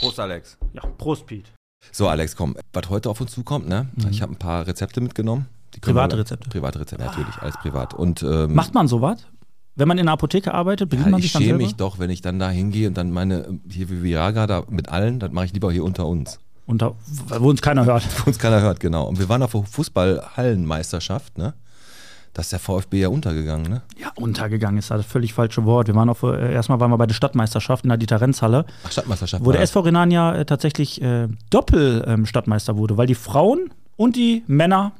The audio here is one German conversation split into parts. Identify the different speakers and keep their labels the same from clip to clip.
Speaker 1: Prost, Alex.
Speaker 2: Ja, Prost, Piet.
Speaker 1: So, Alex, komm, was heute auf uns zukommt, ne?
Speaker 2: Mhm.
Speaker 1: Ich habe ein paar Rezepte mitgenommen. Die können
Speaker 2: Private
Speaker 1: wir-
Speaker 2: Rezepte.
Speaker 1: Private Rezepte, natürlich, alles privat. Und ähm,
Speaker 2: Macht man sowas? Wenn man in einer Apotheke arbeitet, bedient
Speaker 1: ja,
Speaker 2: man
Speaker 1: ich
Speaker 2: sich dann
Speaker 1: schäme
Speaker 2: selber?
Speaker 1: mich doch, wenn ich dann da hingehe und dann meine, ähm, hier wie Viagra da mit allen, das mache ich lieber hier unter uns.
Speaker 2: Und da, wo uns keiner hört.
Speaker 1: Wo uns keiner hört, genau. Und wir waren auf der Fußballhallenmeisterschaft, ne? Da ist der VfB ja untergegangen, ne?
Speaker 2: Ja, untergegangen ist das völlig falsche Wort. Wir waren auf, äh, erstmal waren wir bei der Stadtmeisterschaft in der Dieterenzhalle,
Speaker 1: Ach, Stadtmeisterschaft.
Speaker 2: wo der
Speaker 1: war
Speaker 2: SV Renania äh, tatsächlich äh, Doppel-Stadtmeister wurde, weil die Frauen und die Männer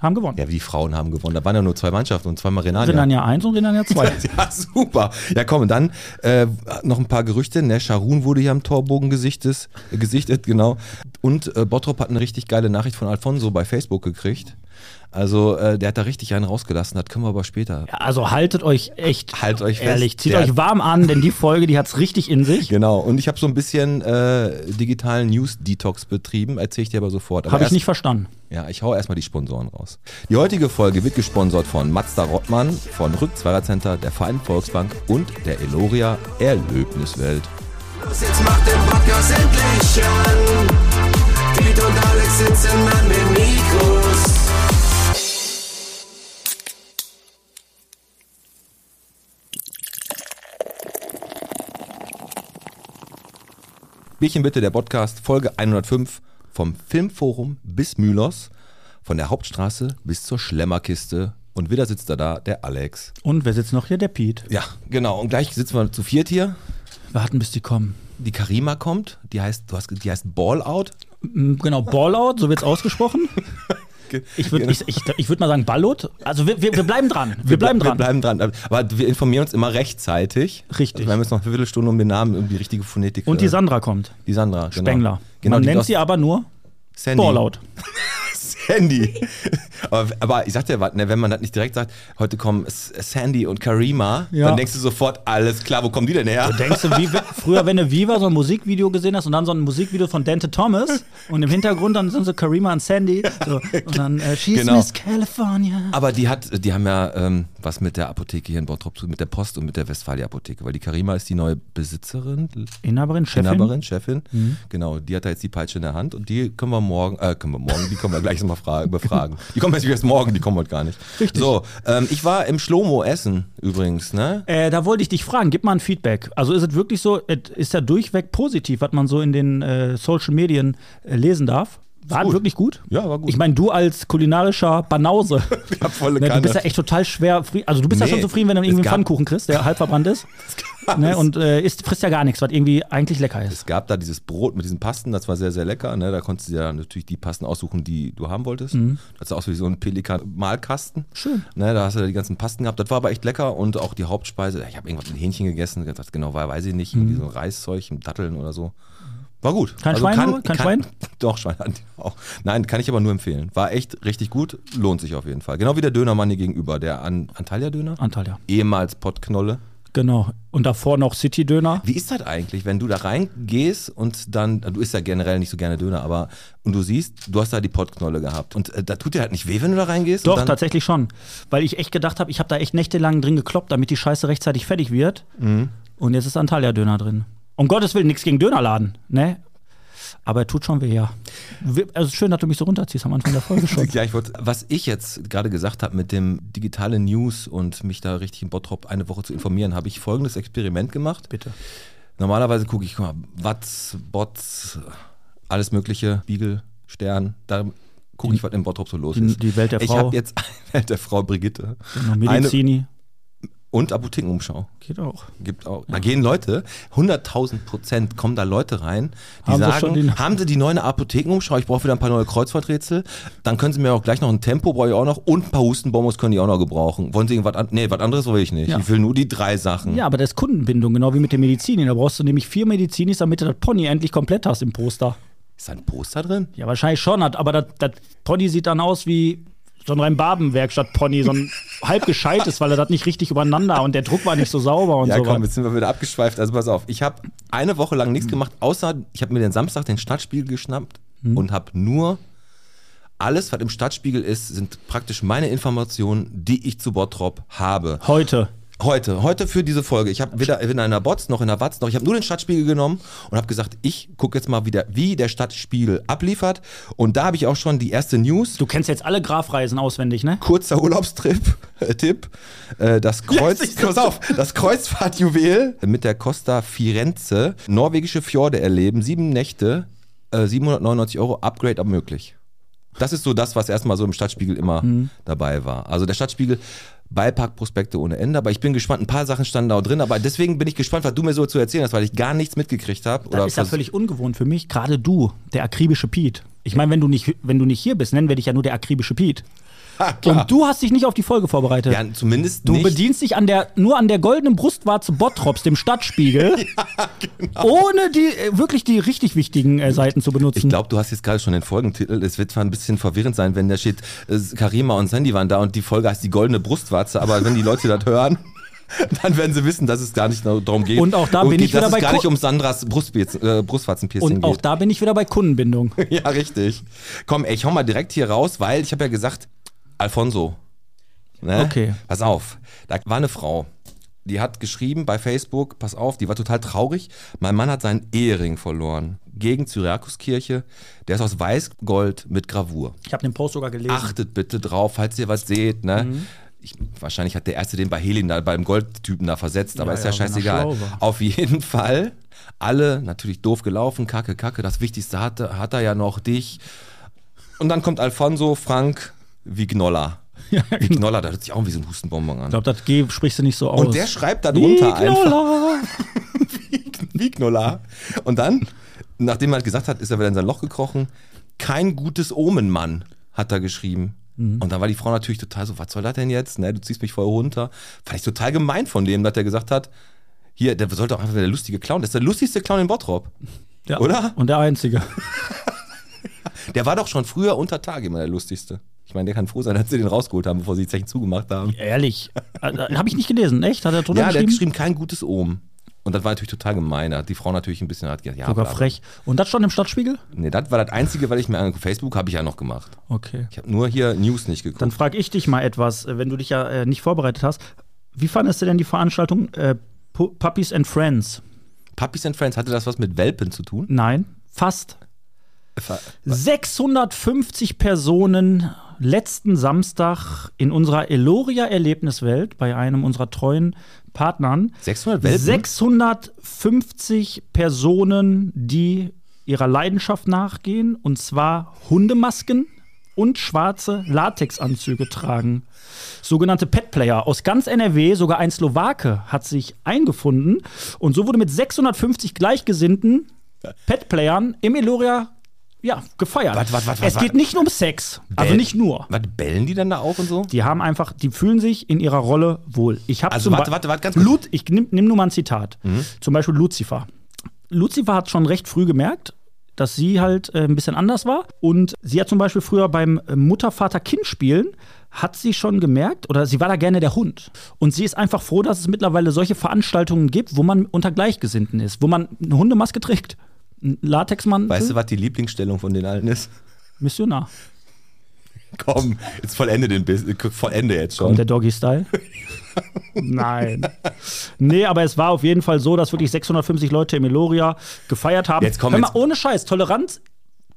Speaker 2: haben gewonnen. Also
Speaker 1: das. ja, die Frauen haben gewonnen. Da waren ja nur zwei Mannschaften und zweimal Renania.
Speaker 2: Renania 1 und Renania 2.
Speaker 1: Ja, super. Ja, komm, und dann äh, noch ein paar Gerüchte. Ne? Scharun wurde hier am Torbogen gesichtet, äh, gesichtet genau. Und äh, Bottrop hat eine richtig geile Nachricht von Alfonso bei Facebook gekriegt. Also, äh, der hat da richtig einen rausgelassen. Das können wir aber später.
Speaker 2: Ja, also haltet euch echt
Speaker 1: Halt euch fest.
Speaker 2: ehrlich, zieht
Speaker 1: Der-
Speaker 2: euch warm an, denn die Folge, die hat's richtig in sich.
Speaker 1: Genau. Und ich habe so ein bisschen äh, digitalen News-Detox betrieben. Erzähle ich dir aber sofort. Aber
Speaker 2: Habe ich
Speaker 1: erst-
Speaker 2: nicht verstanden.
Speaker 1: Ja, ich hau erstmal die Sponsoren raus. Die heutige Folge wird gesponsert von Mazda Rottmann, von Rückzweiger Center, der Verein Volksbank und der Eloria Erlebniswelt.
Speaker 3: Los, jetzt macht den Podcast endlich an. Piet und Alex sitzen an den Mikros.
Speaker 1: Bierchen bitte, der Podcast, Folge 105 vom Filmforum bis Mylos, von der Hauptstraße bis zur Schlemmerkiste. Und wieder sitzt er da, der Alex.
Speaker 2: Und wer sitzt noch hier? Der Piet.
Speaker 1: Ja, genau. Und gleich sitzen wir zu viert hier.
Speaker 2: Warten, bis die kommen.
Speaker 1: Die Karima kommt, die heißt, du hast, ge- die heißt Ballout.
Speaker 2: Mm, Genau, Ballout, so wird's ausgesprochen. Ich würde ich, ich, ich würd mal sagen Ballot. Also wir, wir, wir bleiben dran. Wir, bleiben dran.
Speaker 1: Wir bleiben dran. Aber wir informieren uns immer rechtzeitig.
Speaker 2: Richtig.
Speaker 1: Also wir haben jetzt noch eine Viertelstunde, um den Namen, um die richtige Phonetik.
Speaker 2: Und die
Speaker 1: äh,
Speaker 2: Sandra kommt.
Speaker 1: die Sandra.
Speaker 2: Spengler.
Speaker 1: Genau,
Speaker 2: Man
Speaker 1: die
Speaker 2: nennt
Speaker 1: aus
Speaker 2: sie aber nur
Speaker 1: Sandy.
Speaker 2: Ballout.
Speaker 1: Sandy. aber, aber ich sag dir was, ne, wenn man das nicht direkt sagt, heute kommen S- Sandy und Karima,
Speaker 2: Ja.
Speaker 1: dann denkst du sofort, alles klar, wo kommen die denn her?
Speaker 2: Denkst du, wie wir- früher, wenn du Viva so ein Musikvideo gesehen hast und dann so ein Musikvideo von Dante Thomas und im Hintergrund dann sind so Karima und Sandy so, und dann äh, She's
Speaker 1: Genau.
Speaker 2: Miss California.
Speaker 1: Aber die hat, die haben ja ähm, was mit der Apotheke hier in Bottrop zu, mit der Post und mit der Westfalia-Apotheke, weil die Karima ist die neue Besitzerin,
Speaker 2: Inhaberin, Chefin. Mhm.
Speaker 1: Inhaberin, Chefin. Genau, die hat da jetzt die Peitsche in der Hand und die können wir morgen, äh, können wir morgen, die können wir gleich nochmal fragen, befragen. Die kommen jetzt erst morgen, die kommen heute gar nicht. Richtig. So, ähm, ich war im Schlomo Essen übrigens, ne?
Speaker 2: Äh, da wollte ich dich fragen, gib mal ein Feedback. Also ist es wirklich so, es ist ja durchweg positiv, was man so in den äh, Social Medien äh, lesen darf? War
Speaker 1: gut.
Speaker 2: wirklich gut?
Speaker 1: Ja, war gut.
Speaker 2: Ich meine, du als kulinarischer Banause,
Speaker 1: Ja, volle
Speaker 2: ne, du
Speaker 1: Kanne.
Speaker 2: bist ja echt total schwer, fri- also du bist
Speaker 1: Nee,
Speaker 2: ja schon zufrieden, wenn du irgendwie
Speaker 1: es
Speaker 2: einen
Speaker 1: gab-
Speaker 2: Pfannkuchen kriegst, der halb verbrannt ist ne, und äh, isst, frisst ja gar nichts, was irgendwie eigentlich lecker ist.
Speaker 1: Es gab da dieses Brot mit diesen Pasten, das war sehr, sehr lecker. Ne? Da konntest du dir dann natürlich die Pasten aussuchen, die du haben wolltest. Das sah aus wie so ein Pelikan-Malkasten.
Speaker 2: Mhm. Schön.
Speaker 1: Ne? Da hast du die ganzen Pasten gehabt. Das war aber echt lecker und auch die Hauptspeise. Ich habe irgendwas mit Hähnchen gegessen, das genau war, weiß ich nicht. Irgendwie so ein Reiszeug mit Datteln oder so. War gut.
Speaker 2: Mhm.
Speaker 1: Also
Speaker 2: Kein Schwein, aber? Kein Schwein?
Speaker 1: Doch, Schwein hatten die auch. Nein, kann ich aber nur empfehlen. War echt richtig gut, lohnt sich auf jeden Fall. Genau wie der Dönermann hier gegenüber, der An Antalya-Döner,
Speaker 2: Anteil, ja.
Speaker 1: ehemals Pottknolle.
Speaker 2: Genau. Und davor noch City-Döner.
Speaker 1: Wie ist das eigentlich, wenn du da reingehst und dann, du isst ja generell nicht so gerne Döner, aber und du siehst, du hast da die Pottknolle gehabt. Und äh, da tut dir halt nicht weh, wenn du da reingehst?
Speaker 2: Doch,
Speaker 1: und dann,
Speaker 2: tatsächlich schon. Weil ich echt gedacht habe, ich habe da echt nächtelang drin gekloppt, damit die Scheiße rechtzeitig fertig wird.
Speaker 1: Mhm.
Speaker 2: Und jetzt ist Antalya-Döner drin. Um Gottes Willen, nichts gegen Dönerladen, ne? Aber tut schon weh, ja. Wir- Also schön, dass du mich so runterziehst am Anfang der Folge schon.
Speaker 1: Ja, ich wollte, was ich jetzt gerade gesagt habe mit dem digitalen News und mich da richtig in Bottrop eine Woche zu informieren, habe ich folgendes Experiment gemacht.
Speaker 2: Bitte.
Speaker 1: Normalerweise gucke ich, guck mal, Watts, Bots, alles mögliche, Spiegel, Stern, da gucke ich, was in Bottrop so los
Speaker 2: die-
Speaker 1: ist.
Speaker 2: die Welt der
Speaker 1: ich
Speaker 2: Frau.
Speaker 1: habe jetzt Welt der Frau Brigitte
Speaker 2: Genau,
Speaker 1: eine,
Speaker 2: Medizini.
Speaker 1: und Apothekenumschau.
Speaker 2: Geht auch.
Speaker 1: Gibt auch. Da gehen Leute, 100.000 Prozent kommen da Leute rein, die
Speaker 2: Haben sie
Speaker 1: sagen,
Speaker 2: schon die-
Speaker 1: haben sie die neue Apothekenumschau, ich brauche wieder ein paar neue Kreuzworträtsel, dann können sie mir auch gleich noch ein Tempo, brauche ich auch noch, und ein paar Hustenbonbons können die auch noch gebrauchen. Wollen sie irgendwas an nee, was anderes will ich nicht.
Speaker 2: Ja.
Speaker 1: Ich will nur die drei Sachen.
Speaker 2: Ja, aber das ist Kundenbindung, genau wie mit den Medizini. Da brauchst du nämlich vier Medizinis, damit du das Pony endlich komplett hast im Poster.
Speaker 1: Ist da ein Poster drin?
Speaker 2: Ja, wahrscheinlich schon, hat- aber das, das Pony sieht dann aus wie so ein Rheinbaben-Werkstatt-Pony, so ein halb gescheites, weil er das nicht richtig übereinander und der Druck war nicht so sauber und
Speaker 1: Ja,
Speaker 2: so
Speaker 1: komm,
Speaker 2: was.
Speaker 1: jetzt sind wir wieder abgeschweift. Also pass auf, ich habe eine Woche lang
Speaker 2: Mhm.
Speaker 1: nichts gemacht, außer ich habe mir den Samstag den Stadtspiegel geschnappt
Speaker 2: Mhm.
Speaker 1: und habe nur alles, was im Stadtspiegel ist, sind praktisch meine Informationen, die ich zu Bottrop habe.
Speaker 2: Heute.
Speaker 1: Heute, heute für diese Folge. Ich habe weder in einer Bots noch in einer Watz noch, ich habe nur den Stadtspiegel genommen und habe gesagt, ich gucke jetzt mal wieder, wie der Stadtspiegel abliefert. Und da habe ich auch schon die erste News.
Speaker 2: Du kennst jetzt alle Grafreisen auswendig, ne?
Speaker 1: kurzer Urlaubstrip, äh, Tipp, äh, das Kreuz,
Speaker 2: siehst du.
Speaker 1: pass auf, das Kreuzfahrtjuwel mit der Costa Firenze, norwegische Fjorde erleben, sieben Nächte, äh, 799 Euro, Upgrade ab möglich. Das ist so das, was erstmal so im Stadtspiegel immer
Speaker 2: Mhm.
Speaker 1: dabei war. Also der Stadtspiegel, Beipackprospekte ohne Ende, aber ich bin gespannt, ein paar Sachen standen da auch drin, aber deswegen bin ich gespannt, was du mir so zu erzählen hast, weil ich gar nichts mitgekriegt habe.
Speaker 2: Das ist ja völlig ungewohnt für mich. Gerade du, der akribische Piet. Ich meine, wenn, du nicht- wenn du nicht hier bist, nennen wir dich ja nur der akribische Piet. Und du hast dich nicht auf die Folge vorbereitet.
Speaker 1: ja, zumindest
Speaker 2: Du
Speaker 1: nicht.
Speaker 2: bedienst dich an der, nur an der goldenen Brustwarze Bottrops, dem Stadtspiegel,
Speaker 1: genau.
Speaker 2: ohne die, äh, wirklich die richtig wichtigen äh, Seiten zu benutzen.
Speaker 1: Ich glaube, du hast jetzt gerade schon den Folgentitel. Es wird zwar ein bisschen verwirrend sein, wenn da steht, äh, Karima und Sandy waren da und die Folge heißt die goldene Brustwarze, aber wenn die Leute das hören. Dann werden sie wissen, dass es gar nicht darum geht.
Speaker 2: Und auch da bin
Speaker 1: geht,
Speaker 2: ich wieder
Speaker 1: dass
Speaker 2: bei
Speaker 1: es gar
Speaker 2: Ko-
Speaker 1: nicht um Sandras Brustwarzen, äh, Brustwarzenpiercing
Speaker 2: Und auch
Speaker 1: geht.
Speaker 2: da bin ich wieder bei Kundenbindung.
Speaker 1: ja, richtig. Komm, ey, ich hau mal direkt hier raus, weil ich habe ja gesagt, Alfonso. Ne?
Speaker 2: Okay.
Speaker 1: Pass auf, da war eine Frau, die hat geschrieben bei Facebook, pass auf, die war total traurig, mein Mann hat seinen Ehering verloren gegen Syriakuskirche, der ist aus Weißgold mit Gravur.
Speaker 2: Ich habe den Post sogar gelesen.
Speaker 1: Achtet bitte drauf, falls ihr was seht, ne?
Speaker 2: Mhm.
Speaker 1: Ich, wahrscheinlich hat der erste den bei Helin da, beim Goldtypen da versetzt, aber
Speaker 2: Ja,
Speaker 1: ist ja,
Speaker 2: ja, wenn er
Speaker 1: scheißegal.
Speaker 2: schlau war.
Speaker 1: Auf jeden Fall, alle natürlich doof gelaufen, kacke, kacke, das Wichtigste hatte, hat er ja noch dich. Und dann kommt Alfonso Frank Vignola.
Speaker 2: genau.
Speaker 1: Vignola, da hört sich auch wie so ein Hustenbonbon an.
Speaker 2: Ich glaube, das G sprichst du nicht so aus.
Speaker 1: Und der schreibt da drunter einfach.
Speaker 2: Ignola.
Speaker 1: wie Knolla. Und dann, nachdem er halt gesagt hat, ist er wieder in sein Loch gekrochen. Kein gutes Omen, Mann, hat er geschrieben. Und dann war die Frau natürlich total so, was soll das denn jetzt? Ne, du ziehst mich voll runter. Fand ich total gemein von dem, dass er gesagt hat, hier, der sollte auch einfach der lustige Clown, das ist der lustigste Clown in Bottrop.
Speaker 2: Ja.
Speaker 1: Oder?
Speaker 2: Und der Einzige.
Speaker 1: Der war doch schon früher unter Tage immer der lustigste. Ich meine, der kann froh sein, dass sie den rausgeholt haben, bevor sie die Zechen zugemacht haben.
Speaker 2: Ehrlich. habe ich nicht gelesen, echt? Hat er drunter
Speaker 1: Ja, der hat
Speaker 2: geschrieben?
Speaker 1: geschrieben, kein gutes Omen. Und das war natürlich total gemein. Da hat die Frau natürlich ein bisschen hat gedacht, ja, bla,
Speaker 2: Sogar
Speaker 1: bla.
Speaker 2: frech. Und das schon im Stadtspiegel?
Speaker 1: Nee, das war das Einzige, weil ich mir angeguckt Facebook habe ich ja noch gemacht.
Speaker 2: Okay.
Speaker 1: Ich habe nur hier News nicht geguckt.
Speaker 2: Dann frage ich dich mal etwas, äh, wenn du dich ja äh, nicht vorbereitet hast. Wie fandest du denn die Veranstaltung äh, Pu- Puppies and Friends?
Speaker 1: Puppies and Friends, hatte das was mit Welpen zu tun?
Speaker 2: Nein, fast. 650 Personen letzten Samstag in unserer Eloria Erlebniswelt bei einem unserer treuen Partnern.
Speaker 1: 600 Welpen?
Speaker 2: 650 Personen, die ihrer Leidenschaft nachgehen und zwar Hundemasken und schwarze Latexanzüge tragen. Sogenannte Petplayer aus ganz NRW, sogar ein Slowake hat sich eingefunden und so wurde mit 650 Gleichgesinnten Petplayern im Eloria ja, gefeiert.
Speaker 1: Wat, wat, wat, wat,
Speaker 2: es geht
Speaker 1: wat?
Speaker 2: nicht nur um Sex, also
Speaker 1: Bell-
Speaker 2: nicht nur.
Speaker 1: Was bellen die dann da auch und so?
Speaker 2: Die haben einfach, die fühlen sich in ihrer Rolle wohl. Ich habe
Speaker 1: Also
Speaker 2: zum Be-
Speaker 1: warte, warte, warte, ganz kurz. Mhm.
Speaker 2: Lut, ich nimm, nimm nur mal ein Zitat. Zum Beispiel Lucifer. Lucifer hat schon recht früh gemerkt, dass sie halt äh, ein bisschen anders war. Und sie hat zum Beispiel früher beim äh, Mutter-Vater-Kind-Spielen hat sie schon gemerkt, oder sie war da gerne der Hund. Und sie ist einfach froh, dass es mittlerweile solche Veranstaltungen gibt, wo man unter Gleichgesinnten ist, wo man eine Hundemaske trägt, einen Latexmann,
Speaker 1: Weißt du, was die Lieblingsstellung von den allen ist?
Speaker 2: Missionar.
Speaker 1: Komm, jetzt vollende den Biss, äh, vollende jetzt
Speaker 2: Und
Speaker 1: schon.
Speaker 2: der Doggy-Style? Nein. Nee, aber es war auf jeden Fall so, dass wirklich 650 Leute im Eloria gefeiert haben.
Speaker 1: Jetzt komm,
Speaker 2: Hör mal,
Speaker 1: jetzt-
Speaker 2: ohne Scheiß, Toleranz.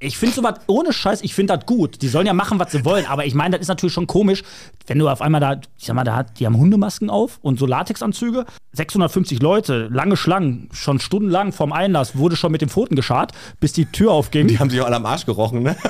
Speaker 2: Ich finde sowas ohne Scheiß, ich finde das gut. Die sollen ja machen, was sie wollen. Aber ich meine, das ist natürlich schon komisch, wenn du auf einmal da, ich sag mal, da hat, die haben Hundemasken auf und so Latexanzüge. 650 Leute, lange Schlangen, schon stundenlang vorm Einlass, wurde schon mit den Pfoten geschart, bis die Tür aufging.
Speaker 1: Die haben sich auch alle am Arsch gerochen, ne?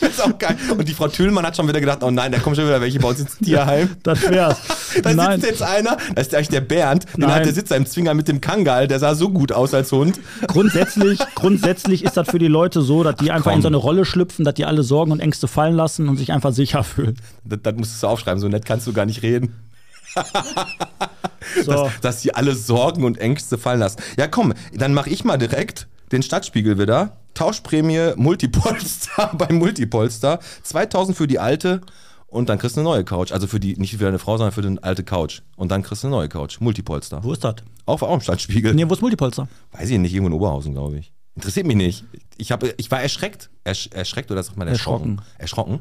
Speaker 1: das ist auch geil. Und die Frau Tüllmann hat schon wieder gedacht, oh nein, da kommen schon wieder welche bei uns ins Tierheim.
Speaker 2: Das wär's.
Speaker 1: Da
Speaker 2: Nein.
Speaker 1: sitzt jetzt einer, das ist eigentlich der Bernd, den
Speaker 2: Nein.
Speaker 1: hat der Sitzer im Zwinger mit dem Kangal, der sah so gut aus als Hund.
Speaker 2: grundsätzlich, grundsätzlich ist das für die Leute so, dass die einfach
Speaker 1: komm.
Speaker 2: in so eine Rolle schlüpfen, dass die alle Sorgen und Ängste fallen lassen und sich einfach sicher fühlen.
Speaker 1: Das, das musstest du aufschreiben, so nett kannst du gar nicht reden.
Speaker 2: So.
Speaker 1: dass sie alle Sorgen und Ängste fallen lassen. Ja, komm, dann mache ich mal direkt den Stadtspiegel wieder. Tauschprämie Multipolster bei Multipolster. 2000 für die alte und dann kriegst du eine neue Couch. Also für die, nicht für deine Frau, sondern für die alte Couch. Und dann kriegst du eine neue Couch. Multipolster.
Speaker 2: Wo ist das?
Speaker 1: Auch, auch im Stadtspiegel.
Speaker 2: Nee, wo ist Multipolster?
Speaker 1: Weiß ich nicht, irgendwo in Oberhausen, glaube ich. Interessiert mich nicht. Ich, hab, ich war erschreckt. Ersch, erschreckt oder sagt man erschrocken? Erschrocken.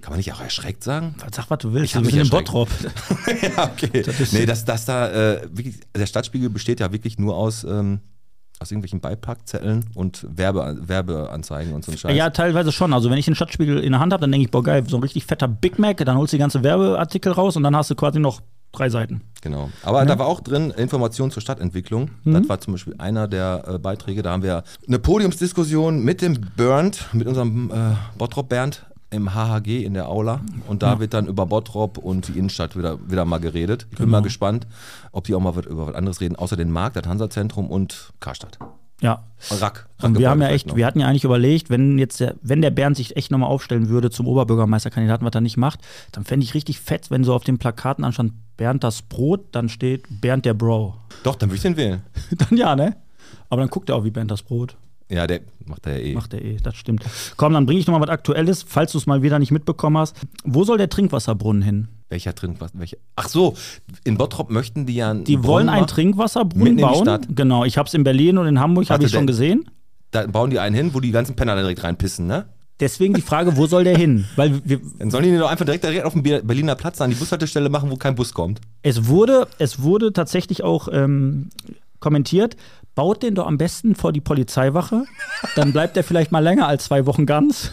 Speaker 1: Kann man nicht auch erschreckt sagen?
Speaker 2: Sag, was du willst.
Speaker 1: Ich hab
Speaker 2: wir
Speaker 1: mich
Speaker 2: sind in
Speaker 1: erschreckt.
Speaker 2: Bottrop.
Speaker 1: ja, okay.
Speaker 2: ist-
Speaker 1: nee, dass das da, äh, wirklich, der Stadtspiegel besteht ja wirklich nur aus, ähm, aus irgendwelchen Beipackzetteln und Werbe, Werbeanzeigen und so ein Scheiß.
Speaker 2: Ja, teilweise schon. Also, wenn ich einen Stadtspiegel in der Hand habe, dann denke ich, boah, geil, so ein richtig fetter Big Mac, dann holst du die ganze Werbeartikel raus und dann hast du quasi noch drei Seiten.
Speaker 1: Genau. Aber da war auch drin Informationen zur Stadtentwicklung.
Speaker 2: Mhm.
Speaker 1: Das war zum Beispiel einer der äh, Beiträge. Da haben wir eine Podiumsdiskussion mit dem Bernd, mit unserem äh, Bottrop Bernd im HHG in der Aula. Und da wird dann über Bottrop und die Innenstadt wieder, wieder mal geredet. Ich bin
Speaker 2: Genau.
Speaker 1: mal gespannt, ob die auch mal wat- über was anderes reden, außer den Markt, das Hansa-Zentrum und Karstadt.
Speaker 2: Ja.
Speaker 1: Rack. Rack
Speaker 2: Und wir haben ja
Speaker 1: vielleicht
Speaker 2: echt, wir hatten ja eigentlich überlegt, wenn jetzt der, wenn der Bernd sich echt nochmal aufstellen würde zum Oberbürgermeisterkandidaten, was er nicht macht, dann fände ich richtig fett, wenn so auf den Plakaten anstand Bernd das Brot, dann steht Bernd der Bro.
Speaker 1: Doch, dann würde ich den wählen.
Speaker 2: Dann ja, ne? Aber dann guckt er auch wie Bernd das Brot.
Speaker 1: Ja, der macht er ja eh.
Speaker 2: Macht er eh, das stimmt. Komm, dann bringe ich nochmal was Aktuelles, falls du es mal wieder nicht mitbekommen hast. Wo soll der Trinkwasserbrunnen hin?
Speaker 1: Welcher drin? was- Welcher? Ach so, in Bottrop möchten die ja einen
Speaker 2: Die wollen
Speaker 1: Brunnen
Speaker 2: einen
Speaker 1: machen.
Speaker 2: Trinkwasserbrunnen
Speaker 1: Mitten in die
Speaker 2: bauen.
Speaker 1: Stadt.
Speaker 2: Genau, ich habe es in Berlin und in Hamburg habe
Speaker 1: Warte,
Speaker 2: ich schon
Speaker 1: der-
Speaker 2: gesehen.
Speaker 1: Da bauen die einen hin, wo die ganzen Penner da direkt reinpissen, ne?
Speaker 2: Deswegen die Frage, wo soll der hin? Weil wir,
Speaker 1: Dann sollen die den doch einfach direkt, direkt auf dem Be- Berliner Platz an die Bushaltestelle machen, wo kein Bus kommt.
Speaker 2: es wurde, es wurde tatsächlich auch ähm, kommentiert, baut den doch am besten vor die Polizeiwache, dann bleibt er vielleicht mal länger als zwei Wochen ganz.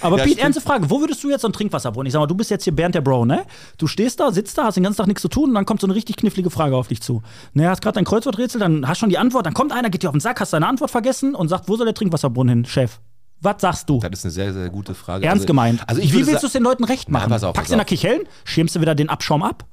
Speaker 2: Aber
Speaker 1: Ja,
Speaker 2: Pete,
Speaker 1: stimmt.
Speaker 2: ernste Frage, wo würdest du jetzt so ein Trinkwasserbrunnen? Ich sag mal, du bist jetzt hier Bernd der Bro, ne? Du stehst da, sitzt da, hast den ganzen Tag nichts zu tun und dann kommt so eine richtig knifflige Frage auf dich zu. Ne, hast gerade dein Kreuzworträtsel, dann hast schon die Antwort, dann kommt einer, geht dir auf den Sack, hast deine Antwort vergessen und sagt, wo soll der Trinkwasserbrunnen hin, Chef? Was sagst du?
Speaker 1: Das ist eine sehr, sehr gute Frage.
Speaker 2: Ernst
Speaker 1: also,
Speaker 2: gemeint.
Speaker 1: Also ich
Speaker 2: Wie
Speaker 1: würde
Speaker 2: willst du es
Speaker 1: sa-
Speaker 2: den Leuten recht machen?
Speaker 1: pass auf,
Speaker 2: Packst
Speaker 1: pass
Speaker 2: du in der
Speaker 1: auf.
Speaker 2: Kicheln, schirmst du wieder den Abschaum ab?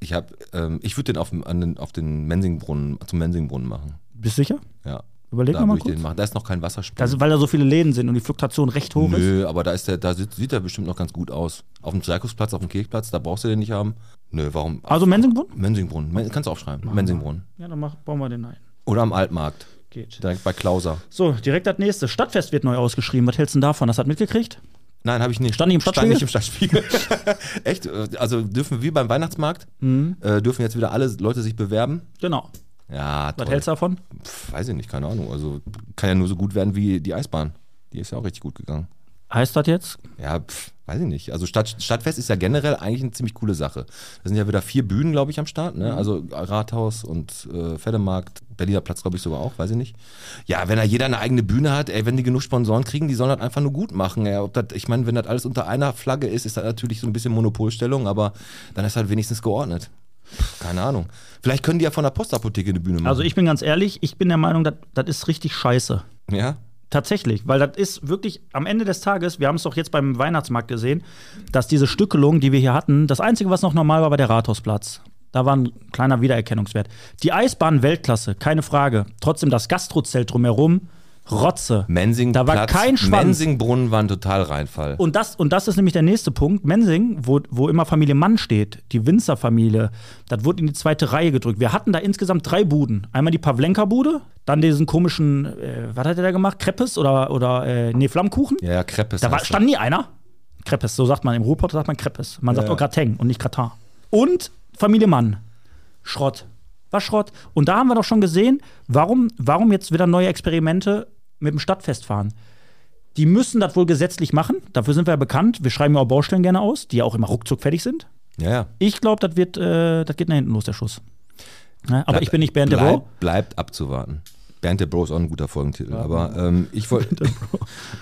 Speaker 1: Ich, hab, ähm, ich würde den auf, dem- an den auf den Mensingbrunnen, zum Mensingbrunnen machen.
Speaker 2: Bist du sicher?
Speaker 1: Ja.
Speaker 2: Überleg
Speaker 1: da
Speaker 2: noch mal
Speaker 1: würd ich
Speaker 2: kurz.
Speaker 1: den machen. Da ist noch kein Wasserspiel.
Speaker 2: Das, weil da so viele Läden sind und die Fluktuation recht hoch ist.
Speaker 1: Nö, aber da, ist der, da sieht, sieht er bestimmt noch ganz gut aus. Auf dem Zirkusplatz, auf dem Kirchplatz, da brauchst du den nicht haben. Nö, warum?
Speaker 2: Also Mensingbrunnen?
Speaker 1: Mensingbrunnen. Men kannst du aufschreiben. Mensingbrunnen.
Speaker 2: Ja, dann mach, bauen wir den ein.
Speaker 1: Oder am Altmarkt.
Speaker 2: Geht.
Speaker 1: Direkt bei Klauser.
Speaker 2: So, direkt das nächste. Stadtfest wird neu ausgeschrieben. Was hältst du denn davon? Das hat mitgekriegt?
Speaker 1: Nein, habe ich nicht.
Speaker 2: Stand nicht im
Speaker 1: Stand nicht im Stadtspiegel. Echt? äh, Also dürfen wir beim Weihnachtsmarkt, äh, dürfen jetzt wieder alle Leute sich bewerben?
Speaker 2: Genau.
Speaker 1: Ja,
Speaker 2: Was
Speaker 1: toll.
Speaker 2: hältst du davon?
Speaker 1: Pff, weiß ich nicht, keine Ahnung. Also kann ja nur so gut werden wie die Eisbahn. Die ist ja auch richtig gut gegangen.
Speaker 2: Heißt das jetzt?
Speaker 1: Ja, pff, weiß ich nicht. Also Stadt, Stadtfest ist ja generell eigentlich eine ziemlich coole Sache. Da sind ja wieder vier Bühnen, glaube ich, am Start.
Speaker 2: Mhm.
Speaker 1: Ne? Also Rathaus und äh, Pferdemarkt, Berliner Platz, glaube ich, sogar auch, weiß ich nicht. Ja, wenn da jeder eine eigene Bühne hat, ey, wenn die genug Sponsoren kriegen, die sollen das einfach nur gut machen. Ey. Ob das, ich meine, wenn das alles unter einer Flagge ist, ist das natürlich so ein bisschen Monopolstellung, aber dann ist halt wenigstens geordnet. Pff, Keine Ahnung. Vielleicht können die ja von der Postapotheke eine Bühne machen.
Speaker 2: Also ich bin ganz ehrlich, ich bin der Meinung, das das ist richtig scheiße.
Speaker 1: ja?
Speaker 2: Tatsächlich, weil das ist wirklich am Ende des Tages, wir haben es doch jetzt beim Weihnachtsmarkt gesehen, dass diese Stückelung, die wir hier hatten, das Einzige, was noch normal war, war der Rathausplatz. Da war ein kleiner Wiedererkennungswert. Die Eisbahn Weltklasse, keine Frage. Trotzdem das Gastrozelt drumherum, Rotze.
Speaker 1: Mensing
Speaker 2: Da war kein Schwanz.
Speaker 1: Mensingbrunnen war ein Totalreinfall.
Speaker 2: Und das, und das ist nämlich der nächste Punkt. Mensing, wo, wo immer Familie Mann steht, die Winzerfamilie, das wurde in die zweite Reihe gedrückt. Wir hatten da insgesamt drei Buden. Einmal die Pavlenka-Bude, dann diesen komischen, äh, was hat er da gemacht? Kreppes oder, oder äh, nee, Flammkuchen?
Speaker 1: ja, ja, Kreppes.
Speaker 2: Da war,
Speaker 1: heißt
Speaker 2: stand nie einer. Kreppes, so sagt man. Im Ruhrpott sagt man Kreppes. Man sagt
Speaker 1: Ja.
Speaker 2: auch Grateng und nicht Gratin. Und Familie Mann. Schrott. War Schrott. Und da haben wir doch schon gesehen, warum, warum jetzt wieder neue Experimente mit dem Stadtfest fahren. Die müssen das wohl gesetzlich machen. Dafür sind wir ja bekannt. Wir schreiben ja auch Baustellen gerne aus, die ja auch immer ruckzuck fertig sind.
Speaker 1: das. Ja, ja.
Speaker 2: Ich glaube, das wird, äh, das geht nach hinten los, der Schuss. Ne? Aber ich bin nicht Bernd der Bro.
Speaker 1: bleibt, bleibt abzuwarten. Bernd der Bro ist auch ein guter Folgentitel. Aber ähm, ich wollte.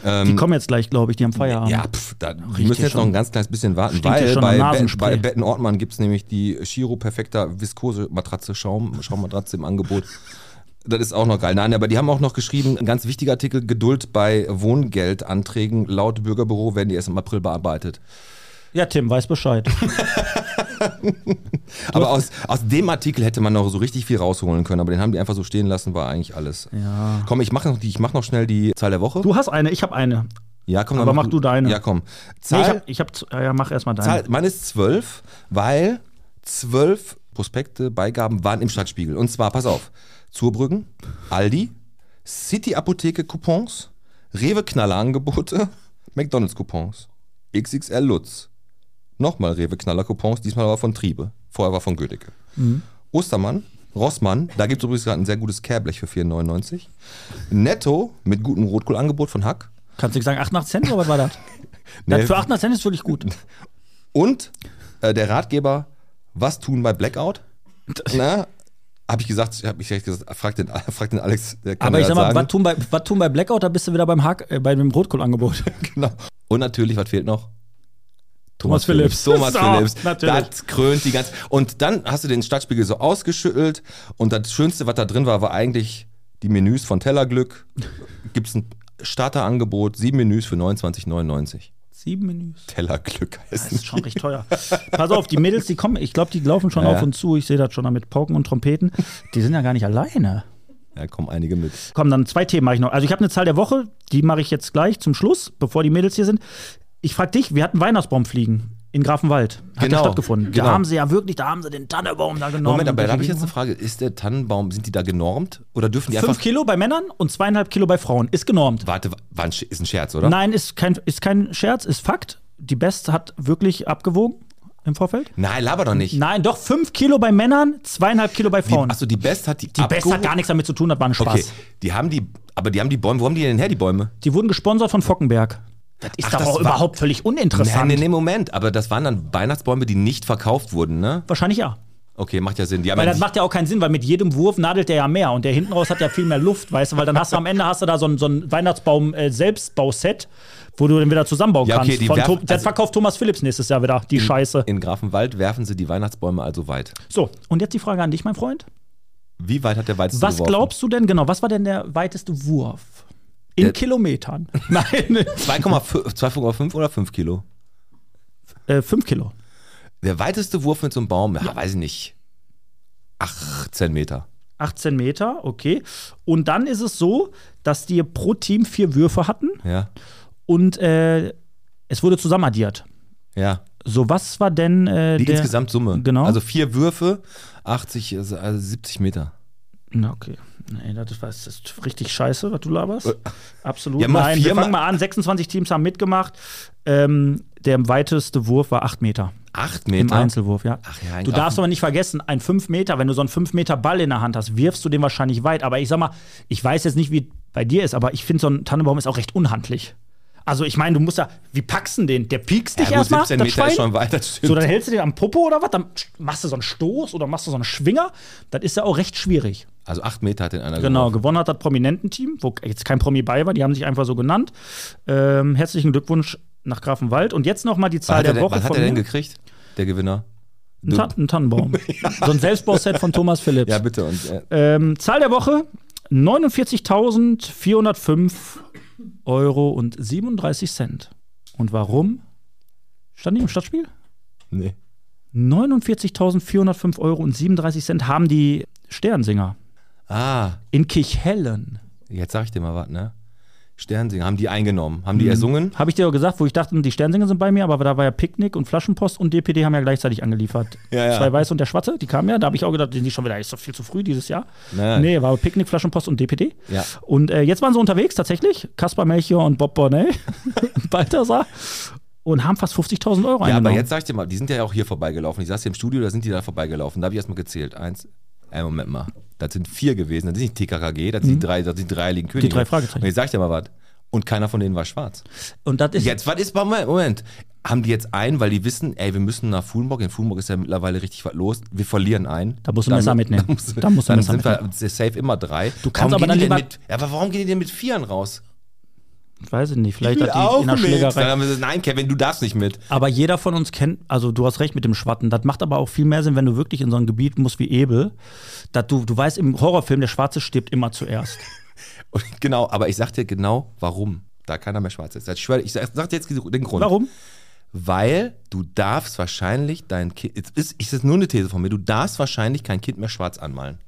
Speaker 2: Die kommen jetzt gleich, glaube ich, die haben Feierabend.
Speaker 1: Ja, pf, da wir müssen jetzt
Speaker 2: schon.
Speaker 1: noch ein ganz kleines bisschen warten,
Speaker 2: Stinkt hier
Speaker 1: weil
Speaker 2: schon
Speaker 1: bei,
Speaker 2: nach
Speaker 1: Be
Speaker 2: Nasenspray.
Speaker 1: bei Betten Ortmann gibt es nämlich die Chiro Perfekta Viskose Matratze Schaum, Schaummatratze im Angebot. Das ist auch noch geil. Nein, aber die haben auch noch geschrieben, ein ganz wichtiger Artikel, Geduld bei Wohngeldanträgen laut Bürgerbüro werden die erst im April bearbeitet.
Speaker 2: ja, Tim, weiß Bescheid.
Speaker 1: Aber aus, aus dem Artikel hätte man noch so richtig viel rausholen können, aber den haben die einfach so stehen lassen, war eigentlich alles.
Speaker 2: Ja.
Speaker 1: Komm, ich mache noch, die- ich mach noch schnell die Zahl der Woche.
Speaker 2: Du hast eine, ich habe eine.
Speaker 1: Ja, komm, dann
Speaker 2: Aber mach du deine.
Speaker 1: Ja, komm.
Speaker 2: Nee,
Speaker 1: Zahl,
Speaker 2: ich hab, ich hab, ja, mach erstmal deine.
Speaker 1: Zahl, meine ist zwölf, weil zwölf Prospekte, Beigaben waren im Stadtspiegel. Und zwar, pass auf, Zurbrücken, Aldi, City Apotheke Coupons, Rewe Knaller Angebote, McDonalds Coupons, XXL Lutz, nochmal Rewe Knaller Coupons, diesmal aber von Triebe, vorher war von Gödecke.
Speaker 2: Mhm.
Speaker 1: Ostermann, Rossmann, da gibt es übrigens gerade ein sehr gutes Kehrblech für 4,99. Netto mit gutem Rotkohlangebot von Hack.
Speaker 2: Kannst du nicht sagen 88 Cent oder was war das?
Speaker 1: Nee.
Speaker 2: Für 800 Cent ist wirklich gut.
Speaker 1: Und äh, der Ratgeber, was tun bei Blackout? Na, habe ich gesagt, habe ich direkt gesagt, frag den, frag den Alex, der kann
Speaker 2: Aber
Speaker 1: mir
Speaker 2: ich sag
Speaker 1: das
Speaker 2: mal, was
Speaker 1: sagen.
Speaker 2: tun, bei, was tun bei Blackout, da bist du wieder beim, Hack, äh, bei dem Rotkohlangebot.
Speaker 1: Genau. Und natürlich, was fehlt noch?
Speaker 2: Thomas Phillips.
Speaker 1: Thomas
Speaker 2: So,
Speaker 1: Phillips.
Speaker 2: natürlich.
Speaker 1: Das krönt die ganze. Und dann hast du den Stadtspiegel so ausgeschüttelt und das Schönste, was da drin war, war eigentlich die Menüs von Tellerglück. Gibt es ein Starterangebot, sieben Menüs für 29,99.
Speaker 2: Sieben Menüs.
Speaker 1: Tellerglück heißt
Speaker 2: Das ist
Speaker 1: es.
Speaker 2: schon recht teuer. Pass auf, die Mädels, die kommen, ich glaube, die laufen schon
Speaker 1: Ja,
Speaker 2: auf
Speaker 1: ja.
Speaker 2: und zu. Ich sehe das schon da mit Pauken und Trompeten. Die sind ja gar nicht alleine.
Speaker 1: Ja, kommen einige mit.
Speaker 2: Komm, dann zwei Themen mache ich noch. Also ich habe eine Zahl der Woche, die mache ich jetzt gleich zum Schluss, bevor die Mädels hier sind. Ich frage dich, wir hatten Weihnachtsbaum fliegen in Grafenwald. Hat
Speaker 1: Genau,
Speaker 2: der stattgefunden.
Speaker 1: genau.
Speaker 2: Da haben sie ja wirklich, da haben sie den Tannebaum da genommen.
Speaker 1: Moment, aber
Speaker 2: Und
Speaker 1: da habe ich jetzt
Speaker 2: welche
Speaker 1: eine Frage. Ist der Tannenbaum, sind die da genormt oder dürfen die
Speaker 2: Gegend? Fünf
Speaker 1: einfach.
Speaker 2: Kilo bei Männern und zweieinhalb Kilo bei Frauen. Ist genormt.
Speaker 1: Warte, war ein, Sch- ist ein Scherz, oder?
Speaker 2: Nein, ist kein, ist kein Scherz, ist Fakt. Die Best hat wirklich abgewogen im Vorfeld.
Speaker 1: Nein, laber doch nicht.
Speaker 2: Nein, doch, fünf Kilo bei Männern, zweieinhalb Kilo bei
Speaker 1: Die,
Speaker 2: Frauen.
Speaker 1: achso, die Best hat die.
Speaker 2: die Best hat gar nichts damit zu tun, das war ein Spaß.
Speaker 1: also, Okay, die haben die. Aber die haben die Bäume. Wo haben die denn her, die Bäume?
Speaker 2: Die wurden gesponsert von Fockenberg. Das ist
Speaker 1: Ach,
Speaker 2: doch
Speaker 1: das
Speaker 2: auch
Speaker 1: war-
Speaker 2: überhaupt völlig uninteressant.
Speaker 1: Nein, nee, nee, Moment. Aber das waren dann Weihnachtsbäume, die nicht verkauft wurden, ne?
Speaker 2: Wahrscheinlich ja.
Speaker 1: Okay, macht ja Sinn. Die haben
Speaker 2: Weil
Speaker 1: ja
Speaker 2: das macht ja auch keinen Sinn, weil mit jedem Wurf nadelt der ja mehr und der hinten raus hat ja viel mehr Luft, weißt du, weil dann hast du am Ende hast du da so ein, so ein Weihnachtsbaum-Selbstbauset, wo du dann wieder zusammenbauen
Speaker 1: Ja, okay,
Speaker 2: kannst.
Speaker 1: die
Speaker 2: Von
Speaker 1: werf-
Speaker 2: Tho- das
Speaker 1: also-
Speaker 2: verkauft Thomas Philips nächstes Jahr wieder, die Scheiße.
Speaker 1: in Grafenwald werfen sie die Weihnachtsbäume also weit.
Speaker 2: So, und jetzt die Frage an dich, mein Freund.
Speaker 1: Wie weit hat der weiteste
Speaker 2: Was
Speaker 1: geworfen?
Speaker 2: glaubst du denn, genau, was war denn der weiteste Wurf? In
Speaker 1: Der-
Speaker 2: Kilometern. Nein,
Speaker 1: 2,5 2,5 oder 5 Kilo?
Speaker 2: äh, fünf Kilo.
Speaker 1: Der weiteste Wurf mit so einem Baum, ja, weiß ich nicht. 18 Meter.
Speaker 2: 18 Meter, okay. Und dann ist es so, dass die pro Team vier Würfe hatten
Speaker 1: Ja.
Speaker 2: und äh, es wurde zusammenaddiert.
Speaker 1: Ja.
Speaker 2: So, was war denn äh,
Speaker 1: Die
Speaker 2: der
Speaker 1: Insgesamtsumme.
Speaker 2: Genau.
Speaker 1: Also vier Würfe, 80, also also 70 Meter.
Speaker 2: Na, okay. Nee, das, ist, das ist richtig scheiße, was du laberst. Absolut.
Speaker 1: Äh, Ja, mal
Speaker 2: Nein, wir
Speaker 1: viermal-
Speaker 2: fangen mal an. 26 Teams haben mitgemacht. Ähm, der weiteste Wurf war 8 Meter.
Speaker 1: 8
Speaker 2: Im
Speaker 1: Meter.
Speaker 2: Einzelwurf, ja.
Speaker 1: Ach ja, ein
Speaker 2: du
Speaker 1: Grafen-
Speaker 2: darfst aber nicht vergessen, ein 5 Meter, wenn du so einen 5 Meter Ball in der Hand hast, wirfst du den wahrscheinlich weit. Aber ich sag mal, ich weiß jetzt nicht, wie bei dir ist, aber ich finde, so ein Tannenbaum ist auch recht unhandlich. Also ich meine, du musst da, wie packst du denn den? Der piekst dich
Speaker 1: ja, gut,
Speaker 2: erstmal,
Speaker 1: 17
Speaker 2: das
Speaker 1: Meter
Speaker 2: Schwein.
Speaker 1: ist schon weit, das stimmt.
Speaker 2: So, dann hältst du den am Popo oder was, dann machst du so einen Stoß oder machst du so einen Schwinger. Das ist ja auch recht schwierig.
Speaker 1: also 8 Meter hat den einer
Speaker 2: Genau,
Speaker 1: geworfen.
Speaker 2: gewonnen hat das Prominententeam, wo jetzt kein Promi bei war, die haben sich einfach so genannt. Ähm, herzlichen Glückwunsch nach Grafenwald. Und jetzt nochmal die
Speaker 1: Was
Speaker 2: Zahl
Speaker 1: hat, er
Speaker 2: der
Speaker 1: denn,
Speaker 2: Woche
Speaker 1: was hat
Speaker 2: von
Speaker 1: er denn
Speaker 2: mir.
Speaker 1: gekriegt, der Gewinner?
Speaker 2: Ein, Tan ein Tannenbaum. So ein Selbstbauset von Thomas Phillips.
Speaker 1: Ja, bitte. Und, äh,
Speaker 2: ähm, Zahl der Woche 49.405 Euro und 37 Cent. Und warum? Stand die im Stadtspiel?
Speaker 1: nee.
Speaker 2: 49.405 Euro und 37 Cent haben die Sternsinger
Speaker 1: Ah,
Speaker 2: in Kichellen.
Speaker 1: jetzt sag ich dir mal was, ne? Sternsinger, haben die eingenommen?
Speaker 2: Mhm.
Speaker 1: Haben die ersungen?
Speaker 2: Habe ich dir doch gesagt, wo ich dachte, die Sternsinger sind bei mir, aber da war ja Picknick und Flaschenpost und DPD haben ja gleichzeitig angeliefert.
Speaker 1: Ja, ja.
Speaker 2: Zwei Weiß und der Schwarze, die kamen ja. Da habe ich auch gedacht, die sind schon wieder, ist doch viel zu früh dieses Jahr.
Speaker 1: Nein.
Speaker 2: Nee, war Picknick, Flaschenpost und DPD.
Speaker 1: Ja.
Speaker 2: Und äh, jetzt waren sie unterwegs tatsächlich, Kaspar Melchior und Bob Bornay, Balthasar, und haben fast 50.000 Euro
Speaker 1: Ja,
Speaker 2: eingenommen.
Speaker 1: aber jetzt sag ich dir mal, die sind ja auch hier vorbeigelaufen. Ich saß hier im Studio, da sind die da vorbeigelaufen. Da habe ich erstmal gezählt. Eins, äh, Moment mal. Das sind vier gewesen. Das sind nicht TKKG, das sind die drei, das sind die drei Heiligen Könige.
Speaker 2: Mhm. drei Fragezeichen.
Speaker 1: Und jetzt sag ich dir mal was. Und keiner von denen war schwarz.
Speaker 2: und das ist
Speaker 1: Jetzt, was ist, Moment, Moment. Haben die jetzt ein, weil die wissen, ey, wir müssen nach Fulenburg. In Fulenburg ist ja mittlerweile richtig was los. Wir verlieren einen.
Speaker 2: Da musst du ein Messer mitnehmen.
Speaker 1: Da musst, du-
Speaker 2: Da musst du ein
Speaker 1: dann
Speaker 2: Messer
Speaker 1: sind wir safe immer drei. Du
Speaker 2: kannst aber dann
Speaker 1: die denn
Speaker 2: lieber-
Speaker 1: mit, ja, aber warum gehen die denn mit Vieren raus?
Speaker 2: weiß ich nicht, vielleicht
Speaker 1: will
Speaker 2: hat die in der
Speaker 1: mit. Dann
Speaker 2: Schlägerei.
Speaker 1: haben wir gesagt, nein, Kevin, du darfst nicht mit.
Speaker 2: Aber jeder von uns kennt, also du hast recht mit dem Schwatten, das macht aber auch viel mehr Sinn, wenn du wirklich in so ein Gebiet musst wie Ebel, dass du, du weißt im Horrorfilm, der Schwarze stirbt immer zuerst.
Speaker 1: Und genau, aber ich sag dir genau, warum da keiner mehr schwarz ist. Ich schwöre, ich sag, sag dir jetzt den Grund.
Speaker 2: Warum?
Speaker 1: Weil du darfst wahrscheinlich dein Kind, es ist, es ist nur eine These von mir, du darfst wahrscheinlich kein Kind mehr schwarz anmalen.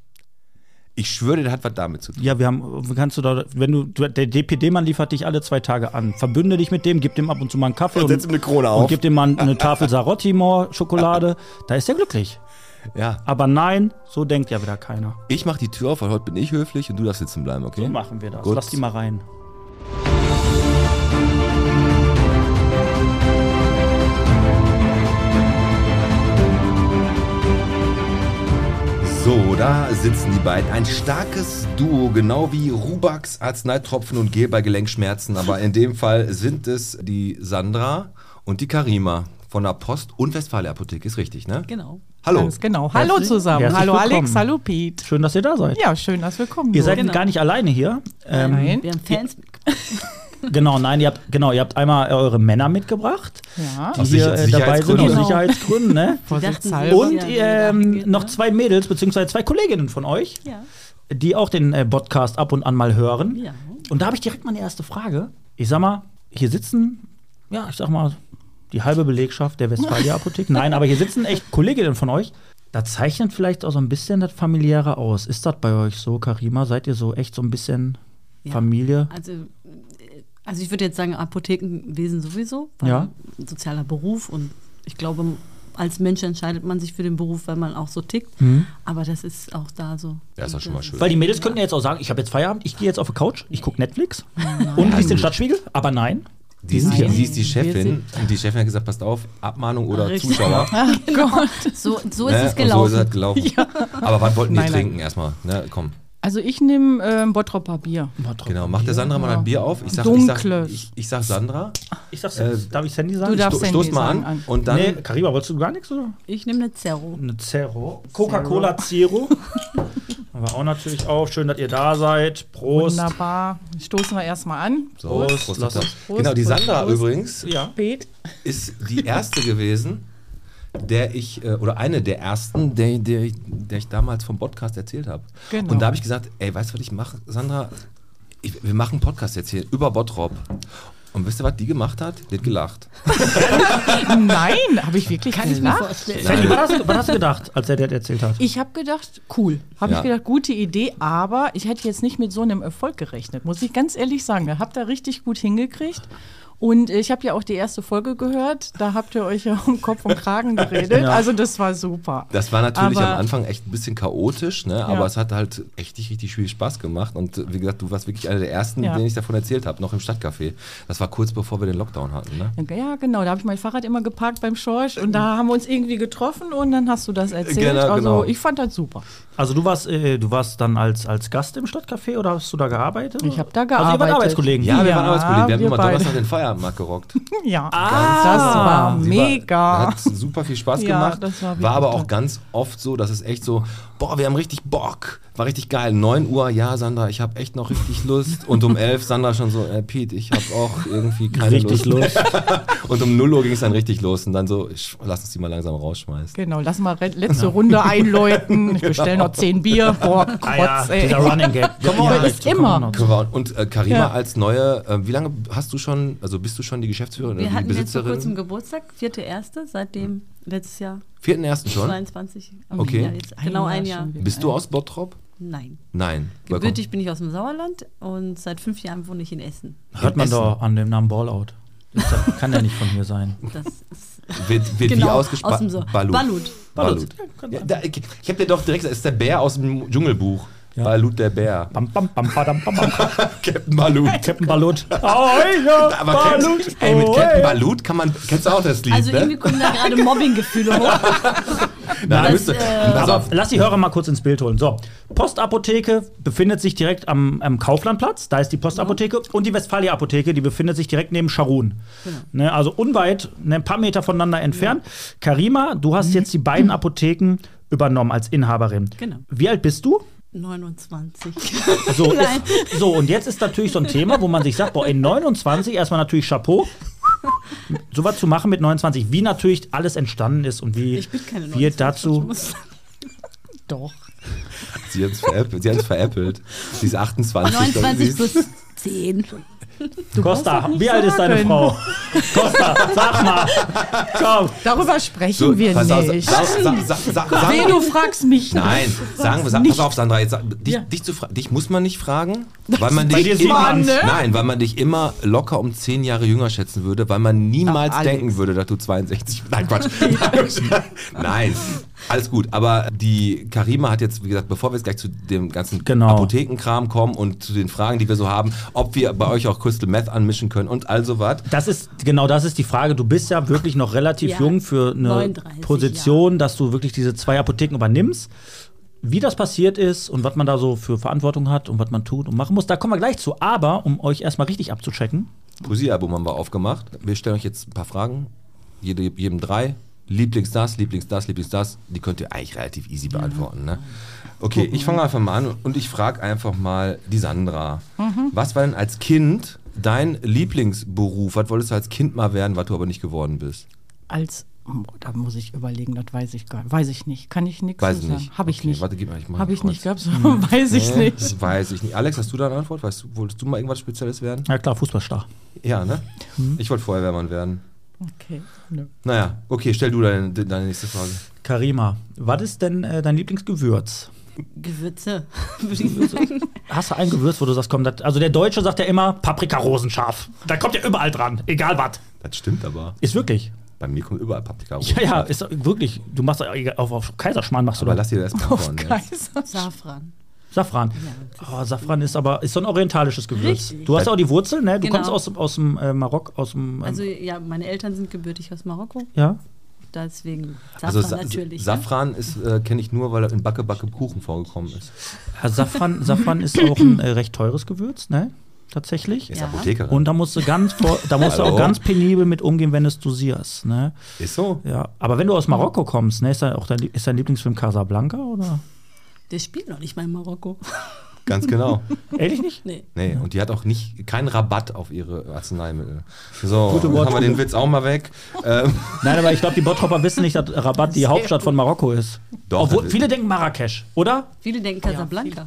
Speaker 1: Ich schwöre dir, das hat was damit zu tun.
Speaker 2: Ja, wir haben, kannst du da, wenn du, du- der DPD-Mann liefert dich alle zwei Tage an. Verbünde dich mit dem, gib dem ab und zu mal einen Kaffee und,
Speaker 1: setz ihm eine Krone auf.
Speaker 2: und gib dem mal eine Tafel Sarotti-Schokolade. da ist er glücklich.
Speaker 1: Ja,
Speaker 2: Aber nein, so denkt ja wieder keiner.
Speaker 1: ich mach die Tür auf, weil heute bin ich höflich und du darfst sitzen bleiben, okay?
Speaker 2: So machen wir das.
Speaker 1: Gut.
Speaker 2: Lass die mal rein.
Speaker 1: So, da sitzen die beiden. Ein starkes Duo, genau wie Rubax, Arzneitropfen und Gel bei Gelenkschmerzen. Aber in dem Fall sind es die Sandra und die Karima von der Post- und Westfalia-Apotheke. Ist richtig, ne?
Speaker 4: Genau.
Speaker 1: Hallo.
Speaker 4: Ganz genau. Hallo
Speaker 2: Herzlich-
Speaker 4: zusammen.
Speaker 2: herzlich
Speaker 4: hallo
Speaker 2: willkommen.
Speaker 4: Alex, hallo Pete.
Speaker 2: Schön, dass ihr da seid.
Speaker 4: Ja, schön, dass wir kommen.
Speaker 2: Ihr seid
Speaker 5: genau.
Speaker 4: durften.
Speaker 2: gar nicht alleine hier. Ähm,
Speaker 4: Nein.
Speaker 5: Wir haben Fans.
Speaker 2: Genau, nein, ihr habt, genau, ihr habt einmal eure Männer mitgebracht,
Speaker 4: Ja.
Speaker 2: die
Speaker 1: Aus
Speaker 2: hier
Speaker 1: Sicher-
Speaker 2: äh, dabei
Speaker 1: Sicherheitsgründen.
Speaker 2: sind, aus
Speaker 5: Genau.
Speaker 2: Sicherheitsgründen. Ne?
Speaker 4: Vorsichtshalber.
Speaker 2: Und
Speaker 5: Ja,
Speaker 2: ähm,
Speaker 5: geht,
Speaker 2: noch
Speaker 5: ne?
Speaker 2: zwei Mädels, beziehungsweise zwei Kolleginnen von euch,
Speaker 5: Ja.
Speaker 2: die auch den äh, Podcast ab und an mal hören.
Speaker 5: Ja.
Speaker 2: Und da habe ich direkt meine erste Frage. Ich sag mal, hier sitzen, ja, ich sag mal, die halbe Belegschaft der Westfalia-Apotheke. Nein, aber hier sitzen echt Kolleginnen von euch. Da zeichnet vielleicht auch so ein bisschen das Familiäre aus. Ist das bei euch so, Karima? Seid ihr so echt so ein bisschen
Speaker 5: Ja.
Speaker 2: Familie?
Speaker 5: Also, äh, also ich würde jetzt sagen, Apothekenwesen sowieso, weil
Speaker 2: Ja.
Speaker 5: ein sozialer Beruf und ich glaube, als Mensch entscheidet man sich für den Beruf, weil man auch so tickt. Aber das ist auch da so.
Speaker 1: Ja, ist doch schon mal schön.
Speaker 2: Weil die Mädels könnten ja jetzt auch sagen, ich habe jetzt Feierabend, ich gehe jetzt auf die Couch, ich gucke Netflix und lies den Stadtspiegel. Aber nein,
Speaker 1: Die ist,
Speaker 2: hier.
Speaker 1: die, sie ist die
Speaker 4: genau. Wir
Speaker 1: Chefin.
Speaker 4: sind-
Speaker 1: Und die Chefin hat gesagt: Passt auf, Abmahnung oder
Speaker 5: Richtig.
Speaker 1: Zuschauer.
Speaker 4: Oh
Speaker 5: So, so
Speaker 1: Ne?
Speaker 5: ist es
Speaker 1: Und so ist
Speaker 5: gelaufen.
Speaker 1: es gelaufen. Aber was wollten die
Speaker 4: Nein, nein.
Speaker 1: trinken erstmal? Ne? Komm.
Speaker 4: Also ich nehme ähm, Bottropper Bier.
Speaker 1: Genau, macht der Sandra mal ein Bier auf. Ich sag,
Speaker 4: Dunkles.
Speaker 1: Ich sag, ich, ich sag Sandra,
Speaker 2: ich sag's jetzt.
Speaker 1: Äh,
Speaker 2: darf ich Sandy sagen?
Speaker 4: du darfst-
Speaker 1: sto
Speaker 4: Sandy
Speaker 1: stoß mal
Speaker 4: sagen
Speaker 1: an,
Speaker 4: an.
Speaker 1: und dann
Speaker 2: nee, Kariba, wolltest du gar nichts oder?
Speaker 5: Ich nehme eine Zerro.
Speaker 2: Eine Zero. Coca-Cola Zero. Aber auch natürlich auch schön, dass ihr da seid. Prost.
Speaker 4: Wunderbar. Stoßen wir erstmal an.
Speaker 1: So,
Speaker 2: Prost,
Speaker 1: Prost,
Speaker 2: lass
Speaker 1: Doktor.
Speaker 2: uns.
Speaker 4: Prost,
Speaker 1: genau, die
Speaker 4: Prost,
Speaker 1: Sandra
Speaker 4: Prost.
Speaker 1: übrigens
Speaker 2: Ja.
Speaker 4: Pete.
Speaker 1: ist die erste gewesen, der ich, äh, oder eine der ersten, der, der, ich- der ich damals vom Podcast erzählt habe.
Speaker 4: Genau.
Speaker 1: Und da habe ich gesagt, ey, weißt du, was ich mache, Sandra? Ich, wir machen einen Podcast jetzt hier über Bottrop. Und wisst ihr, was die gemacht hat? Die hat gelacht.
Speaker 4: Nein, habe ich wirklich Kann gelacht? Ich,
Speaker 5: vorstellen.
Speaker 2: Sandy, was, hast, du- was hast du gedacht, als er das erzählt hat?
Speaker 4: habe gedacht, cool. Habe
Speaker 1: Ja.
Speaker 4: ich gedacht, gute Idee, aber ich hätte jetzt nicht mit so einem Erfolg gerechnet, muss ich ganz ehrlich sagen. Da habt ihr richtig gut hingekriegt. Und ich habe ja auch die erste Folge gehört. Da habt ihr euch ja um Kopf und Kragen geredet.
Speaker 2: Ja.
Speaker 4: Also das war super.
Speaker 1: Das war natürlich
Speaker 4: Aber-
Speaker 1: am Anfang echt ein bisschen chaotisch, ne? aber es hat halt echt richtig, richtig viel Spaß gemacht. Und äh, wie gesagt, du warst wirklich einer der ersten,
Speaker 4: Ja.
Speaker 1: denen ich davon erzählt habe, noch im Stadtcafé. Das war kurz bevor wir den Lockdown hatten. Ne?
Speaker 4: Ja, genau. Da habe ich mein Fahrrad immer geparkt beim Schorsch und da haben wir uns irgendwie getroffen und dann hast du das erzählt.
Speaker 1: Genau,
Speaker 4: also
Speaker 1: genau.
Speaker 4: ich fand das super.
Speaker 2: Also du warst, äh, du warst dann als, als Gast im Stadtcafé oder hast du da gearbeitet?
Speaker 4: Ich habe da
Speaker 2: Also ihr wart
Speaker 4: gearbeitet.
Speaker 2: Arbeitskollegen.
Speaker 1: Ja, wir
Speaker 4: Ja,
Speaker 1: waren Arbeitskollegen. Wir haben
Speaker 4: wir
Speaker 1: immer
Speaker 4: beide.
Speaker 1: Donnerstag den Feierabend gerockt.
Speaker 4: Ja, das war
Speaker 1: Sie War,
Speaker 4: mega.
Speaker 1: hat super viel Spaß
Speaker 4: Ja,
Speaker 1: gemacht.
Speaker 4: das war
Speaker 1: war
Speaker 4: wirklich
Speaker 1: aber auch
Speaker 4: toll.
Speaker 1: ganz oft so, dass es echt so, boah, wir haben richtig Bock. War richtig geil. 9 Uhr, ja, Sandra, ich habe echt noch richtig Lust. Und um 11 Sandra schon so, äh, Pete, ich habe auch irgendwie keine
Speaker 2: Richtig
Speaker 1: Lust.
Speaker 2: Lust.
Speaker 1: Und um 0 Uhr ging es dann richtig los. Und dann so, sch- lass uns die mal langsam rausschmeißen.
Speaker 4: Genau, lass mal re- letzte Runde
Speaker 1: Genau.
Speaker 4: einläuten. Ich bestelle noch zehn Bier. Boah, Kotz,
Speaker 2: Ah, ja,
Speaker 4: ey.
Speaker 2: dieser Running Gag.
Speaker 4: Come on,
Speaker 2: Ja,
Speaker 4: ist
Speaker 2: come
Speaker 4: immer.
Speaker 2: on.
Speaker 1: Genau. Und äh, Karima
Speaker 4: Ja.
Speaker 1: als neue, äh, wie lange hast du schon, also bist du schon die Geschäftsführerin
Speaker 5: Wir
Speaker 1: oder die
Speaker 5: hatten jetzt vor
Speaker 1: Besitzerin?
Speaker 5: kurzem Geburtstag, 4.1., seitdem letztes Jahr,
Speaker 1: Vierten ersten Hm. schon?
Speaker 5: 22. am
Speaker 1: Okay.
Speaker 5: Jahr jetzt, genau ein Jahr.
Speaker 4: schon wieder.
Speaker 1: Bist du aus Bottrop?
Speaker 5: Nein.
Speaker 1: Nein.
Speaker 5: Gebürtig bin ich aus dem Sauerland und seit fünf Jahren wohne ich in Essen.
Speaker 2: Hört man doch an dem Namen Ballout. Ist das- Kann ja nicht von hier sein.
Speaker 5: Das also ist
Speaker 1: Wird, wird wie
Speaker 5: Genau,
Speaker 1: ausgesprochen?
Speaker 5: aus dem so-
Speaker 1: Balut.
Speaker 5: Balut.
Speaker 1: Balut. Ja, da, ich ich habe dir doch direkt gesagt, das ist der Bär aus dem Dschungelbuch. Balut der Bär.
Speaker 2: Bam, bam, bam, badam, bam, bam.
Speaker 1: Captain Balut.
Speaker 2: Captain Ballut. Ahoi, ja,
Speaker 1: Aber Captain, ey, mit Captain Balut kann man, kennst du auch das Lied,
Speaker 5: Also irgendwie
Speaker 1: ne?
Speaker 5: kommen da gerade Mobbinggefühle hoch.
Speaker 1: Na,
Speaker 5: das,
Speaker 1: müsste,
Speaker 5: äh,
Speaker 1: pass
Speaker 2: Aber
Speaker 1: auf,
Speaker 2: lass die Hörer mal kurz ins Bild holen. So, Postapotheke befindet sich direkt am, am Kauflandplatz. Da ist die Postapotheke
Speaker 5: Mhm.
Speaker 2: und die Westfalia-Apotheke, die befindet sich direkt neben Scharun.
Speaker 5: Genau.
Speaker 2: Ne, also unweit, ne, ein paar Meter voneinander entfernt. Karima, du
Speaker 5: Mhm.
Speaker 2: hast jetzt die beiden Apotheken übernommen als Inhaberin.
Speaker 5: Genau.
Speaker 2: Wie alt bist du?
Speaker 5: 29.
Speaker 2: So,
Speaker 5: Nein.
Speaker 2: ist, so, und jetzt ist natürlich so ein Thema, wo man sich sagt, boah, in 29 erstmal natürlich Chapeau. Sowas zu machen mit 29, wie natürlich alles entstanden ist und wie
Speaker 5: Ich bin keine
Speaker 2: wir
Speaker 5: 29.
Speaker 2: dazu.
Speaker 4: Doch.
Speaker 1: sie hat's veräppelt. Sie hat's veräppelt. Sie ist 28. dann- sie
Speaker 5: 29
Speaker 1: ist-
Speaker 5: plus 10.
Speaker 2: Costa,
Speaker 4: doch nicht
Speaker 2: wie alt ist deine
Speaker 4: sagen.
Speaker 2: Frau? Costa, sag mal. Komm.
Speaker 4: Darüber sprechen
Speaker 1: So,
Speaker 4: wir
Speaker 1: pass auf,
Speaker 4: nicht.
Speaker 1: sa- sa- sa- sa- sa-
Speaker 4: Nee, du fragst mich nicht.
Speaker 1: Nein, sagen wir, sag, pass auf, Sandra, jetzt, sag- dich,
Speaker 4: Ja.
Speaker 1: dich, zu fra- dich muss man nicht fragen, weil man
Speaker 2: Bei dir
Speaker 1: dich
Speaker 2: sieht
Speaker 1: immer,
Speaker 2: man's.
Speaker 1: nein, weil man dich immer locker um zehn Jahre jünger schätzen würde, weil man niemals
Speaker 4: Ach, Alex.
Speaker 1: denken würde, dass du 62, nein, Quatsch, nein, alles gut, aber die Karima hat jetzt, wie gesagt, bevor wir jetzt gleich zu dem ganzen
Speaker 2: Genau.
Speaker 1: Apothekenkram kommen und zu den Fragen, die wir so haben, ob wir bei euch auch Crystal Meth anmischen können und all sowas,
Speaker 2: Das ist, genau das ist die Frage. Du bist ja wirklich noch relativ
Speaker 5: Ja,
Speaker 2: jung für eine
Speaker 5: 39
Speaker 2: Position, dass du wirklich diese zwei Apotheken übernimmst. Wie das passiert ist und was man da so für Verantwortung hat und was man tut und machen muss, da kommen wir gleich zu. Aber um euch erstmal richtig abzuchecken,
Speaker 1: Poesiealbum haben wir aufgemacht. Wir stellen euch jetzt ein paar Fragen. Jede, jedem drei. Lieblings das, Lieblings das, Lieblings das. Die könnt ihr eigentlich relativ easy beantworten. Ne? Okay, ich fange einfach mal an und ich frage einfach mal die Sandra.
Speaker 4: Mhm.
Speaker 1: Was war denn als Kind dein Lieblingsberuf? Was wolltest du als Kind mal werden, was du aber nicht geworden bist?
Speaker 4: Als, oh, da muss ich überlegen, das weiß ich gar nicht. Weiß ich nicht. Kann ich nichts
Speaker 1: Weiß
Speaker 4: zu
Speaker 1: ich
Speaker 4: sagen.
Speaker 1: nicht.
Speaker 4: Habe ich
Speaker 1: Okay,
Speaker 4: nicht.
Speaker 1: warte, gib mal, Hm. ich mach
Speaker 4: Habe
Speaker 1: ein
Speaker 4: ich nicht
Speaker 1: Kreuz.
Speaker 4: gehabt, so weiß ich
Speaker 1: Nee,
Speaker 4: nicht.
Speaker 1: Weiß ich nicht. Alex, hast du da eine Antwort? Weißt, du- wolltest du mal irgendwas Spezielles werden?
Speaker 2: ja klar, Fußballstar.
Speaker 1: Ja, ne?
Speaker 4: Hm.
Speaker 1: Ich wollte Feuerwehrmann werden.
Speaker 4: Okay. Nö.
Speaker 1: Naja, okay, stell du deine, deine nächste Frage.
Speaker 2: Karima, was ist denn äh, dein Lieblingsgewürz?
Speaker 5: Gewürze. würde ich sagen.
Speaker 2: Hast du ein Gewürz, wo du sagst, komm, das, also der Deutsche sagt ja immer Paprika rosenscharf. Da kommt ja überall dran, egal was.
Speaker 1: Das stimmt aber.
Speaker 2: Ist wirklich.
Speaker 1: Bei mir kommt überall Paprika raus.
Speaker 2: Ja, ja, ist wirklich. Du machst egal, auf, auf Kaiserschmarrn machst du
Speaker 1: Aber
Speaker 2: da.
Speaker 1: lass dir das mal
Speaker 4: Auf
Speaker 1: antworten. ne?
Speaker 4: Kaiser.
Speaker 5: Safran.
Speaker 2: Safran. oh, Safran ist aber ist so ein orientalisches Gewürz.
Speaker 5: Richtig.
Speaker 2: Du hast ja auch die Wurzel, ne? Du
Speaker 5: Genau.
Speaker 2: kommst aus, aus dem äh, Marokk, aus dem. Ähm,
Speaker 5: Also ja, meine Eltern sind gebürtig aus Marokko,
Speaker 2: ja.
Speaker 5: deswegen Safran
Speaker 1: Also Sa
Speaker 5: natürlich. ne?
Speaker 1: Safran ist äh, kenne ich nur, weil er in Backe Backe Kuchen vorgekommen ist.
Speaker 2: Ja, Safran, Safran ist auch ein äh, recht teures Gewürz, ne? Tatsächlich.
Speaker 1: Er ist
Speaker 5: Ja.
Speaker 1: Apothekerin.
Speaker 2: Und da musst du ganz vor, da musst du
Speaker 1: Hallo?
Speaker 2: auch ganz penibel mit umgehen, wenn du es dosierst, ne?
Speaker 1: ist so.
Speaker 2: Ja. Aber wenn du aus Marokko kommst, ne, ist dein, auch dein, Lie- ist dein Lieblingsfilm Casablanca oder?
Speaker 5: ne? Der spielt noch nicht mal in Marokko.
Speaker 1: Ganz genau.
Speaker 2: Ehrlich nicht?
Speaker 5: Nee.
Speaker 1: Nee, und die hat auch nicht keinen Rabatt auf ihre Arzneimittel. So,
Speaker 2: Gute
Speaker 1: haben wir
Speaker 2: Wortspiele.
Speaker 1: den Witz auch mal weg. Ähm,
Speaker 2: Nein, aber ich glaube, die Bottropper wissen nicht, dass Rabat die Hauptstadt von Marokko ist.
Speaker 1: Doch,
Speaker 2: Obwohl,
Speaker 1: das-
Speaker 2: viele denken Marrakesch, oder?
Speaker 5: Viele denken Casablanca.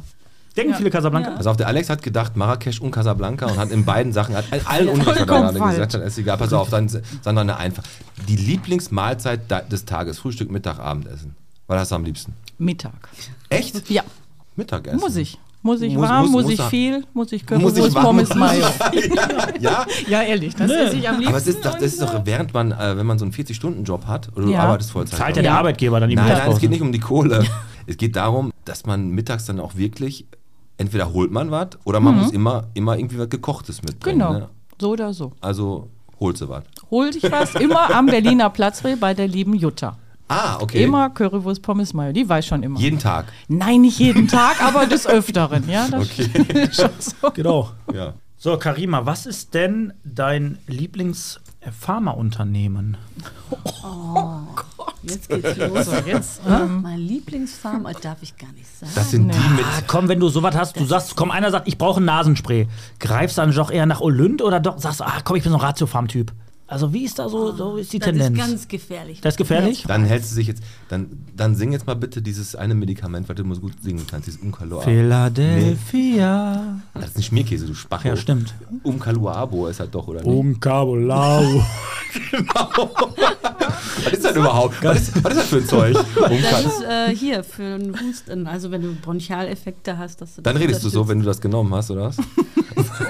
Speaker 2: Denken viele Casablanca?
Speaker 1: pass auf, also der Alex hat gedacht Marrakesch und Casablanca und hat in beiden Sachen hat all- all Unrecht, was er gerade
Speaker 4: falsch.
Speaker 1: gesagt hat, ist egal. Pass auf, dann sondern eine einfach die Lieblingsmahlzeit da- des Tages, Frühstück, Mittag, Abendessen. Was hast du am liebsten?
Speaker 4: Mittag.
Speaker 1: Echt?
Speaker 4: Ja,
Speaker 1: Mittagessen.
Speaker 4: muss ich. Muss ich
Speaker 1: Muss-
Speaker 4: warm,
Speaker 1: muss-
Speaker 4: muss,
Speaker 1: muss
Speaker 4: ich
Speaker 1: er-
Speaker 4: viel, muss ich
Speaker 1: Muss
Speaker 4: Currywurst,
Speaker 1: ich warm-
Speaker 4: Pommes, Mayo.
Speaker 1: Ja,
Speaker 4: Ja, ehrlich, das esse ich am liebsten.
Speaker 1: Aber es ist doch, das ist doch, während man, äh, wenn man so einen 40-Stunden-Job hat oder du
Speaker 4: Ja.
Speaker 1: arbeitest Vollzeit.
Speaker 2: Zahlt ja der
Speaker 4: Ja.
Speaker 2: Arbeitgeber dann die
Speaker 1: nein, nein, es
Speaker 2: Mittagspause.
Speaker 1: geht nicht um die Kohle. es geht darum, dass man mittags dann auch wirklich, entweder holt man was oder man muss immer, immer irgendwie was Gekochtes mitbringen.
Speaker 4: Mhm. Genau,
Speaker 1: Ne?
Speaker 4: so oder so.
Speaker 1: Also holst du was.
Speaker 4: Hol dich was, immer am Berliner Platz bei der lieben Jutta.
Speaker 1: Ah, okay.
Speaker 4: Immer Currywurst, Pommes, Mayo, die weiß schon immer.
Speaker 1: Jeden Tag.
Speaker 4: Nein, nicht jeden Tag, aber des Öfteren, ja. Das
Speaker 1: Okay.
Speaker 2: Genau.
Speaker 1: ja.
Speaker 2: So, Karima, was ist denn dein Lieblings-Pharmaunternehmen?
Speaker 5: Jetzt geht's los.
Speaker 4: jetzt,
Speaker 2: ähm,
Speaker 5: Mein Lieblingsfarm, äh, darf ich gar nicht sagen.
Speaker 1: Das sind die mit.
Speaker 2: Ah, komm, wenn du sowas hast, du sagst, komm, einer sagt, ich brauche ein Nasenspray. Greifst dann doch eher nach Olynt oder doch sagst, ah, komm, ich bin so ein Ratiofarm-Typ. Also, wie ist da so, so ist die
Speaker 5: das
Speaker 2: Tendenz?
Speaker 5: ist ganz gefährlich.
Speaker 2: das ist gefährlich?
Speaker 1: Dann hältst du dich jetzt. Dann, dann sing jetzt mal bitte dieses eine Medikament, was du immer so gut singen kannst, dieses Umkalor.
Speaker 2: Philadelphia.
Speaker 1: Das ist ein Schmierkäse, du Spachel.
Speaker 2: Ja, stimmt. Oh.
Speaker 1: Umkaluabo ist halt doch, oder nicht?
Speaker 2: Umkabulau.
Speaker 1: Was ist das überhaupt? Was ist, was ist das für ein Zeug?
Speaker 5: Das
Speaker 1: Umkal
Speaker 5: ist äh, hier für einen Husten. Also wenn du Bronchialeffekte hast, dass du
Speaker 1: Dann redest du so, wenn du das genommen hast, oder was? Also,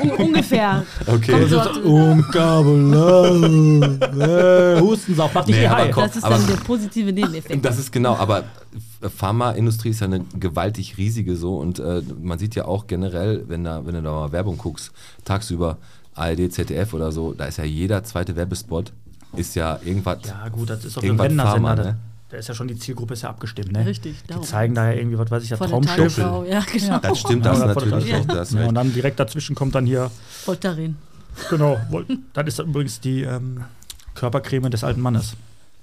Speaker 5: Un ungefähr.
Speaker 1: Okay.
Speaker 5: Kommt dort,
Speaker 1: oh,
Speaker 2: Umkabulau. Hustensaft, mach dich
Speaker 1: Nee,
Speaker 2: eh
Speaker 1: aber
Speaker 2: high.
Speaker 1: komm.
Speaker 5: das ist
Speaker 1: aber-
Speaker 5: dann der positive Nebeneffekt.
Speaker 1: Das ist genau, aber Pharmaindustrie ist ja eine gewaltig riesige so und äh, man sieht ja auch generell, wenn, da, wenn du da mal Werbung guckst, tagsüber ARD, ZDF oder so, da ist ja jeder zweite Werbespot, ist ja irgendwas.
Speaker 2: Ja, gut, das ist doch ein
Speaker 1: Irgendwann Pharma,
Speaker 2: Wendersender. Da-
Speaker 1: ne?
Speaker 2: Da ist ja schon die Zielgruppe ist ja abgestimmt, ne?
Speaker 5: Richtig,
Speaker 2: Die
Speaker 5: darum.
Speaker 2: zeigen da ja irgendwie, was weiß ich, ja,
Speaker 5: Vor der
Speaker 2: Traumschiff.
Speaker 5: Tagesschau, ja, genau.
Speaker 1: Das stimmt,
Speaker 2: Ja,
Speaker 1: das
Speaker 2: oder vor der
Speaker 1: natürlich auch.
Speaker 5: Tagesschau.
Speaker 1: Das
Speaker 2: Ja, und
Speaker 1: recht.
Speaker 2: dann direkt dazwischen kommt dann hier,
Speaker 5: Voltaren.
Speaker 2: genau, Vol- das ist übrigens die ähm, Körpercreme des alten Mannes.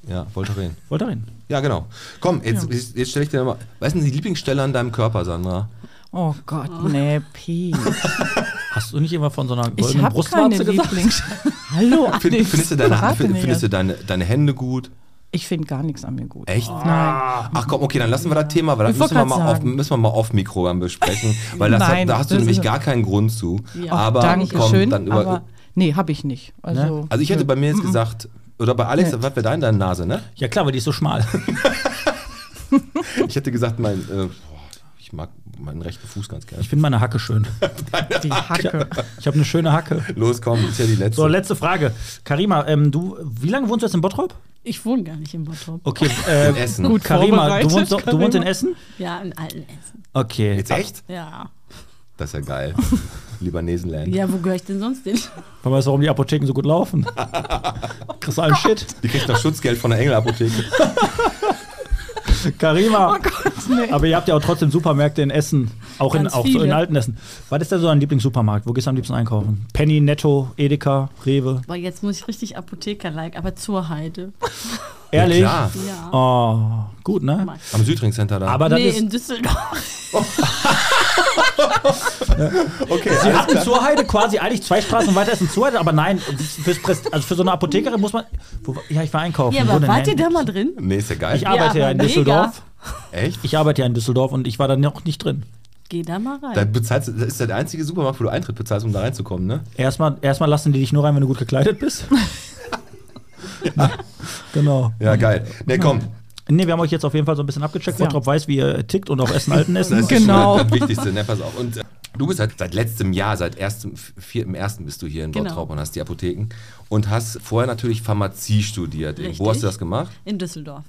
Speaker 1: Ja, Voltaren.
Speaker 2: Voltaren.
Speaker 1: Ja, genau. Komm, jetzt, jetzt, jetzt stelle ich dir mal. Was sind die Lieblingsstelle an deinem Körper, Sandra?
Speaker 4: Oh Gott, nee, Pi.
Speaker 2: Hast du nicht immer von so einer
Speaker 4: Ich
Speaker 2: goldenen
Speaker 4: habe keine
Speaker 2: Brustwarze gesagt?
Speaker 4: Lieblings. Hallo,
Speaker 1: Find,
Speaker 4: Alex.
Speaker 1: findest du, deine,
Speaker 4: verrate
Speaker 1: find,
Speaker 4: mir
Speaker 1: findest du
Speaker 4: jetzt.
Speaker 1: deine, deine Hände gut?
Speaker 4: also Ich finde gar nichts an mir gut.
Speaker 1: Echt?
Speaker 4: Nein.
Speaker 1: Ach komm, okay, dann lassen wir das Thema, weil das
Speaker 4: Ich
Speaker 1: müssen
Speaker 4: wollte
Speaker 1: wir,
Speaker 4: grad
Speaker 1: mal auf,
Speaker 4: sagen.
Speaker 1: müssen wir mal auf Mikro dann besprechen, weil das
Speaker 4: Nein,
Speaker 1: hat, da hast du
Speaker 4: das
Speaker 1: nämlich
Speaker 4: ist-
Speaker 1: gar keinen Grund zu.
Speaker 5: Ja.
Speaker 1: aber
Speaker 4: Danke
Speaker 1: komm,
Speaker 4: schön.
Speaker 1: dann über,
Speaker 4: aber nee, habe ich nicht. Also,
Speaker 1: Also ich hätte bei mir jetzt gesagt, oder bei Alex,
Speaker 4: Nee.
Speaker 1: was wäre deine deine Nase, ne?
Speaker 2: Ja klar, weil die ist so schmal.
Speaker 1: Ich hätte gesagt, mein, äh, boah, ich mag meinen rechten Fuß ganz gerne.
Speaker 2: Ich finde meine Hacke schön.
Speaker 4: die Hacke.
Speaker 2: Ich habe eine schöne Hacke.
Speaker 1: Los, komm, das ist ja die letzte.
Speaker 2: So, letzte Frage. Karima, ähm, du, wie lange wohnst du jetzt in Bottrop?
Speaker 5: Ich wohne gar nicht in Bottrop.
Speaker 2: Okay, äh,
Speaker 1: In Essen.
Speaker 4: Gut.
Speaker 2: Karima, du
Speaker 4: Vorbereitet,
Speaker 2: wohnst, doch- du
Speaker 4: Karima.
Speaker 2: wohnst in Essen?
Speaker 5: Ja, in alten Essen.
Speaker 2: Okay.
Speaker 1: Jetzt echt?
Speaker 5: Ja.
Speaker 1: Das ist ja geil. Libanesenland.
Speaker 5: Ja, wo gehöre ich denn sonst hin?
Speaker 2: Man weiß, warum die Apotheken so gut laufen. Kriegst allen Shit.
Speaker 1: Die kriegt noch Schutzgeld von der Engelapotheke.
Speaker 2: Karima.
Speaker 4: Oh Gott, nee.
Speaker 2: Aber ihr habt ja auch trotzdem Supermärkte in Essen, auch, in,
Speaker 4: Ganz
Speaker 2: auch so in
Speaker 4: viele.
Speaker 2: Altenessen. Was ist denn so dein Lieblingssupermarkt? Wo gehst du am liebsten einkaufen? Penny, Netto, Edeka, Rewe?
Speaker 5: Boah, jetzt muss ich richtig Apotheker-like, aber zur Heide.
Speaker 2: Ehrlich?
Speaker 1: Ja, klar.
Speaker 5: Ja.
Speaker 2: Oh, gut, ne?
Speaker 5: Mag ich.
Speaker 1: Am Südring Center da.
Speaker 2: Aber das
Speaker 5: nee,
Speaker 2: ist,
Speaker 5: in Düsseldorf.
Speaker 1: okay,
Speaker 2: Sie hatten zur Heide quasi eigentlich zwei Straßen weiter ist ein Zurheide, aber nein, fürs Präst- also für so eine Apothekerin muss man. Wo, ja, ich war einkaufen.
Speaker 5: Ja,
Speaker 2: Wo
Speaker 5: aber
Speaker 2: denn?
Speaker 5: wart ihr da
Speaker 2: Nein.
Speaker 5: mal drin?
Speaker 1: nee, ist ja geil.
Speaker 2: Ich arbeite ja,
Speaker 5: aber
Speaker 2: in
Speaker 5: mega.
Speaker 2: Düsseldorf.
Speaker 1: Echt?
Speaker 2: Ich arbeite ja in Düsseldorf und ich war da noch nicht drin.
Speaker 5: Geh da mal rein.
Speaker 1: Da bezahlst, du- das ist der einzige Supermarkt, wo du Eintritt bezahlst, um da reinzukommen, ne?
Speaker 2: Erstmal, erstmal lassen die dich nur rein, wenn du gut gekleidet bist. ja. Genau.
Speaker 1: Ja, geil. Ne, komm.
Speaker 2: Nee, wir haben euch jetzt auf jeden Fall so ein bisschen abgecheckt.
Speaker 4: Ja.
Speaker 2: Bottrop weiß, wie ihr tickt und auch Essen alten
Speaker 1: Das
Speaker 2: Essen.
Speaker 1: ist schon
Speaker 4: Genau.
Speaker 1: mal das Wichtigste, ne? Pass auf. Und äh, du bist seit, seit letztem Jahr, seit 1.1. bist du hier in
Speaker 5: Genau.
Speaker 1: Bottrop und hast die Apotheken. Und hast vorher natürlich Pharmazie studiert.
Speaker 5: Richtig.
Speaker 1: Wo hast du das gemacht?
Speaker 5: In Düsseldorf.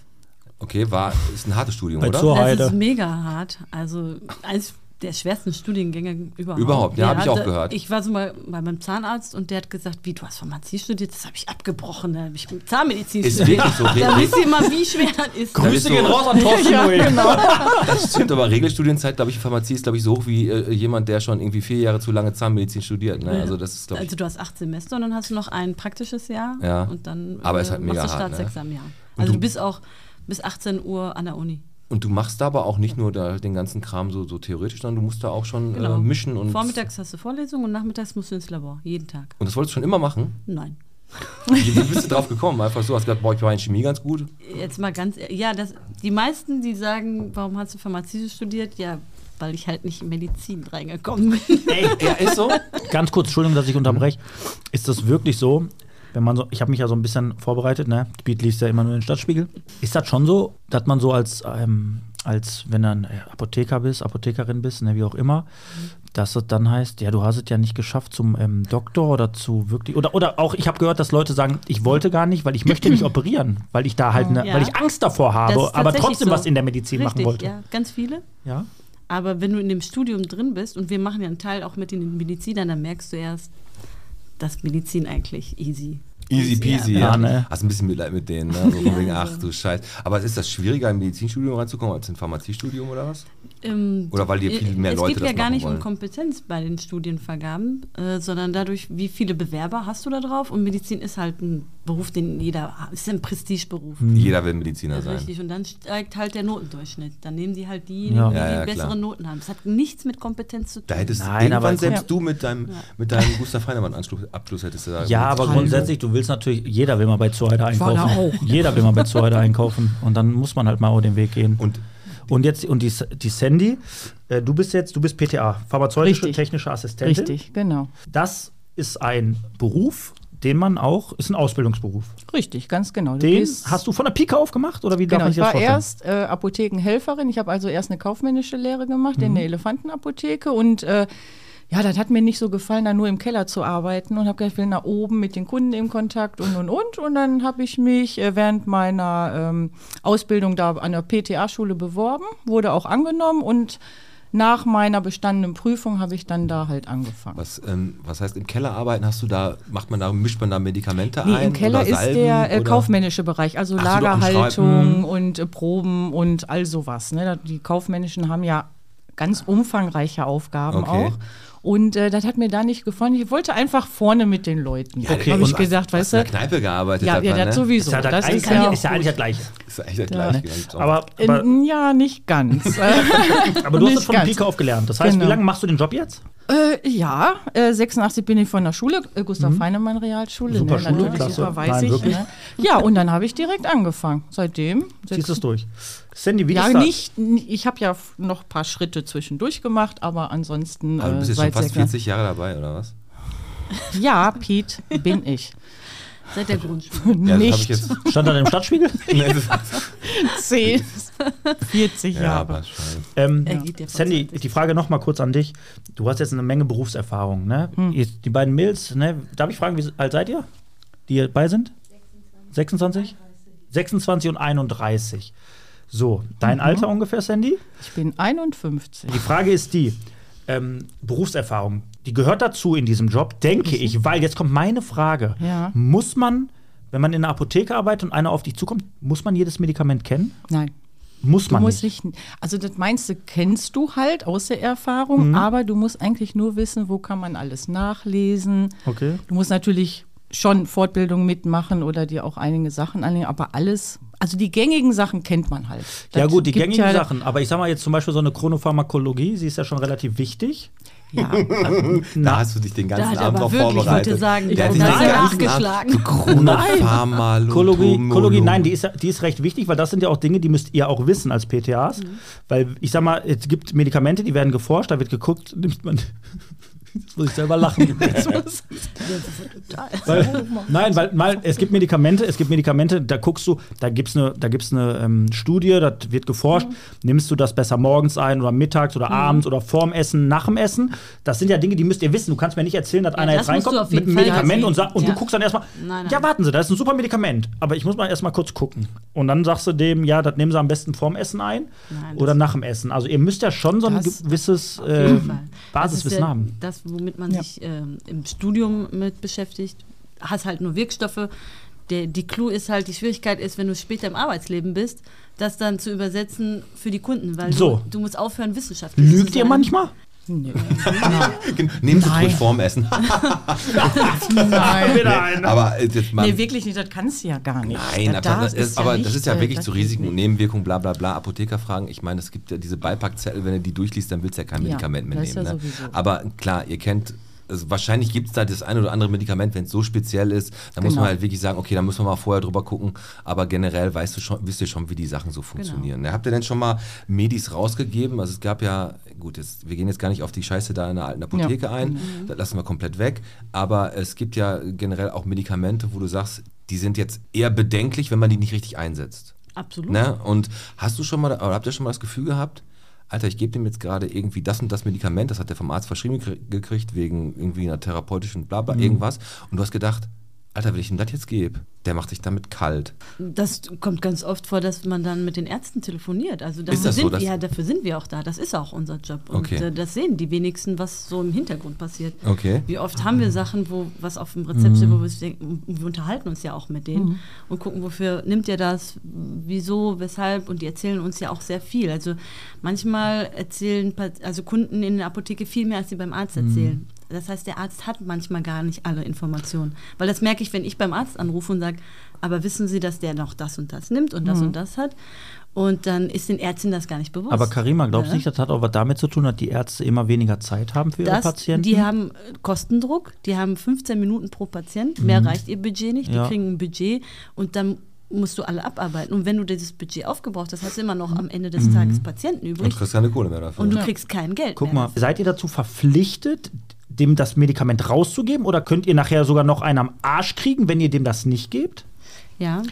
Speaker 1: Okay, war, ist ein hartes Studium,
Speaker 2: Bei
Speaker 1: oder?
Speaker 2: Zur-
Speaker 5: Das
Speaker 2: Heide.
Speaker 5: ist mega hart. Also eines der schwersten Studiengänge überhaupt.
Speaker 1: Überhaupt, ja, hab ich auch
Speaker 5: da-
Speaker 1: gehört.
Speaker 5: Ich war so mal bei meinem Zahnarzt und der hat gesagt, wie, du hast Pharmazie studiert? Das habe ich abgebrochen. Da habe ich Zahnmedizin
Speaker 1: Ist
Speaker 5: studiert.
Speaker 1: wirklich so,
Speaker 5: Da
Speaker 1: wirklich.
Speaker 5: wisst ihr mal, wie schwer das ist.
Speaker 1: Grüße gehen raus
Speaker 2: an Thorsten ja, genau.
Speaker 1: Das stimmt, aber Regelstudienzeit, glaube ich, Pharmazie ist, glaube ich, so hoch wie äh, jemand, der schon irgendwie vier Jahre zu lange Zahnmedizin studiert. Ne? Also das ist, glaube ich.
Speaker 5: Also du hast acht Semester und dann hast du noch ein praktisches Jahr
Speaker 1: Ja.
Speaker 5: und dann äh,
Speaker 1: Aber ist halt mega
Speaker 5: machst du
Speaker 1: hart, ne?
Speaker 5: Staatsexamen, ja. Also
Speaker 1: du-
Speaker 5: du bist auch bis 18 Uhr an der Uni.
Speaker 1: Und du machst da aber auch nicht nur da den ganzen Kram so, so theoretisch, sondern du musst da auch schon
Speaker 5: Genau.
Speaker 1: äh, mischen und.
Speaker 5: Vormittags hast du Vorlesung und nachmittags musst du ins Labor. Jeden Tag.
Speaker 1: Und das wolltest du schon immer machen?
Speaker 5: Nein.
Speaker 1: Wie wie bist du drauf gekommen? Einfach so, hast gedacht, boah, ich war in Chemie ganz gut.
Speaker 5: Jetzt mal ganz, ehr- ja, das, die meisten, die sagen, warum hast du Pharmazie studiert? Ja, weil ich halt nicht in Medizin reingekommen bin.
Speaker 2: Ey,
Speaker 1: Ja, ist so.
Speaker 2: ganz kurz, Entschuldigung, dass ich
Speaker 5: Mhm.
Speaker 2: unterbreche. Ist das wirklich so, wenn man so, ich habe mich ja so ein bisschen vorbereitet, ne? Gebiet liest ja immer nur den Stadtspiegel. Ist das schon so, dass man so als, ähm, als wenn du ein äh, Apotheker bist, Apothekerin bist, ne, wie auch immer,
Speaker 5: Mhm.
Speaker 2: dass das dann heißt, ja, du hast es ja nicht geschafft zum ähm, Doktor oder zu wirklich, oder, oder auch, ich habe gehört, dass Leute sagen, ich wollte gar nicht, weil ich möchte nicht operieren, weil ich da halt, ne,
Speaker 5: Ja.
Speaker 2: weil ich Angst davor
Speaker 5: Das
Speaker 2: habe, aber
Speaker 5: ist tatsächlich
Speaker 2: trotzdem
Speaker 5: so.
Speaker 2: was in der Medizin machen
Speaker 5: Richtig,
Speaker 2: wollte.
Speaker 5: Ja, ganz viele.
Speaker 2: ja?
Speaker 5: Aber wenn du in dem Studium drin bist und wir machen ja einen Teil auch mit den Medizinern, dann merkst du erst, dass Medizin eigentlich easy.
Speaker 1: Easy peasy,
Speaker 2: Ja,
Speaker 1: ja.
Speaker 2: ne?
Speaker 1: Hast ein bisschen Mitleid mit denen, ne? So von wegen, ach du Scheiß. Aber ist das schwieriger, im Medizinstudium reinzukommen als im Pharmaziestudium oder was?
Speaker 5: Ähm,
Speaker 1: Oder weil die viel mehr
Speaker 5: es
Speaker 1: Leute
Speaker 5: geht
Speaker 1: das
Speaker 5: ja gar
Speaker 1: machen
Speaker 5: nicht
Speaker 1: wollen.
Speaker 5: um Kompetenz bei den Studienvergaben, äh, sondern dadurch, wie viele Bewerber hast du da drauf? Und Medizin ist halt ein Beruf, den jeder, ist ein Prestigeberuf.
Speaker 1: Jeder will Mediziner sein.
Speaker 5: Mhm. Richtig, und dann steigt halt der Notendurchschnitt. Dann nehmen die halt diejenigen,
Speaker 2: Ja.
Speaker 5: die
Speaker 1: Ja, ja,
Speaker 5: bessere
Speaker 1: klar.
Speaker 5: Noten haben. Das hat nichts mit Kompetenz zu tun.
Speaker 1: Da hättest
Speaker 2: Nein, aber
Speaker 1: irgendwann
Speaker 2: guck-
Speaker 1: selbst du mit deinem, mit deinem Gustav Heinemann-Abschluss Abschluss hättest du
Speaker 4: Also
Speaker 1: da.
Speaker 2: Ja, aber
Speaker 4: halt
Speaker 2: grundsätzlich, du willst natürlich, jeder will mal bei Zuheide einkaufen. Jeder will mal bei Zuheide einkaufen. Und dann muss man halt mal auch den Weg gehen.
Speaker 1: Und
Speaker 2: Und jetzt, und die, die Sandy, äh, du bist jetzt, du bist PTA, pharmazeutische
Speaker 4: Richtig.
Speaker 2: technische Assistentin.
Speaker 4: Richtig, genau.
Speaker 2: Das ist ein Beruf, den man auch, ist ein Ausbildungsberuf.
Speaker 4: Richtig, ganz genau. Du
Speaker 2: Den
Speaker 4: gehst-
Speaker 2: hast du von der Pike auf gemacht oder wie darf
Speaker 4: Genau,
Speaker 2: man
Speaker 4: ich
Speaker 2: sich das
Speaker 4: war
Speaker 2: vorstellen?
Speaker 4: erst äh, Apothekenhelferin. Ich habe also erst eine kaufmännische Lehre gemacht
Speaker 2: Mhm.
Speaker 4: in der Elefantenapotheke und äh, ja, das hat mir nicht so gefallen, da nur im Keller zu arbeiten und habe gedacht, ich will nach oben mit den Kunden im Kontakt und und und. Und dann habe ich mich äh, während meiner ähm, Ausbildung da an der PTA-Schule beworben, wurde auch angenommen und nach meiner bestandenen Prüfung habe ich dann da halt angefangen.
Speaker 1: was, ähm, was heißt im Keller arbeiten? Hast du da, macht man da, mischt man da Medikamente
Speaker 4: Nee,
Speaker 1: ein?
Speaker 4: im Keller
Speaker 1: oder
Speaker 4: ist
Speaker 1: Salben
Speaker 4: der äh,
Speaker 1: oder-
Speaker 4: kaufmännische Bereich, also
Speaker 1: Ach so, Mhm. doch, am
Speaker 4: Lagerhaltung und äh, Proben und all sowas. Ne? Da- Die kaufmännischen haben ja ganz umfangreiche Aufgaben
Speaker 1: Okay.
Speaker 4: auch. Und äh, das hat mir da nicht gefallen. Ich wollte einfach vorne mit den Leuten.
Speaker 1: Ja,
Speaker 2: Okay,
Speaker 4: habe ich
Speaker 2: und-
Speaker 4: gesagt,
Speaker 1: Hast
Speaker 4: weißt
Speaker 1: du in der
Speaker 4: du?
Speaker 1: Kneipe gearbeitet?
Speaker 4: Ja,
Speaker 1: hat
Speaker 4: ja,
Speaker 1: man,
Speaker 4: das
Speaker 1: ne?
Speaker 4: sowieso.
Speaker 2: Ist ja,
Speaker 4: das ist
Speaker 2: eigentlich-
Speaker 4: ja,
Speaker 2: ist ja eigentlich das Gleiche.
Speaker 1: Ist eigentlich das gleiche. gibt's auch.
Speaker 2: Aber,
Speaker 4: Äh,
Speaker 2: aber,
Speaker 4: ja, nicht ganz.
Speaker 2: aber du hast
Speaker 4: nicht
Speaker 2: es von der
Speaker 4: ganz.
Speaker 2: Pike auf gelernt. Das heißt, wie
Speaker 4: Genau.
Speaker 2: lange machst du den Job jetzt?
Speaker 4: Äh, ja, äh, 86 bin ich von der Schule, äh, Gustav
Speaker 1: Mhm.
Speaker 4: Heinemann Realschule.
Speaker 2: Super
Speaker 4: ne,
Speaker 2: Schule,
Speaker 4: natürlich,
Speaker 2: klasse.
Speaker 4: super, weiß
Speaker 2: Nein,
Speaker 4: ich.
Speaker 2: wirklich.
Speaker 4: Ne? Ja, und dann habe ich direkt angefangen. Seitdem.
Speaker 2: Ziehst du es durch? Sandy, wie
Speaker 4: ja,
Speaker 2: ist das?
Speaker 4: nicht. Ich habe ja f- noch ein paar Schritte zwischendurch gemacht, aber ansonsten.
Speaker 1: Also du bist jetzt
Speaker 4: äh,
Speaker 1: schon fast
Speaker 4: sechs Jahren-
Speaker 1: 40 Jahre dabei, oder was?
Speaker 4: Ja, Piet bin ich.
Speaker 5: Seit der Grundschule.
Speaker 1: Ja, das hab ich
Speaker 4: nicht
Speaker 1: jetzt.
Speaker 2: Stand an im Stadtspiegel?
Speaker 1: Nee, das-
Speaker 4: 10, 40
Speaker 1: ja,
Speaker 4: Jahre.
Speaker 1: aber schade.
Speaker 2: Ähm,
Speaker 5: Er geht ja von
Speaker 2: Sandy,
Speaker 5: 20.
Speaker 2: die Frage nochmal kurz an dich. Du hast jetzt eine Menge Berufserfahrung, ne?
Speaker 4: Hm.
Speaker 2: Jetzt Die beiden Mills, ne? Darf ich fragen, wie alt seid ihr, die hier bei sind? 26? 26 und 31. So,
Speaker 4: Mhm.
Speaker 2: dein Alter ungefähr, Sandy?
Speaker 4: Ich bin 51.
Speaker 2: Die Frage ist die, ähm, Berufserfahrung, die gehört dazu in diesem Job, denke ich, weil jetzt kommt meine Frage.
Speaker 4: Mhm. Ja.
Speaker 2: Muss man, wenn man in einer Apotheke arbeitet und einer auf dich zukommt, muss man jedes Medikament kennen?
Speaker 4: Nein.
Speaker 2: Muss
Speaker 4: Du
Speaker 2: man
Speaker 4: musst
Speaker 2: nicht.
Speaker 4: dich, also das meinst du, kennst du halt aus der Erfahrung, aber du musst eigentlich nur wissen, wo kann man alles nachlesen.
Speaker 2: Okay.
Speaker 4: Du musst natürlich schon Fortbildungen mitmachen oder dir auch einige Sachen anlegen, aber alles, also die gängigen Sachen kennt man halt.
Speaker 2: Ja
Speaker 4: Das
Speaker 2: gut, die
Speaker 4: gibt
Speaker 2: gängigen
Speaker 4: ja-
Speaker 2: Sachen. Aber ich sag mal jetzt zum Beispiel so eine Chronopharmakologie, sie ist ja schon relativ wichtig.
Speaker 4: Ja,
Speaker 1: Da hast du dich den ganzen
Speaker 5: Da hat er
Speaker 1: Abend
Speaker 5: aber
Speaker 1: drauf
Speaker 5: wirklich, ich
Speaker 1: vorbereitet.
Speaker 5: wollte sagen,
Speaker 1: Der hat
Speaker 5: da
Speaker 1: sich
Speaker 5: hat
Speaker 1: den
Speaker 5: er
Speaker 1: ganzen
Speaker 5: nachgeschlagen.
Speaker 1: Abend- Chronopharmakologie.
Speaker 2: Kologie, Kologie, nein, die ist, ja- die ist recht wichtig, weil das sind ja auch Dinge, die müsst ihr auch wissen als
Speaker 5: Mhm.
Speaker 2: PTAs. Weil ich sag mal, es gibt Medikamente, die werden geforscht, da wird geguckt, nimmt man. Jetzt muss ich selber lachen. weil, nein, weil mal, es gibt Medikamente, es gibt Medikamente, da guckst du, da gibt's eine, da gibt's eine ähm, Studie, da wird
Speaker 5: Mhm.
Speaker 2: geforscht, nimmst du das besser morgens ein oder mittags oder abends oder vorm Essen, nach dem Essen. Das sind ja Dinge, die müsst ihr wissen. Du kannst mir nicht erzählen, dass einer
Speaker 5: das
Speaker 2: jetzt
Speaker 5: musst du
Speaker 2: reinkommt
Speaker 5: auf
Speaker 2: mit einem
Speaker 5: jeden Fall
Speaker 2: Medikament
Speaker 5: sehen.
Speaker 2: und, sa- und
Speaker 5: Ja.
Speaker 2: du guckst dann erstmal,
Speaker 5: Nein, nein.
Speaker 2: ja, warten Sie, das ist ein super Medikament, aber ich muss mal erstmal kurz gucken. Und dann sagst du dem, ja, das nehmen Sie am besten vorm Essen ein
Speaker 5: Nein, das-
Speaker 2: oder nach dem Essen. Also ihr müsst ja schon so ein
Speaker 4: Das-
Speaker 2: gewisses
Speaker 5: Auf
Speaker 2: äh,
Speaker 5: jeden Fall. das ist
Speaker 2: Basiswissen
Speaker 5: ja
Speaker 2: haben.
Speaker 5: Das, womit man
Speaker 4: Ja.
Speaker 5: sich ähm, im Studium mit beschäftigt, hast halt nur Wirkstoffe. Der, die Clou ist halt, die Schwierigkeit ist, wenn du später im Arbeitsleben bist, das dann zu übersetzen für die Kunden, weil
Speaker 2: So.
Speaker 5: du, du musst aufhören, wissenschaftlich zu
Speaker 2: Lügt ihr
Speaker 5: sein.
Speaker 2: manchmal?
Speaker 4: nee,
Speaker 1: Nehmen Sie es
Speaker 4: Nein.
Speaker 1: ruhig vorm Essen.
Speaker 4: nein.
Speaker 2: Wieder einer.
Speaker 1: aber äh, jetzt mal.
Speaker 4: nee, wirklich nicht, das kannst du ja gar nicht.
Speaker 1: Nein,
Speaker 4: Da
Speaker 1: aber, das,
Speaker 4: darfst du
Speaker 1: ist, aber das
Speaker 4: nicht,
Speaker 1: ist ja
Speaker 4: äh,
Speaker 1: wirklich
Speaker 4: das
Speaker 1: zu
Speaker 4: geht
Speaker 1: Risiken
Speaker 4: nicht.
Speaker 1: und Nebenwirkungen, bla bla bla, Apothekerfragen. Ich meine, es gibt ja diese Beipackzettel, wenn du die durchliest, dann willst du ja kein
Speaker 4: Ja,
Speaker 1: Medikament mehr
Speaker 4: das ist
Speaker 1: nehmen.
Speaker 4: ja
Speaker 1: ne?
Speaker 4: sowieso.
Speaker 1: Aber klar, ihr kennt, also wahrscheinlich gibt es da das ein oder andere Medikament, wenn es so speziell ist, dann muss
Speaker 4: Genau.
Speaker 1: man halt wirklich sagen, okay, da müssen wir mal vorher drüber gucken. Aber generell weißt du schon, wisst ihr schon, wie die Sachen so
Speaker 4: Genau.
Speaker 1: funktionieren. Ne? Habt ihr denn schon mal Medis rausgegeben? Also es gab ja, gut, jetzt, wir gehen jetzt gar nicht auf die Scheiße da in der alten Apotheke ein,
Speaker 5: Mhm.
Speaker 1: das lassen wir komplett weg. Aber es gibt ja generell auch Medikamente, wo du sagst, die sind jetzt eher bedenklich, wenn man die nicht richtig einsetzt.
Speaker 5: Absolut.
Speaker 1: Ne? Und hast du schon mal, oder habt ihr schon mal das Gefühl gehabt, Alter, ich gebe dem jetzt gerade irgendwie das und das Medikament, das hat der vom Arzt verschrieben gekrie- gekriegt, wegen irgendwie einer therapeutischen Blabla,
Speaker 5: Mhm.
Speaker 1: irgendwas. Und du hast gedacht, Alter, wenn ich ihm das jetzt gebe, der macht sich damit kalt.
Speaker 5: Das kommt ganz oft vor, dass man dann mit den Ärzten telefoniert. Also dafür,
Speaker 1: Ist das so,
Speaker 5: sind,
Speaker 1: dass-
Speaker 5: ja, dafür sind wir auch da. Das ist auch unser Job. Und
Speaker 1: Okay.
Speaker 5: äh, das sehen die wenigsten, was so im Hintergrund passiert.
Speaker 1: Okay.
Speaker 5: Wie oft haben wir Sachen, wo was auf dem Rezept steht, wo wir denken, wir unterhalten uns ja auch mit denen und gucken, wofür nimmt ihr das, wieso, weshalb und die erzählen uns ja auch sehr viel. Also manchmal erzählen Pat- also Kunden in der Apotheke viel mehr, als sie beim Arzt erzählen. Das heißt, der Arzt hat manchmal gar nicht alle Informationen. Weil das merke ich, wenn ich beim Arzt anrufe und sage, aber wissen Sie, dass der noch das und das nimmt und das und das hat? Und dann ist den Ärzten das gar nicht bewusst. Ne?
Speaker 2: Aber Karima, glaubst du
Speaker 5: Ja.
Speaker 2: nicht, das hat auch was damit zu tun, dass die Ärzte immer weniger Zeit haben für ihre
Speaker 5: Das,
Speaker 2: Patienten?
Speaker 5: Die haben äh, Kostendruck, die haben 15 Minuten pro Patient, mehr reicht ihr Budget nicht, die
Speaker 2: Mhm. Ja.
Speaker 5: kriegen ein Budget und dann musst du alle abarbeiten. Und wenn du dieses Budget aufgebraucht hast, hast du immer noch am Ende
Speaker 2: Mhm.
Speaker 5: des Tages Patienten
Speaker 1: Und
Speaker 5: übrig
Speaker 1: kriegst keine Kohle mehr dafür.
Speaker 5: und du kriegst kein Geld
Speaker 2: Guck
Speaker 5: mehr.
Speaker 2: mal, seid ihr dazu verpflichtet, dem das Medikament rauszugeben oder könnt ihr nachher sogar noch einen am Arsch kriegen, wenn ihr dem das nicht gebt?
Speaker 5: Ja.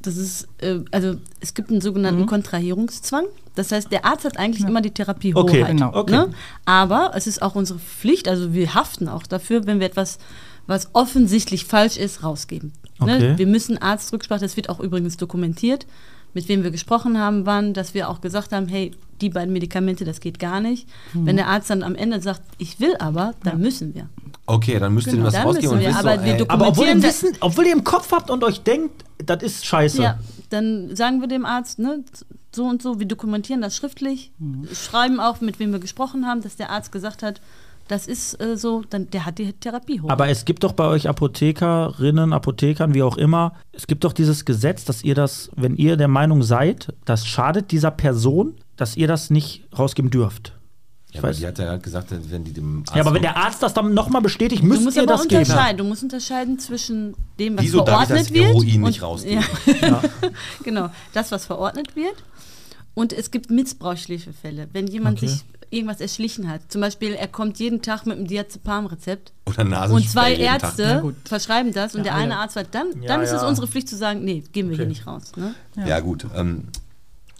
Speaker 5: Das ist, äh, also es gibt einen
Speaker 2: Mhm.
Speaker 5: sogenannten Kontrahierungszwang. Das heißt, der Arzt hat eigentlich immer die Therapiehoheit.
Speaker 2: Okay,
Speaker 4: genau.
Speaker 2: okay.
Speaker 5: Ne? Aber es ist auch unsere Pflicht, also wir haften auch dafür, wenn wir etwas, was offensichtlich falsch ist, rausgeben.
Speaker 2: Okay.
Speaker 5: Ne? Wir müssen Arztrücksprache, das wird auch übrigens dokumentiert, mit wem wir gesprochen haben, wann, dass wir auch gesagt haben, hey, die beiden Medikamente, das geht gar nicht.
Speaker 2: Hm.
Speaker 5: Wenn der Arzt dann am Ende sagt, ich will aber, dann müssen wir.
Speaker 1: Okay, dann müsst ihr
Speaker 5: Genau,
Speaker 1: das
Speaker 5: dann
Speaker 1: rausgeben
Speaker 5: müssen
Speaker 1: und
Speaker 5: wir,
Speaker 1: wisst so,
Speaker 5: aber wir
Speaker 1: ey,
Speaker 5: dokumentieren-
Speaker 2: Aber obwohl ihr,
Speaker 5: Kommentieren-
Speaker 2: wissen, obwohl ihr im Kopf habt und euch denkt, das ist scheiße.
Speaker 5: Ja, dann sagen wir dem Arzt, ne, so und so, wir dokumentieren das schriftlich, schreiben auch, mit wem wir gesprochen haben, dass der Arzt gesagt hat, das ist äh, so, dann der hat die Therapie
Speaker 1: Mhm.
Speaker 5: hoch.
Speaker 2: Aber es gibt doch bei euch Apothekerinnen, Apothekern, wie auch immer, es gibt doch dieses Gesetz, dass ihr das, wenn ihr der Meinung seid, das schadet dieser Person, dass ihr das nicht rausgeben dürft.
Speaker 1: ja, aber die hat ja gerade gesagt, wenn die dem Arzt
Speaker 2: Ja, aber wenn der Arzt das dann nochmal bestätigt,
Speaker 5: du
Speaker 2: müsst
Speaker 5: musst
Speaker 2: ihr
Speaker 5: aber
Speaker 2: das geben.
Speaker 5: unterscheiden. Du musst unterscheiden zwischen dem, was
Speaker 1: Wieso darf ich
Speaker 5: verordnet
Speaker 1: das
Speaker 5: wird.
Speaker 1: Heroin nicht
Speaker 5: und-
Speaker 1: rausgeben?
Speaker 5: Ja. genau, das, was verordnet wird. Und es gibt missbräuchliche Fälle, wenn jemand
Speaker 2: Okay.
Speaker 5: sich irgendwas erschlichen hat. Zum Beispiel, er kommt jeden Tag mit einem Diazepam-Rezept
Speaker 1: oder
Speaker 2: Also
Speaker 1: Nasen
Speaker 5: und zwei
Speaker 1: jeden Tag.
Speaker 5: Ärzte verschreiben das und der eine Arzt sagt, dann,
Speaker 2: ne? Ja,
Speaker 5: dann ist es
Speaker 2: ja.
Speaker 5: unsere Pflicht zu sagen, nee, gehen wir hier
Speaker 2: Okay.
Speaker 5: nicht raus. Ne?
Speaker 1: Ja, gut. Ähm,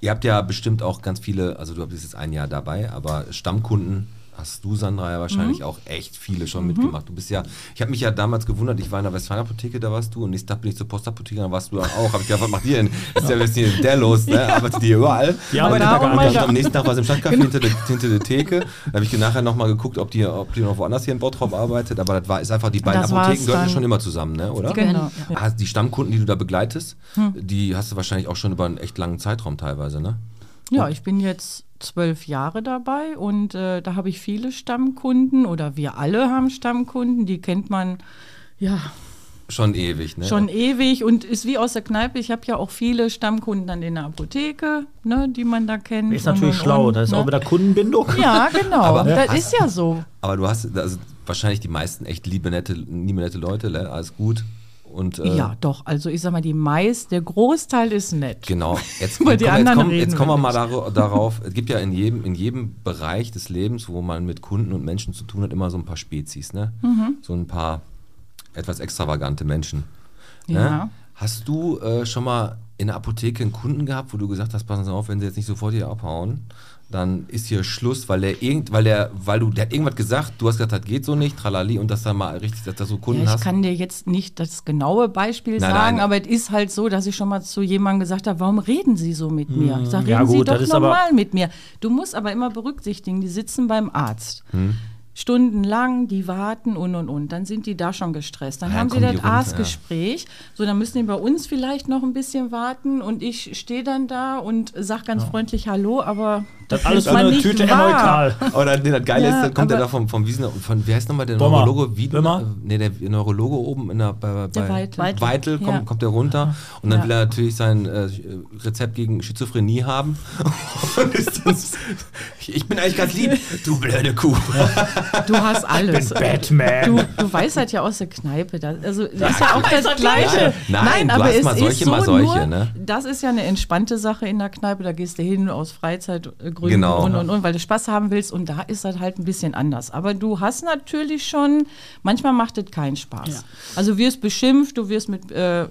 Speaker 1: ihr habt ja bestimmt auch ganz viele, also du bist jetzt ein Jahr dabei, aber Stammkunden hast du, Sandra, ja wahrscheinlich auch echt viele schon mitgemacht. Du bist ja, ich habe mich ja damals gewundert, ich war in der Westfalenapotheke, da warst du und nächsten Tag bin ich zur Postapotheke, da warst du dann auch. Hab ich gedacht, was macht ihr denn? Das ist ja ein bisschen der los, ne? Arbeitet ihr überall?
Speaker 2: Ja,
Speaker 1: und
Speaker 2: aber
Speaker 1: dann-
Speaker 2: da auch
Speaker 1: und
Speaker 2: mal
Speaker 1: dann
Speaker 2: da-
Speaker 1: am nächsten Tag war es im Stadtcafé hinter, der, hinter der Theke. Da habe ich nachher nochmal geguckt, ob die, ob die noch woanders hier in Bottrop arbeitet, aber das war, ist einfach, die beiden
Speaker 4: Das war's
Speaker 1: Apotheken gehören ja
Speaker 4: dann.
Speaker 1: schon immer zusammen, ne? oder?
Speaker 4: Genau.
Speaker 1: Ah, die Stammkunden, die du da begleitest,
Speaker 4: Hm.
Speaker 1: die hast du wahrscheinlich auch schon über einen echt langen Zeitraum teilweise, ne?
Speaker 4: Ja, ich bin jetzt zwölf Jahre dabei und äh, da habe ich viele Stammkunden oder wir alle haben Stammkunden, die kennt man ja
Speaker 1: Schon ewig, ne?
Speaker 4: schon ewig und ist wie aus der Kneipe. Ich habe ja auch viele Stammkunden dann in der Apotheke, ne, die man da kennt.
Speaker 2: Ist
Speaker 4: und,
Speaker 2: natürlich
Speaker 4: und,
Speaker 2: schlau,
Speaker 4: und,
Speaker 2: da ist
Speaker 4: ne?
Speaker 2: auch wieder Kundenbindung.
Speaker 4: Ja, genau.
Speaker 1: Aber-
Speaker 4: das ist ja so.
Speaker 1: Aber du hast also wahrscheinlich die meisten echt liebe nette, liebe nette Leute, ne? alles gut. Und, äh,
Speaker 4: Ja, doch. Also ich sag mal, die meist, der Großteil ist nett.
Speaker 1: Genau. Jetzt,
Speaker 4: Über
Speaker 1: jetzt kommen,
Speaker 4: die
Speaker 1: jetzt,
Speaker 4: anderen
Speaker 1: kommen,
Speaker 4: reden
Speaker 1: jetzt
Speaker 4: wir
Speaker 1: kommen wir mal dar darauf. Es gibt ja in jedem, in jedem Bereich des Lebens, wo man mit Kunden und Menschen zu tun hat, immer so ein paar Spezies, ne?
Speaker 4: Mhm.
Speaker 1: So ein paar etwas extravagante Menschen. Ne?
Speaker 4: Ja.
Speaker 1: Hast du äh, schon mal in der Apotheke einen Kunden gehabt, wo du gesagt hast, passen Sie auf, wenn Sie jetzt nicht sofort hier abhauen, dann ist hier Schluss, weil der irgend, weil der, weil du, der hat irgendwas gesagt, du hast gesagt, das geht so nicht, tralali, und dass da mal richtig, dass da so Kunden
Speaker 4: Ja, ich
Speaker 1: hast.
Speaker 4: kann dir jetzt nicht das genaue Beispiel
Speaker 1: Nein,
Speaker 4: sagen,
Speaker 1: nein.
Speaker 4: aber es ist halt so, dass ich schon mal zu jemandem gesagt habe, warum reden Sie so mit mir? Ich sage, reden
Speaker 2: ja
Speaker 4: Sie
Speaker 2: gut, das
Speaker 4: doch
Speaker 2: ist aber-
Speaker 4: normal mit mir. Du musst aber immer berücksichtigen, die sitzen beim Arzt. Stundenlang, die warten und und und. Dann sind die da schon gestresst. Dann
Speaker 1: Ja,
Speaker 4: haben sie
Speaker 1: kommen die
Speaker 4: das
Speaker 1: runter,
Speaker 4: Arztgespräch. So, dann müssen die bei uns vielleicht noch ein bisschen warten und ich stehe dann da und sag ganz freundlich Hallo, aber
Speaker 2: Das
Speaker 4: nimmt
Speaker 2: alles
Speaker 4: man
Speaker 2: eine
Speaker 4: nicht
Speaker 2: Tüte
Speaker 4: wahr.
Speaker 2: neutral.
Speaker 1: Oder nee, das Geile
Speaker 4: Ja,
Speaker 1: ist, Oh, dann kommt der
Speaker 4: aber-
Speaker 1: da vom, vom Wiesner, von, wie heißt nochmal der
Speaker 2: Bommer.
Speaker 1: Neurologe? Wieden-
Speaker 2: Wimmer?
Speaker 1: äh, Nee, der Neurologe oben in der, bei, bei
Speaker 4: Der Weitel.
Speaker 1: Weitel,
Speaker 4: Weitel.
Speaker 1: kommt,
Speaker 4: Ja.
Speaker 1: kommt der runter und dann
Speaker 4: Ja.
Speaker 1: will er natürlich sein äh, Rezept gegen Schizophrenie haben. und ist dann, ich bin eigentlich ganz lieb, du blöde Kuh.
Speaker 4: Du hast alles.
Speaker 2: Batman.
Speaker 4: Du, du weißt halt ja aus der Kneipe, das, also das ist ja auch das
Speaker 1: Nein,
Speaker 4: Gleiche.
Speaker 1: nein, du hast mal solche, mal solche, ne?
Speaker 4: das ist ja eine entspannte Sache in der Kneipe, da gehst du hin aus Freizeitgründen
Speaker 1: Genau.
Speaker 4: und, und, und, weil du Spaß haben willst und da ist das halt ein bisschen anders. Aber du hast natürlich schon, manchmal macht es keinen Spaß.
Speaker 5: Ja.
Speaker 4: Also wirst beschimpft, du wirst mit äh, ja,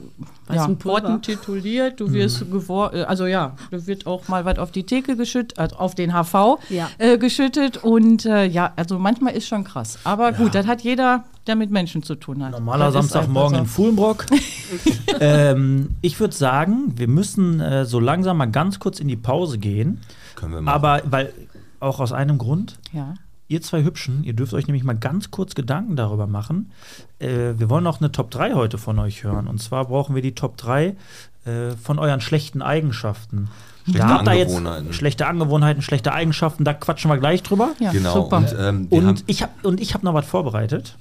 Speaker 5: Weißem Pulver.
Speaker 4: Worten tituliert, du wirst
Speaker 2: Mhm.
Speaker 4: gewor äh, also ja, da wird auch mal was auf die Theke geschüttet, also auf den HV
Speaker 5: Ja.
Speaker 4: äh, geschüttet und äh, ja, also manchmal ist schon krass. Aber gut, das hat jeder, der mit Menschen zu tun hat.
Speaker 2: Normaler
Speaker 4: Das ist
Speaker 2: Samstagmorgen in
Speaker 4: einfach so.
Speaker 2: Fulenbrock. ähm, ich würde sagen, wir müssen äh, so langsam mal ganz kurz in die Pause gehen.
Speaker 1: Können wir
Speaker 2: Aber weil auch aus einem Grund,
Speaker 4: Ja.
Speaker 2: ihr zwei Hübschen, ihr dürft euch nämlich mal ganz kurz Gedanken darüber machen. Äh, wir wollen auch eine Top 3 heute von euch hören. Und zwar brauchen wir die Top 3 äh, von euren schlechten Eigenschaften.
Speaker 1: Schlechte
Speaker 2: habt ihr
Speaker 1: Angewohnheiten.
Speaker 2: schlechte Angewohnheiten, schlechte Eigenschaften, da quatschen wir gleich drüber.
Speaker 4: Ja,
Speaker 1: genau.
Speaker 4: super.
Speaker 1: Und, ähm, wir haben,
Speaker 2: Und ich habe hab noch was vorbereitet.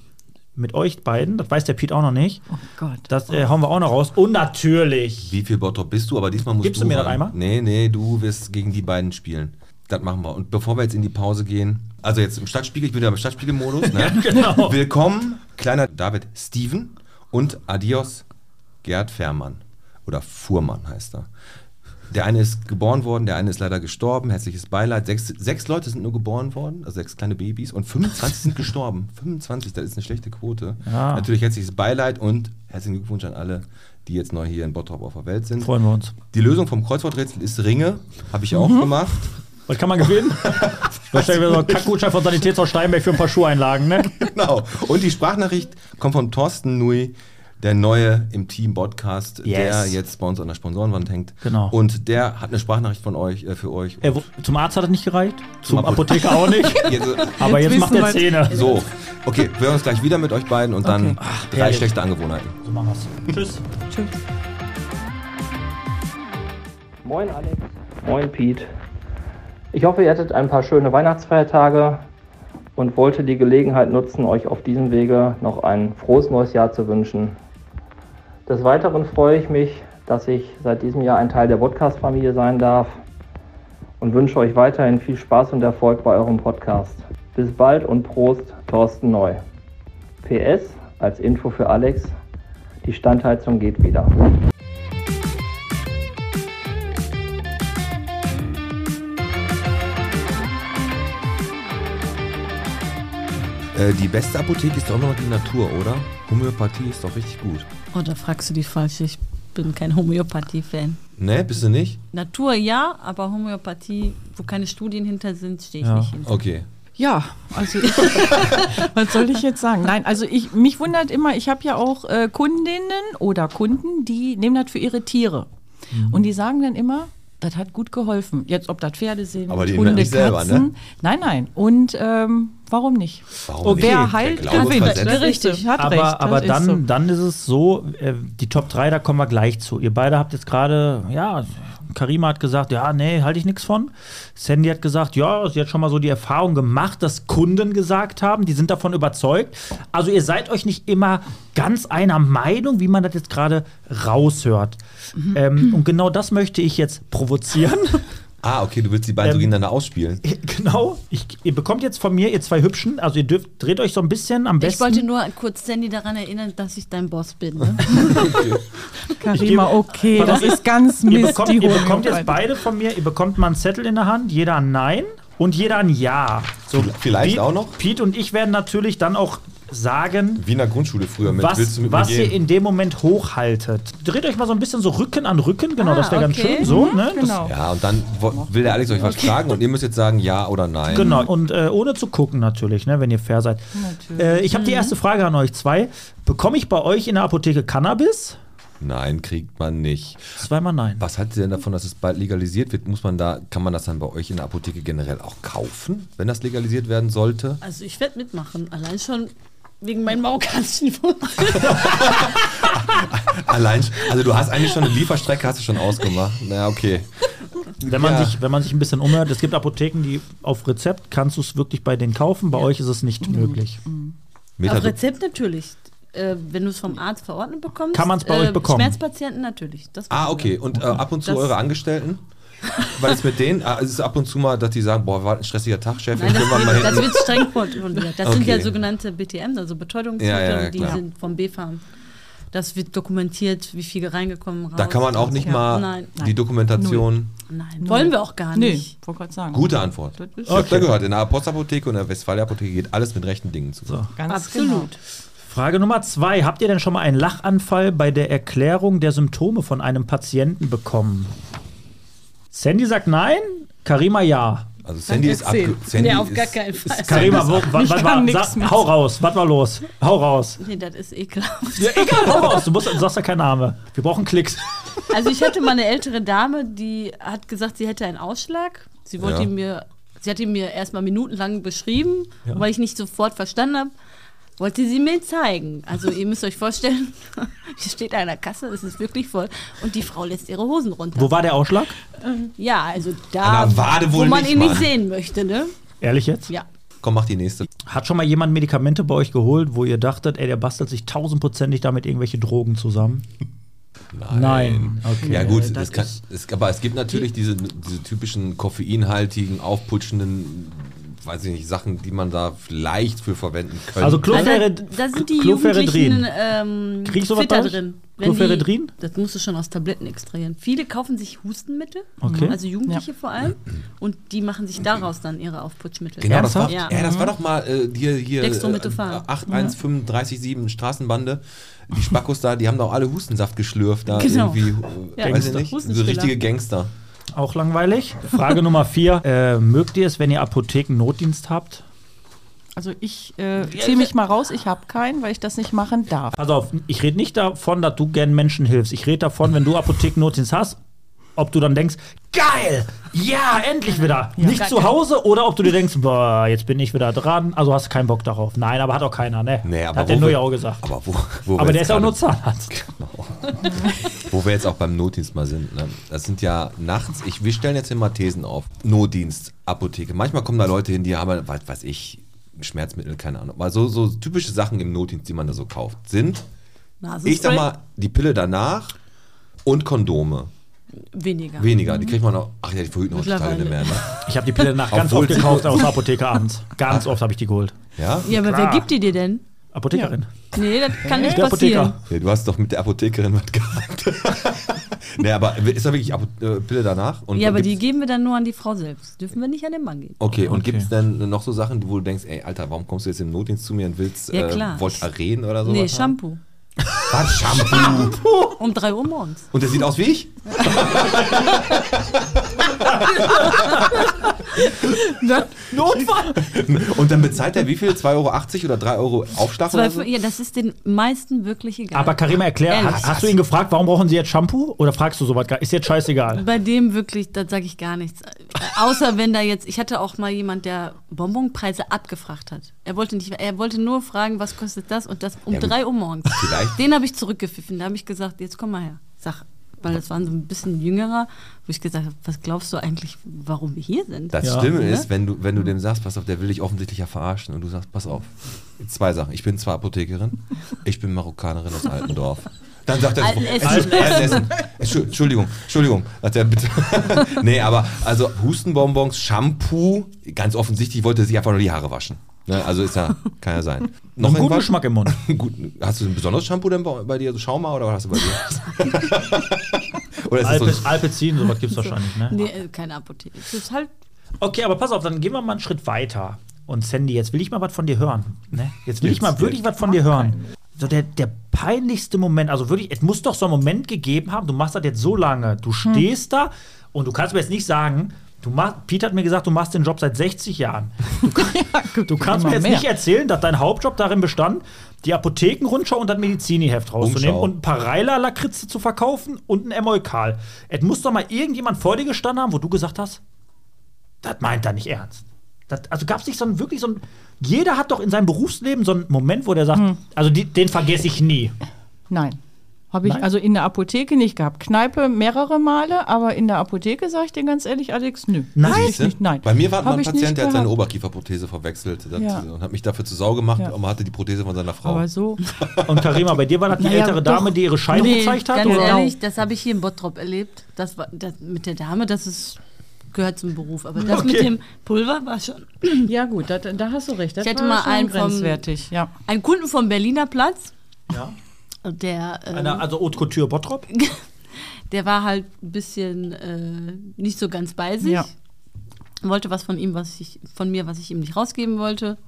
Speaker 2: Mit euch beiden, das weiß der Piet auch noch nicht.
Speaker 4: oh Gott.
Speaker 2: Das äh, hauen wir auch noch raus. Und natürlich.
Speaker 1: wie viel Bottrop bist du? Aber diesmal musst
Speaker 2: Gibst
Speaker 1: du.
Speaker 2: du mir das
Speaker 1: ran.
Speaker 2: einmal?
Speaker 1: Nee, nee, du wirst gegen die beiden spielen. Das machen wir. Und bevor wir jetzt in die Pause gehen, also jetzt im Stadtspiegel, ich bin ja im Stadtspiegelmodus. Ne?
Speaker 2: Genau.
Speaker 1: Willkommen, kleiner David Steven und Adios Gerd Fährmann. Oder Fuhrmann heißt er. Der eine ist geboren worden, der eine ist leider gestorben. Herzliches Beileid. Sechs, sechs Leute sind nur geboren worden, also sechs kleine Babys. Und 25 sind gestorben. 25, das ist eine schlechte Quote.
Speaker 2: Ja.
Speaker 1: Natürlich herzliches Beileid und herzlichen Glückwunsch an alle, die jetzt neu hier in Bottrop auf der Welt sind.
Speaker 2: Freuen wir uns.
Speaker 1: Die Lösung vom Kreuzworträtsel ist Ringe. Habe ich
Speaker 2: Mhm.
Speaker 1: auch gemacht.
Speaker 2: Was kann man gewinnen? Wahrscheinlich wieder so einen Kackgutschein von Sanitätshaus Steinberg für ein paar Schuheinlagen, ne?
Speaker 1: genau. Und die Sprachnachricht kommt von Thorsten Nui, der neue im Team Podcast, der
Speaker 2: Yes.
Speaker 1: jetzt bei uns an der Sponsorenwand hängt.
Speaker 2: Genau.
Speaker 1: Und der hat eine Sprachnachricht von euch äh, für euch.
Speaker 2: Äh, wo, zum Arzt hat es nicht gereicht, zum
Speaker 1: Apo-
Speaker 2: Apotheker auch nicht.
Speaker 1: Jetzt, äh,
Speaker 2: Aber jetzt,
Speaker 4: wissen
Speaker 2: macht er
Speaker 4: wir's.
Speaker 2: Zähne.
Speaker 1: so, okay, wir hören uns gleich wieder mit euch beiden und dann
Speaker 4: Okay.
Speaker 1: drei
Speaker 2: herrlich.
Speaker 1: schlechte Angewohnheiten.
Speaker 2: So machen wir's. Tschüss.
Speaker 4: Tschüss.
Speaker 6: Moin Alex. Moin Pete. Ich hoffe, ihr hattet ein paar schöne Weihnachtsfeiertage und wollte die Gelegenheit nutzen, euch auf diesem Wege noch ein frohes neues Jahr zu wünschen. Des Weiteren freue ich mich, dass ich seit diesem Jahr ein Teil der Podcast-Familie sein darf und wünsche euch weiterhin viel Spaß und Erfolg bei eurem Podcast. Bis bald und Prost, Thorsten Neu. PS als Info für Alex, die Standheizung geht wieder.
Speaker 1: Äh, die beste Apotheke ist doch immer noch die Natur, oder? Homöopathie ist doch richtig gut.
Speaker 5: Oh, da fragst du die falsch. Ich bin kein Homöopathie-Fan.
Speaker 1: Ne, bist du nicht?
Speaker 5: Natur ja, aber Homöopathie, wo keine Studien hinter sind, stehe ich
Speaker 2: Ja.
Speaker 5: nicht hin.
Speaker 1: Okay.
Speaker 4: Ja, also ich, was soll ich jetzt sagen? Nein, also ich mich wundert immer, ich habe ja auch äh, Kundinnen oder Kunden, die nehmen das für ihre Tiere.
Speaker 1: Mhm.
Speaker 4: Und die sagen dann immer, das hat gut geholfen. Jetzt ob das Pferde sind,
Speaker 1: Aber die nehmen das nicht selber, ne?
Speaker 4: Nein, nein. Und ähm, warum nicht?
Speaker 1: Warum
Speaker 2: Okay.
Speaker 1: nicht?
Speaker 4: Wer heilt,
Speaker 1: Der Glaube
Speaker 4: gewinnt.
Speaker 1: versetzt.
Speaker 4: Richtig, hat
Speaker 2: aber
Speaker 4: recht. das
Speaker 2: aber
Speaker 4: ist
Speaker 2: dann,
Speaker 4: so.
Speaker 2: dann ist es so, äh, die Top 3, da kommen wir gleich zu. Ihr beide habt jetzt gerade, ja, Karima hat gesagt, ja, nee, halte ich nichts von. Sandy hat gesagt, ja, sie hat schon mal so die Erfahrung gemacht, dass Kunden gesagt haben, die sind davon überzeugt. Also ihr seid euch nicht immer ganz einer Meinung, wie man das jetzt gerade raushört.
Speaker 4: Mhm.
Speaker 2: Ähm, und genau das möchte ich jetzt provozieren.
Speaker 1: Ah, okay, du willst die beiden so
Speaker 2: Ähm,
Speaker 1: gegeneinander ausspielen.
Speaker 2: genau. Ich, ihr bekommt jetzt von mir, ihr zwei Hübschen, also ihr dürft, dreht euch so ein bisschen am besten.
Speaker 5: Ich wollte nur kurz Sandy daran erinnern, dass ich dein Boss bin. Ne?
Speaker 4: Karima,
Speaker 2: gebe-
Speaker 4: okay,
Speaker 2: Pardon,
Speaker 4: das
Speaker 2: ihr-
Speaker 4: ist ganz Mist.
Speaker 2: Ihr bekommt,
Speaker 4: die
Speaker 2: ihr
Speaker 4: holen
Speaker 2: bekommt
Speaker 4: wir
Speaker 2: jetzt
Speaker 4: beide.
Speaker 2: beide von mir, ihr bekommt mal einen Zettel in der Hand, jeder ein Nein und jeder ein Ja. So,
Speaker 1: Vielleicht auch noch?
Speaker 2: Pete und ich werden natürlich dann auch sagen,
Speaker 1: Wiener Grundschule früher mit. willst
Speaker 2: was,
Speaker 1: du mit
Speaker 2: was
Speaker 1: mir
Speaker 2: ihr
Speaker 1: gehen?
Speaker 2: in dem Moment hochhaltet. Dreht euch mal so ein bisschen so Rücken an Rücken, genau,
Speaker 5: Ah,
Speaker 2: das wäre ganz
Speaker 5: okay.
Speaker 2: schön. So, ne? Das-
Speaker 4: Genau.
Speaker 1: Ja, und dann wo- will der Alex euch was fragen und ihr müsst jetzt sagen ja oder nein.
Speaker 2: Genau, und äh, ohne zu gucken natürlich, ne, wenn ihr fair seid. Äh, ich habe die erste Frage an euch zwei. Bekomme ich bei euch in der Apotheke Cannabis?
Speaker 1: Nein, kriegt man nicht.
Speaker 2: Zweimal nein.
Speaker 1: Was haltet ihr denn davon, dass es bald legalisiert wird? Muss man da, kann man das dann bei euch in der Apotheke generell auch kaufen, wenn das legalisiert werden sollte?
Speaker 5: Also ich werde mitmachen, allein schon wegen meinen Maukatzen.
Speaker 1: Allein, also du hast eigentlich schon eine Lieferstrecke, hast du schon ausgemacht. Na okay.
Speaker 2: Wenn man,
Speaker 1: Ja.
Speaker 2: sich, wenn man sich ein bisschen umhört, es gibt Apotheken, die auf Rezept kannst du es wirklich bei denen kaufen. Bei euch ist es nicht möglich.
Speaker 5: Auf
Speaker 1: Methadon,
Speaker 5: Rezept natürlich. Äh, wenn du es vom Arzt verordnet bekommst. äh,
Speaker 2: Kann man's bei euch bekommen?
Speaker 5: Schmerzpatienten natürlich. Das
Speaker 1: ah,
Speaker 5: machen
Speaker 1: okay. Und äh, ab und zu
Speaker 5: Das-
Speaker 1: eure Angestellten? Weil es mit denen, ah, es ist ab und zu mal, dass die sagen, boah, war ein stressiger Tag, Chef,
Speaker 5: Nein,
Speaker 1: ich
Speaker 5: das
Speaker 1: will mal mal
Speaker 5: wird, das
Speaker 1: hinten.
Speaker 5: wird streng kontrolliert. Das sind
Speaker 1: Okay.
Speaker 5: ja sogenannte BTMs, also Betäubungsmittel,
Speaker 1: Ja, ja, ja,
Speaker 5: die
Speaker 1: klar.
Speaker 5: sind vom BfArM. Das wird dokumentiert, wie viel reingekommen raus.
Speaker 1: Da kann man auch nicht mal
Speaker 5: Nein,
Speaker 1: die Dokumentation.
Speaker 5: nein. Wollen wir auch gar
Speaker 4: Nee,
Speaker 5: nicht.
Speaker 4: wollte gerade sagen.
Speaker 1: Gute Antwort.
Speaker 4: Das
Speaker 1: Ich
Speaker 4: ist
Speaker 1: hab's ja gehört, in der Postapotheke und der Westfalenapotheke geht alles mit rechten Dingen zu.
Speaker 4: Ganz genau.
Speaker 5: Absolut.
Speaker 2: Frage Nummer zwei. Habt ihr denn schon mal einen Lachanfall bei der Erklärung der Symptome von einem Patienten bekommen? Sandy sagt nein, Karima ja.
Speaker 1: Also Sandy ist
Speaker 4: erzähl.
Speaker 1: abge... Sandy
Speaker 5: Nee, auf gar
Speaker 1: ist-
Speaker 5: keinen Fall.
Speaker 2: Karima, wo, wa,
Speaker 4: Ich
Speaker 2: wa,
Speaker 4: kann
Speaker 2: wa,
Speaker 4: nix
Speaker 2: sag,
Speaker 4: mit.
Speaker 2: hau raus, was war los? Hau raus.
Speaker 5: Nee, das ist ekelhaft.
Speaker 2: Ja, egal, hau raus, du, musst, du sagst ja keinen Name. Wir brauchen Klicks.
Speaker 5: Also ich hatte mal eine ältere Dame, die hat gesagt, sie hätte einen Ausschlag. Sie wollte
Speaker 1: Ja.
Speaker 5: ihn mir, sie hat ihn mir erstmal minutenlang beschrieben, und weil ich nicht sofort verstanden habe. Wollte sie mir zeigen. Also ihr müsst euch vorstellen, hier steht einer Kasse, es ist wirklich voll und die Frau lässt ihre Hosen runter.
Speaker 2: Wo war der Ausschlag?
Speaker 5: Ja, also
Speaker 1: An
Speaker 5: da,
Speaker 1: der Wade
Speaker 5: wo
Speaker 1: wohl
Speaker 5: man
Speaker 1: nicht,
Speaker 5: ihn
Speaker 1: Mann.
Speaker 5: nicht sehen möchte, ne?
Speaker 2: Ehrlich jetzt?
Speaker 5: Ja.
Speaker 1: Komm, mach die nächste.
Speaker 2: Hat schon mal jemand Medikamente bei euch geholt, wo ihr dachtet, ey, der bastelt sich tausendprozentig damit irgendwelche Drogen zusammen? Nein. Okay.
Speaker 1: Ja gut,
Speaker 5: das
Speaker 1: das kann,
Speaker 5: ist-
Speaker 1: es, aber es gibt natürlich diese, diese typischen koffeinhaltigen, aufputschenden, weiß ich nicht, Sachen, die man da vielleicht für verwenden könnte.
Speaker 2: Also Chlorferid-
Speaker 5: Also, da sind die
Speaker 2: Chlorferidrin.
Speaker 5: Jugendlichen ähm,
Speaker 2: Krieg ich sowas
Speaker 5: fitter
Speaker 2: bei euch?
Speaker 5: drin. Wenn
Speaker 2: Chlorferidrin?
Speaker 5: Die, das musst du schon aus Tabletten extrahieren. Viele kaufen sich Hustenmittel,
Speaker 2: Okay.
Speaker 5: also Jugendliche vor allem, und die machen sich daraus dann ihre Aufputschmittel.
Speaker 1: genau, das war,
Speaker 2: Ernsthaft?
Speaker 1: ja.
Speaker 5: Ja. Mhm.
Speaker 1: das war doch mal äh, hier, hier äh,
Speaker 5: Dextrometaphan.
Speaker 1: 81357 Straßenbande. Die Spackos da, die haben doch alle Hustensaft geschlürft. Da
Speaker 5: Genau.
Speaker 1: irgendwie, äh,
Speaker 5: Ja,
Speaker 1: weiß ich
Speaker 5: Gangster.
Speaker 1: nicht, so
Speaker 5: Hustenspiller.
Speaker 1: richtige Gangster.
Speaker 2: Auch langweilig. Frage Nummer vier. Äh, mögt ihr es, wenn ihr Apotheken-Notdienst habt?
Speaker 4: Also ich äh, ziehe mich mal raus, ich habe keinen, weil ich das nicht machen darf.
Speaker 2: Pass auf, ich rede nicht davon, dass du gern Menschen hilfst. Ich rede davon, wenn du Apotheken-Notdienst hast, ob du dann denkst, geil, ja, endlich wieder. nicht
Speaker 5: Gar
Speaker 2: zu Hause oder ob du dir denkst, boah, jetzt bin ich wieder dran. Also hast du keinen Bock darauf. Nein, aber hat auch keiner, ne?
Speaker 1: Nee, aber
Speaker 2: hat der
Speaker 1: wo
Speaker 2: Neuer
Speaker 1: wir-
Speaker 2: auch gesagt.
Speaker 1: Aber, wo, wo wir
Speaker 2: Aber der
Speaker 1: jetzt
Speaker 2: ist ja auch
Speaker 1: gerade-
Speaker 2: nur Zahnarzt.
Speaker 1: Wo wir jetzt auch beim Notdienst mal sind. Ne? Das sind ja nachts, ich, wir stellen jetzt hier mal Thesen auf. Notdienst, Apotheke. Manchmal kommen da Leute hin, die haben, halt, was weiß ich, Schmerzmittel, keine Ahnung. Mal so, so typische Sachen im Notdienst, die man da so kauft, sind,
Speaker 5: Nasenspray?
Speaker 1: ich sag mal, die Pille danach und Kondome.
Speaker 5: weniger.
Speaker 1: Weniger, die kriegt man auch. Ach ja, die verhüten heutzutage nicht mehr. Ne?
Speaker 2: Ich habe die Pille nach ganz
Speaker 1: Obwohl
Speaker 2: oft
Speaker 1: sie-
Speaker 2: gekauft aus der Apotheke abends. Ganz oft habe ich die geholt.
Speaker 1: Ja?
Speaker 5: ja, aber
Speaker 2: Klar.
Speaker 5: wer gibt die dir denn?
Speaker 2: Apothekerin.
Speaker 5: Nee, das kann nicht
Speaker 2: Der
Speaker 5: passieren.
Speaker 2: Apotheker.
Speaker 1: Ja, du hast doch mit der Apothekerin was gehabt. nee, aber ist da wirklich Apo äh, Pille danach? Und
Speaker 5: Ja, aber
Speaker 1: gibt's-
Speaker 5: die geben wir dann nur an die Frau selbst. Dürfen wir nicht an den Mann geben.
Speaker 1: Okay, und gibt es denn noch so Sachen, wo du denkst, ey, Alter, warum kommst du jetzt im Notdienst zu mir und willst
Speaker 5: Ja, klar.
Speaker 1: äh, Voltaren oder so?
Speaker 5: nee,
Speaker 1: was haben?
Speaker 5: Shampoo.
Speaker 1: Was, Shampoo?
Speaker 5: Um 3 Uhr morgens.
Speaker 1: und der sieht aus wie ich?
Speaker 4: Ne?
Speaker 2: Notfall!
Speaker 1: Und dann bezahlt er wie viel? 2,80 Euro oder 3 Euro Aufschlag
Speaker 5: Zwei,
Speaker 1: oder so?
Speaker 5: ja, das ist den meisten wirklich egal.
Speaker 2: Aber Karima, erklär,
Speaker 5: Ehrlich.
Speaker 2: hast, hast du ihn gefragt, warum brauchen sie jetzt Shampoo? Oder fragst du sowas gar Ist jetzt scheißegal.
Speaker 5: Bei dem wirklich, da sage ich gar nichts. Äh, Außer wenn da jetzt, ich hatte auch mal jemand, der Bonbonpreise abgefragt hat. Er wollte nicht, er wollte nur fragen, was kostet das und das um
Speaker 1: Ja, gut.
Speaker 5: drei Uhr morgens.
Speaker 1: Vielleicht.
Speaker 5: Den habe ich zurückgepfiffen. Da habe ich gesagt, jetzt komm mal her. Sag, weil das waren so ein bisschen jüngerer, wo ich gesagt habe, was glaubst du eigentlich, warum wir hier sind?
Speaker 1: Das
Speaker 2: Ja.
Speaker 1: Schlimme
Speaker 5: Ne?
Speaker 1: ist, wenn du, wenn du dem sagst, pass auf, der will dich offensichtlich ja verarschen und du sagst, pass auf, zwei Sachen. Ich bin zwar Apothekerin, ich bin Marokkanerin aus Altendorf. Dann sagt er,
Speaker 5: Alten Essen.
Speaker 1: Entschu- Altenessen. Entschu- Entschuldigung, Entschuldigung, sagt er bitte. nee, aber also Hustenbonbons, Shampoo, ganz offensichtlich wollte er sich einfach nur die Haare waschen. Ne, also ist ja, kann ja sein. Noch
Speaker 2: Einen guten
Speaker 1: irgendwas?
Speaker 2: Geschmack im Mund.
Speaker 1: Gut, hast du ein besonderes Shampoo denn bei, bei dir? So Schauma oder was hast du bei dir? oder ist das so ein
Speaker 2: Alpe, Alpezin, sowas gibt's wahrscheinlich, ne?
Speaker 5: Nee, äh, keine Apotheke. Das ist halt
Speaker 2: Okay, aber pass auf, dann gehen wir mal einen Schritt weiter. Und Sandy, jetzt will ich mal was von dir hören. Ne? Jetzt will ich
Speaker 1: Jetzt,
Speaker 2: mal wirklich was von dir hören. So der, der peinlichste Moment, also wirklich, es muss doch so einen Moment gegeben haben, du machst das jetzt so lange, du stehst da und du kannst mir jetzt nicht sagen, du machst, Pete hat mir gesagt, du machst den Job seit 60 Jahren. Du kannst mir
Speaker 4: Immer
Speaker 2: jetzt
Speaker 4: mehr.
Speaker 2: nicht erzählen, dass dein Hauptjob darin bestand, die Apothekenrundschau und das Mediziniheft rauszunehmen
Speaker 1: Umschau.
Speaker 2: und ein paar Reiler-Lakritze zu verkaufen und ein Emolkal. Es muss doch mal irgendjemand vor dir gestanden haben, wo du gesagt hast, das meint er nicht ernst. Das, also gab es nicht so einen, wirklich so einen, jeder hat doch in seinem Berufsleben so einen Moment, wo der sagt, also die, den vergesse ich nie.
Speaker 4: Nein. Habe ich
Speaker 2: Nein?
Speaker 4: also in der Apotheke nicht gehabt. Kneipe mehrere Male, aber in der Apotheke sage ich dir ganz ehrlich, Alex, nö.
Speaker 2: Nein.
Speaker 4: Ich nicht, nein.
Speaker 1: Bei mir war mal
Speaker 4: Hab
Speaker 1: ein
Speaker 4: ich
Speaker 1: Patient,
Speaker 4: nicht
Speaker 1: der hat seine
Speaker 4: gehabt.
Speaker 1: Oberkieferprothese verwechselt das-
Speaker 4: Ja.
Speaker 1: und hat mich dafür zu Sau gemacht,
Speaker 4: Ja.
Speaker 1: aber hatte die Prothese von seiner Frau.
Speaker 4: Aber so.
Speaker 2: Und Karima, bei dir war das die
Speaker 4: Naja,
Speaker 2: ältere
Speaker 4: doch.
Speaker 2: Dame, die ihre Scheide gezeigt hat?
Speaker 5: Ganz
Speaker 2: Oder?
Speaker 5: ehrlich, das habe ich hier in Bottrop erlebt. Das war das, mit der Dame, das ist gehört zum Beruf, aber das mit
Speaker 2: Okay.
Speaker 5: dem Pulver war schon.
Speaker 4: Ja, gut, da, da hast du recht. Das
Speaker 5: Ich hatte
Speaker 4: war
Speaker 5: mal
Speaker 4: schon
Speaker 5: einen vom-
Speaker 4: grenzwertig. Ja.
Speaker 5: Ein Kunden vom Berliner Platz,
Speaker 2: Ja.
Speaker 5: der ähm,
Speaker 2: Einer, also Haute Couture Bottrop?
Speaker 5: der war halt ein bisschen äh, nicht so ganz bei sich.
Speaker 4: Ja.
Speaker 5: Wollte was von ihm, was ich von mir, was ich ihm nicht rausgeben wollte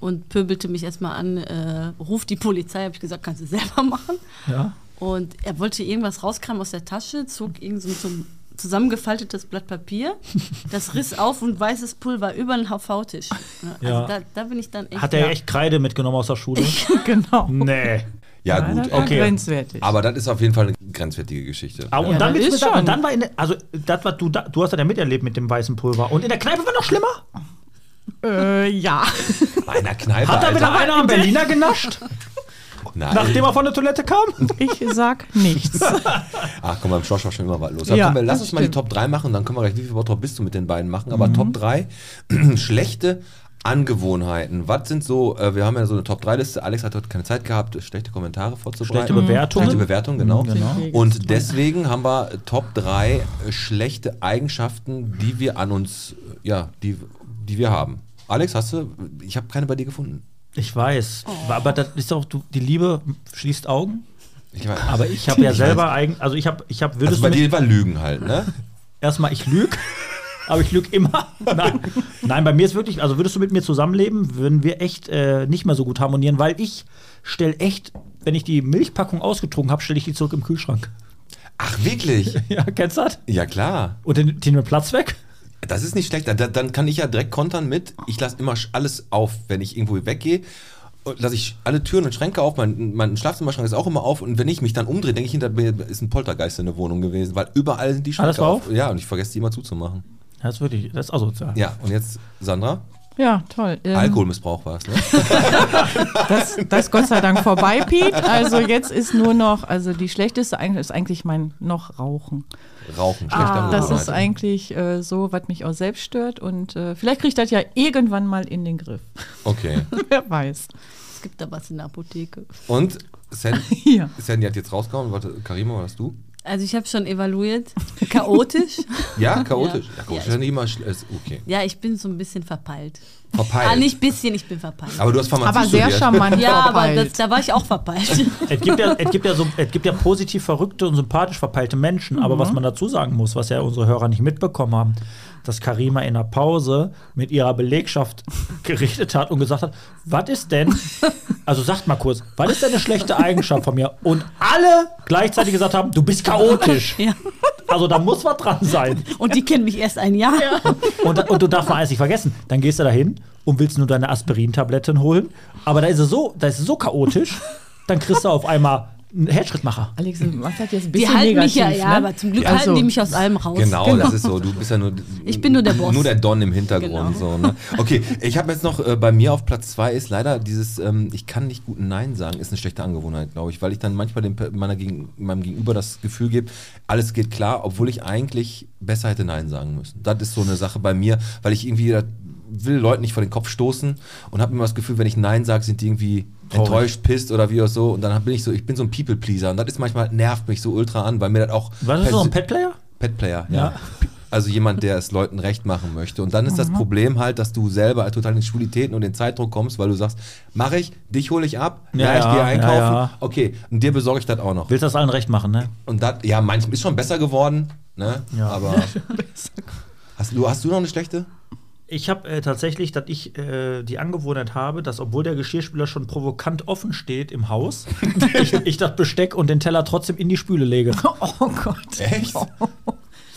Speaker 5: und pöbelte mich erstmal an, äh, ruft die Polizei, habe ich gesagt, kannst du selber machen.
Speaker 2: Ja.
Speaker 5: Und er wollte irgendwas rauskramen aus der Tasche, zog irgend so ein zum- zusammengefaltetes Blatt Papier, das riss auf und weißes Pulver über den HV-Tisch. Ja, Also
Speaker 2: Ja.
Speaker 5: da, da bin ich dann echt.
Speaker 2: Hat er
Speaker 5: ja.
Speaker 2: echt Kreide mitgenommen aus der Schule?
Speaker 4: Genau.
Speaker 2: nee.
Speaker 1: ja,
Speaker 4: Nein,
Speaker 1: gut,
Speaker 4: das war
Speaker 2: okay. Ah.
Speaker 4: grenzwertig.
Speaker 1: aber das ist auf jeden Fall eine grenzwertige Geschichte.
Speaker 2: Aber, und,
Speaker 1: ja.
Speaker 2: dann
Speaker 4: das
Speaker 2: bist du mit
Speaker 4: ist
Speaker 2: da,
Speaker 4: schon.
Speaker 2: und dann war in der, also das war du, da, du hast das ja miterlebt mit dem weißen Pulver. Und in der Kneipe war noch schlimmer.
Speaker 4: Äh, ja.
Speaker 1: Bei einer Kneipe,
Speaker 2: Hat da wieder
Speaker 1: Alter.
Speaker 2: einer am Berliner genascht,
Speaker 1: Nein.
Speaker 2: nachdem er von der Toilette kam?
Speaker 4: Ich sag nichts.
Speaker 1: Ach komm, beim Schorsch war schon immer was los.
Speaker 4: Ja,
Speaker 1: Ja, komm, lass
Speaker 4: das
Speaker 1: uns mal die
Speaker 4: stimmt.
Speaker 1: Top 3 machen, dann können wir gleich, wie viel Bottrop bist du mit den beiden machen.
Speaker 2: Mhm.
Speaker 1: Aber Top 3, schlechte Angewohnheiten. Was sind so, äh, wir haben ja so eine Top 3-Liste, Alex hat heute keine Zeit gehabt, schlechte Kommentare vorzubereiten.
Speaker 2: Schlechte Bewertungen.
Speaker 1: Schlechte Bewertungen, genau.
Speaker 2: genau.
Speaker 1: Und deswegen haben wir Top 3 schlechte Eigenschaften, die wir an uns, äh, ja, die, die wir haben. Alex, hast du, ich habe keine bei dir gefunden.
Speaker 2: Ich weiß, aber das ist doch, du, die Liebe schließt Augen.
Speaker 1: Ich weiß.
Speaker 2: Aber ich habe ja
Speaker 1: Ich
Speaker 2: selber eigen, also ich habe, ich habe, würdest
Speaker 1: Also bei
Speaker 2: du mich,
Speaker 1: dir war Lügen halt, ne?
Speaker 2: erstmal, ich lüge, aber ich lüge immer. Nein. Nein, bei mir ist wirklich, also würdest du mit mir zusammenleben, würden wir echt äh, nicht mehr so gut harmonieren, weil ich stelle echt, wenn ich die Milchpackung ausgetrunken habe, stelle ich die zurück im Kühlschrank.
Speaker 1: Ach, wirklich?
Speaker 2: Ja, kennst du das?
Speaker 1: Ja, klar.
Speaker 2: Und den, den Platz weg?
Speaker 1: Das ist nicht schlecht. Dann, dann kann ich ja direkt kontern mit, ich lasse immer sch- alles auf, wenn ich irgendwo weggehe. und Lasse ich alle Türen und Schränke auf, mein, mein Schlafzimmerschrank ist auch immer auf und wenn ich mich dann umdrehe, denke ich, hinter mir ist ein Poltergeist in der Wohnung gewesen, weil überall sind die Schränke
Speaker 2: Alles war auf?
Speaker 1: Ja, und ich vergesse die immer zuzumachen.
Speaker 2: Das ist wirklich, das ist asozial.
Speaker 1: Ja, und jetzt, Sandra,
Speaker 4: Ja, toll. Ähm,
Speaker 1: Alkoholmissbrauch war es, ne?
Speaker 4: Das, das ist Gott sei Dank vorbei, Pete. Also jetzt ist nur noch, also die schlechteste Eigenschaft ist eigentlich mein noch Rauchen.
Speaker 1: Rauchen, schlechte ah,
Speaker 4: Das ist eigentlich äh, so, was mich auch selbst stört. Und äh, vielleicht kriege ich das ja irgendwann mal in den Griff.
Speaker 1: Okay.
Speaker 4: Wer weiß.
Speaker 5: Es gibt da was in der Apotheke.
Speaker 1: Und Sandy,
Speaker 4: Ja.
Speaker 1: Sandy hat jetzt rausgehauen. Warte, Karima, warst du?
Speaker 5: Also ich habe schon evaluiert. Chaotisch.
Speaker 1: Ja, chaotisch. Ja,
Speaker 5: Ja,
Speaker 1: chaotisch
Speaker 5: ich-
Speaker 1: ja, nicht immer schl- ist okay.
Speaker 5: ja, ich bin so ein bisschen verpeilt.
Speaker 1: Verpeilt.
Speaker 5: Ah, nicht bisschen, ich bin verpeilt.
Speaker 1: Aber du hast Pharmazie
Speaker 4: Aber sehr
Speaker 1: studiert.
Speaker 4: charmant
Speaker 5: Ja, aber das,
Speaker 4: verpeilt.
Speaker 5: da war ich auch verpeilt.
Speaker 2: Es gibt ja, es gibt ja, so, es gibt ja positiv verrückte und sympathisch verpeilte Menschen, aber was man dazu sagen muss, was ja unsere Hörer nicht mitbekommen haben, dass Karima in der Pause mit ihrer Belegschaft gerichtet hat und gesagt hat, was ist denn, also sagt mal kurz, was ist denn eine schlechte Eigenschaft von mir? Und alle gleichzeitig gesagt haben, du bist chaotisch.
Speaker 5: Ja.
Speaker 2: Also da muss was dran sein.
Speaker 5: Und die kennen mich erst ein Jahr.
Speaker 2: Und, und du darfst mal eins nicht vergessen, dann gehst du da hin und willst nur deine Aspirintabletten holen, aber da ist es so, da ist es so chaotisch, dann kriegst du auf einmal einen Herzschrittmacher.
Speaker 4: Alex, macht das jetzt ein
Speaker 5: Die
Speaker 4: bisschen
Speaker 5: halten mich
Speaker 4: negativ,
Speaker 5: ja, ja,
Speaker 4: ne?
Speaker 5: aber zum Glück
Speaker 4: Also,
Speaker 5: halten die mich aus allem raus.
Speaker 1: Genau, das ist so. Du bist ja nur.
Speaker 5: Ich bin nur der Boss. Genau.
Speaker 1: Nur der Don im Hintergrund. So, ne? Okay, ich habe jetzt noch äh, bei mir auf Platz zwei ist leider dieses, ähm, ich kann nicht guten Nein sagen, ist eine schlechte Angewohnheit, glaube ich, weil ich dann manchmal dem, meiner, gegen, meinem Gegenüber das Gefühl gebe, alles geht klar, obwohl ich eigentlich besser hätte Nein sagen müssen. Das ist so eine Sache bei mir, weil ich irgendwie das will Leuten nicht vor den Kopf stoßen und habe immer das Gefühl, wenn ich Nein sage, sind die irgendwie enttäuscht, pisst oder wie auch so und dann bin ich so, ich bin so ein People-Pleaser und das ist manchmal, nervt mich so ultra an, weil mir das auch...
Speaker 2: Was ist das, so ein
Speaker 1: persö-
Speaker 2: Petplayer?
Speaker 1: Pet-Player, ja.
Speaker 2: Ja. Mhm.
Speaker 1: Also jemand, der es Leuten recht machen möchte. Und dann ist das Problem halt, dass du selber total in die Schwulitäten und den Zeitdruck kommst, weil du sagst, mache ich, dich hole ich ab, ja,
Speaker 2: Ja,
Speaker 1: ich gehe
Speaker 2: ja,
Speaker 1: einkaufen,
Speaker 2: ja.
Speaker 1: okay, und dir besorge ich das auch noch.
Speaker 2: Willst das allen recht machen, ne?
Speaker 1: Und das, ja, manchem ist schon besser geworden, ne?
Speaker 2: Ja.
Speaker 1: Aber hast du, hast du noch eine schlechte?
Speaker 2: Ich habe äh, tatsächlich, dass ich äh, die Angewohnheit habe, dass obwohl der Geschirrspüler schon provokant offen steht im Haus, ich, ich das Besteck und den Teller trotzdem in die Spüle lege.
Speaker 4: Oh Gott.
Speaker 1: Echt?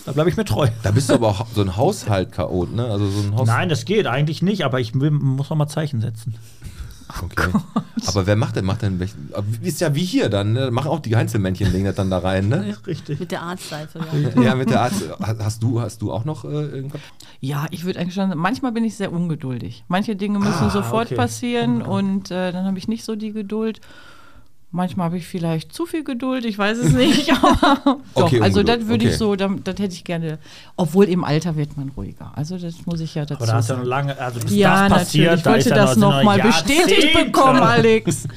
Speaker 2: Da bleibe ich mir treu.
Speaker 1: Da bist du aber auch so ein Haushalt-Chaot, ne? Also so ein Haus
Speaker 2: Nein, das geht eigentlich nicht, aber ich will, muss noch mal Zeichen setzen. oh
Speaker 1: okay. Aber wer macht denn, macht denn welchen? Ist ja wie hier dann, ne? Machen auch die Einzelmännchen legen das dann da rein, ne?
Speaker 2: Richtig.
Speaker 5: Mit der Arztseife, ja.
Speaker 1: Ja, mit der Arzt. Hast du, hast du auch noch äh, irgendwas?
Speaker 4: Ja, ich würde eigentlich schon, manchmal bin ich sehr ungeduldig. Manche Dinge müssen
Speaker 2: Ah,
Speaker 4: sofort
Speaker 2: okay.
Speaker 4: passieren und äh, dann habe ich nicht so die Geduld. Manchmal habe ich vielleicht zu viel Geduld, ich weiß es nicht. Aber doch,
Speaker 1: Okay,
Speaker 4: also
Speaker 1: Ungeduld,
Speaker 4: das würde
Speaker 1: okay.
Speaker 4: ich so, das hätte ich gerne. Obwohl im Alter wird man ruhiger. Also das muss ich ja dazu
Speaker 2: Aber da hast du ja
Speaker 4: sagen.
Speaker 2: noch lange, also bis
Speaker 4: ja,
Speaker 2: das passiert,
Speaker 4: natürlich. Ich wollte
Speaker 2: ja
Speaker 4: das
Speaker 2: sind
Speaker 4: noch mal
Speaker 2: Jahrzehnte.
Speaker 4: bestätigt bekommen, Alex.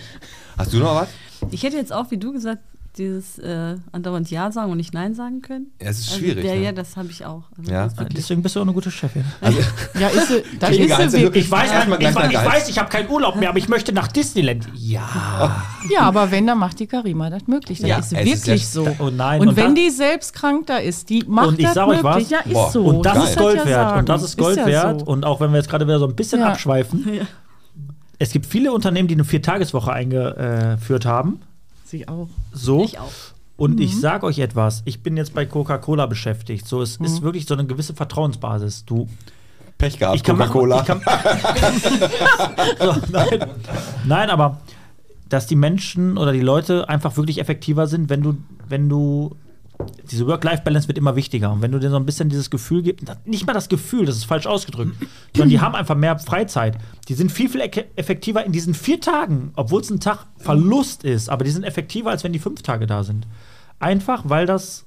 Speaker 1: Hast du noch was?
Speaker 5: Ich hätte jetzt auch, wie du gesagt, dieses äh, andauernd Ja sagen und nicht Nein sagen können.
Speaker 1: Ja, es ist schwierig,
Speaker 5: Der,
Speaker 1: ne?
Speaker 5: Ja, das habe ich auch. Also
Speaker 1: Ja.
Speaker 5: das ist wirklich-
Speaker 2: Deswegen bist du auch eine gute Chefin.
Speaker 1: Also,
Speaker 4: Ja, ist sie, da
Speaker 1: Kriegen
Speaker 4: ist
Speaker 1: Gehalt-
Speaker 4: sie wirklich.
Speaker 2: Ich weiß,
Speaker 1: Erstmal
Speaker 2: ich,
Speaker 1: gleich nach
Speaker 2: weiß, ich
Speaker 1: Gehalt.
Speaker 2: weiß, ich habe keinen Urlaub mehr, aber ich möchte nach Disneyland. Ja.
Speaker 4: Ja, aber wenn, dann macht die Karima das möglich. Das
Speaker 1: Ja, es
Speaker 4: ist
Speaker 1: ist
Speaker 4: wirklich
Speaker 1: ja-
Speaker 4: so.
Speaker 2: Oh nein,
Speaker 4: und,
Speaker 2: und
Speaker 4: wenn
Speaker 2: da-
Speaker 4: die selbst krank da ist, die macht
Speaker 2: Und ich
Speaker 4: das
Speaker 2: sag euch
Speaker 4: möglich.
Speaker 2: was,
Speaker 4: ja, ist
Speaker 1: boah,
Speaker 4: so.
Speaker 2: Und das
Speaker 1: Geil.
Speaker 2: ist
Speaker 4: muss man
Speaker 2: Gold
Speaker 4: Oh, ja
Speaker 2: wert.
Speaker 4: sagen.
Speaker 2: Und das ist Gold
Speaker 4: ja
Speaker 2: wert.
Speaker 4: so.
Speaker 2: Und auch wenn wir jetzt gerade wieder so ein bisschen
Speaker 4: Ja.
Speaker 2: abschweifen, es gibt viele Unternehmen, die eine Viertageswoche eingeführt haben.
Speaker 4: Sie auch.
Speaker 2: So.
Speaker 5: Ich auch.
Speaker 2: Und ich sag euch etwas, ich bin jetzt bei Coca-Cola beschäftigt. So, es ist wirklich so eine gewisse Vertrauensbasis. Du,
Speaker 1: Pech gehabt,
Speaker 2: ich kann machen- ich kann- so, nein. nein, aber dass die Menschen oder die Leute einfach wirklich effektiver sind, wenn du, wenn du diese Work-Life-Balance wird immer wichtiger. Und wenn du dir so ein bisschen dieses Gefühl gibst, nicht mal das Gefühl, das ist falsch ausgedrückt, sondern die haben einfach mehr Freizeit. Die sind viel, viel eke- effektiver in diesen vier Tagen, obwohl es ein Tag Verlust ist, aber die sind effektiver, als wenn die fünf Tage da sind. Einfach, weil das,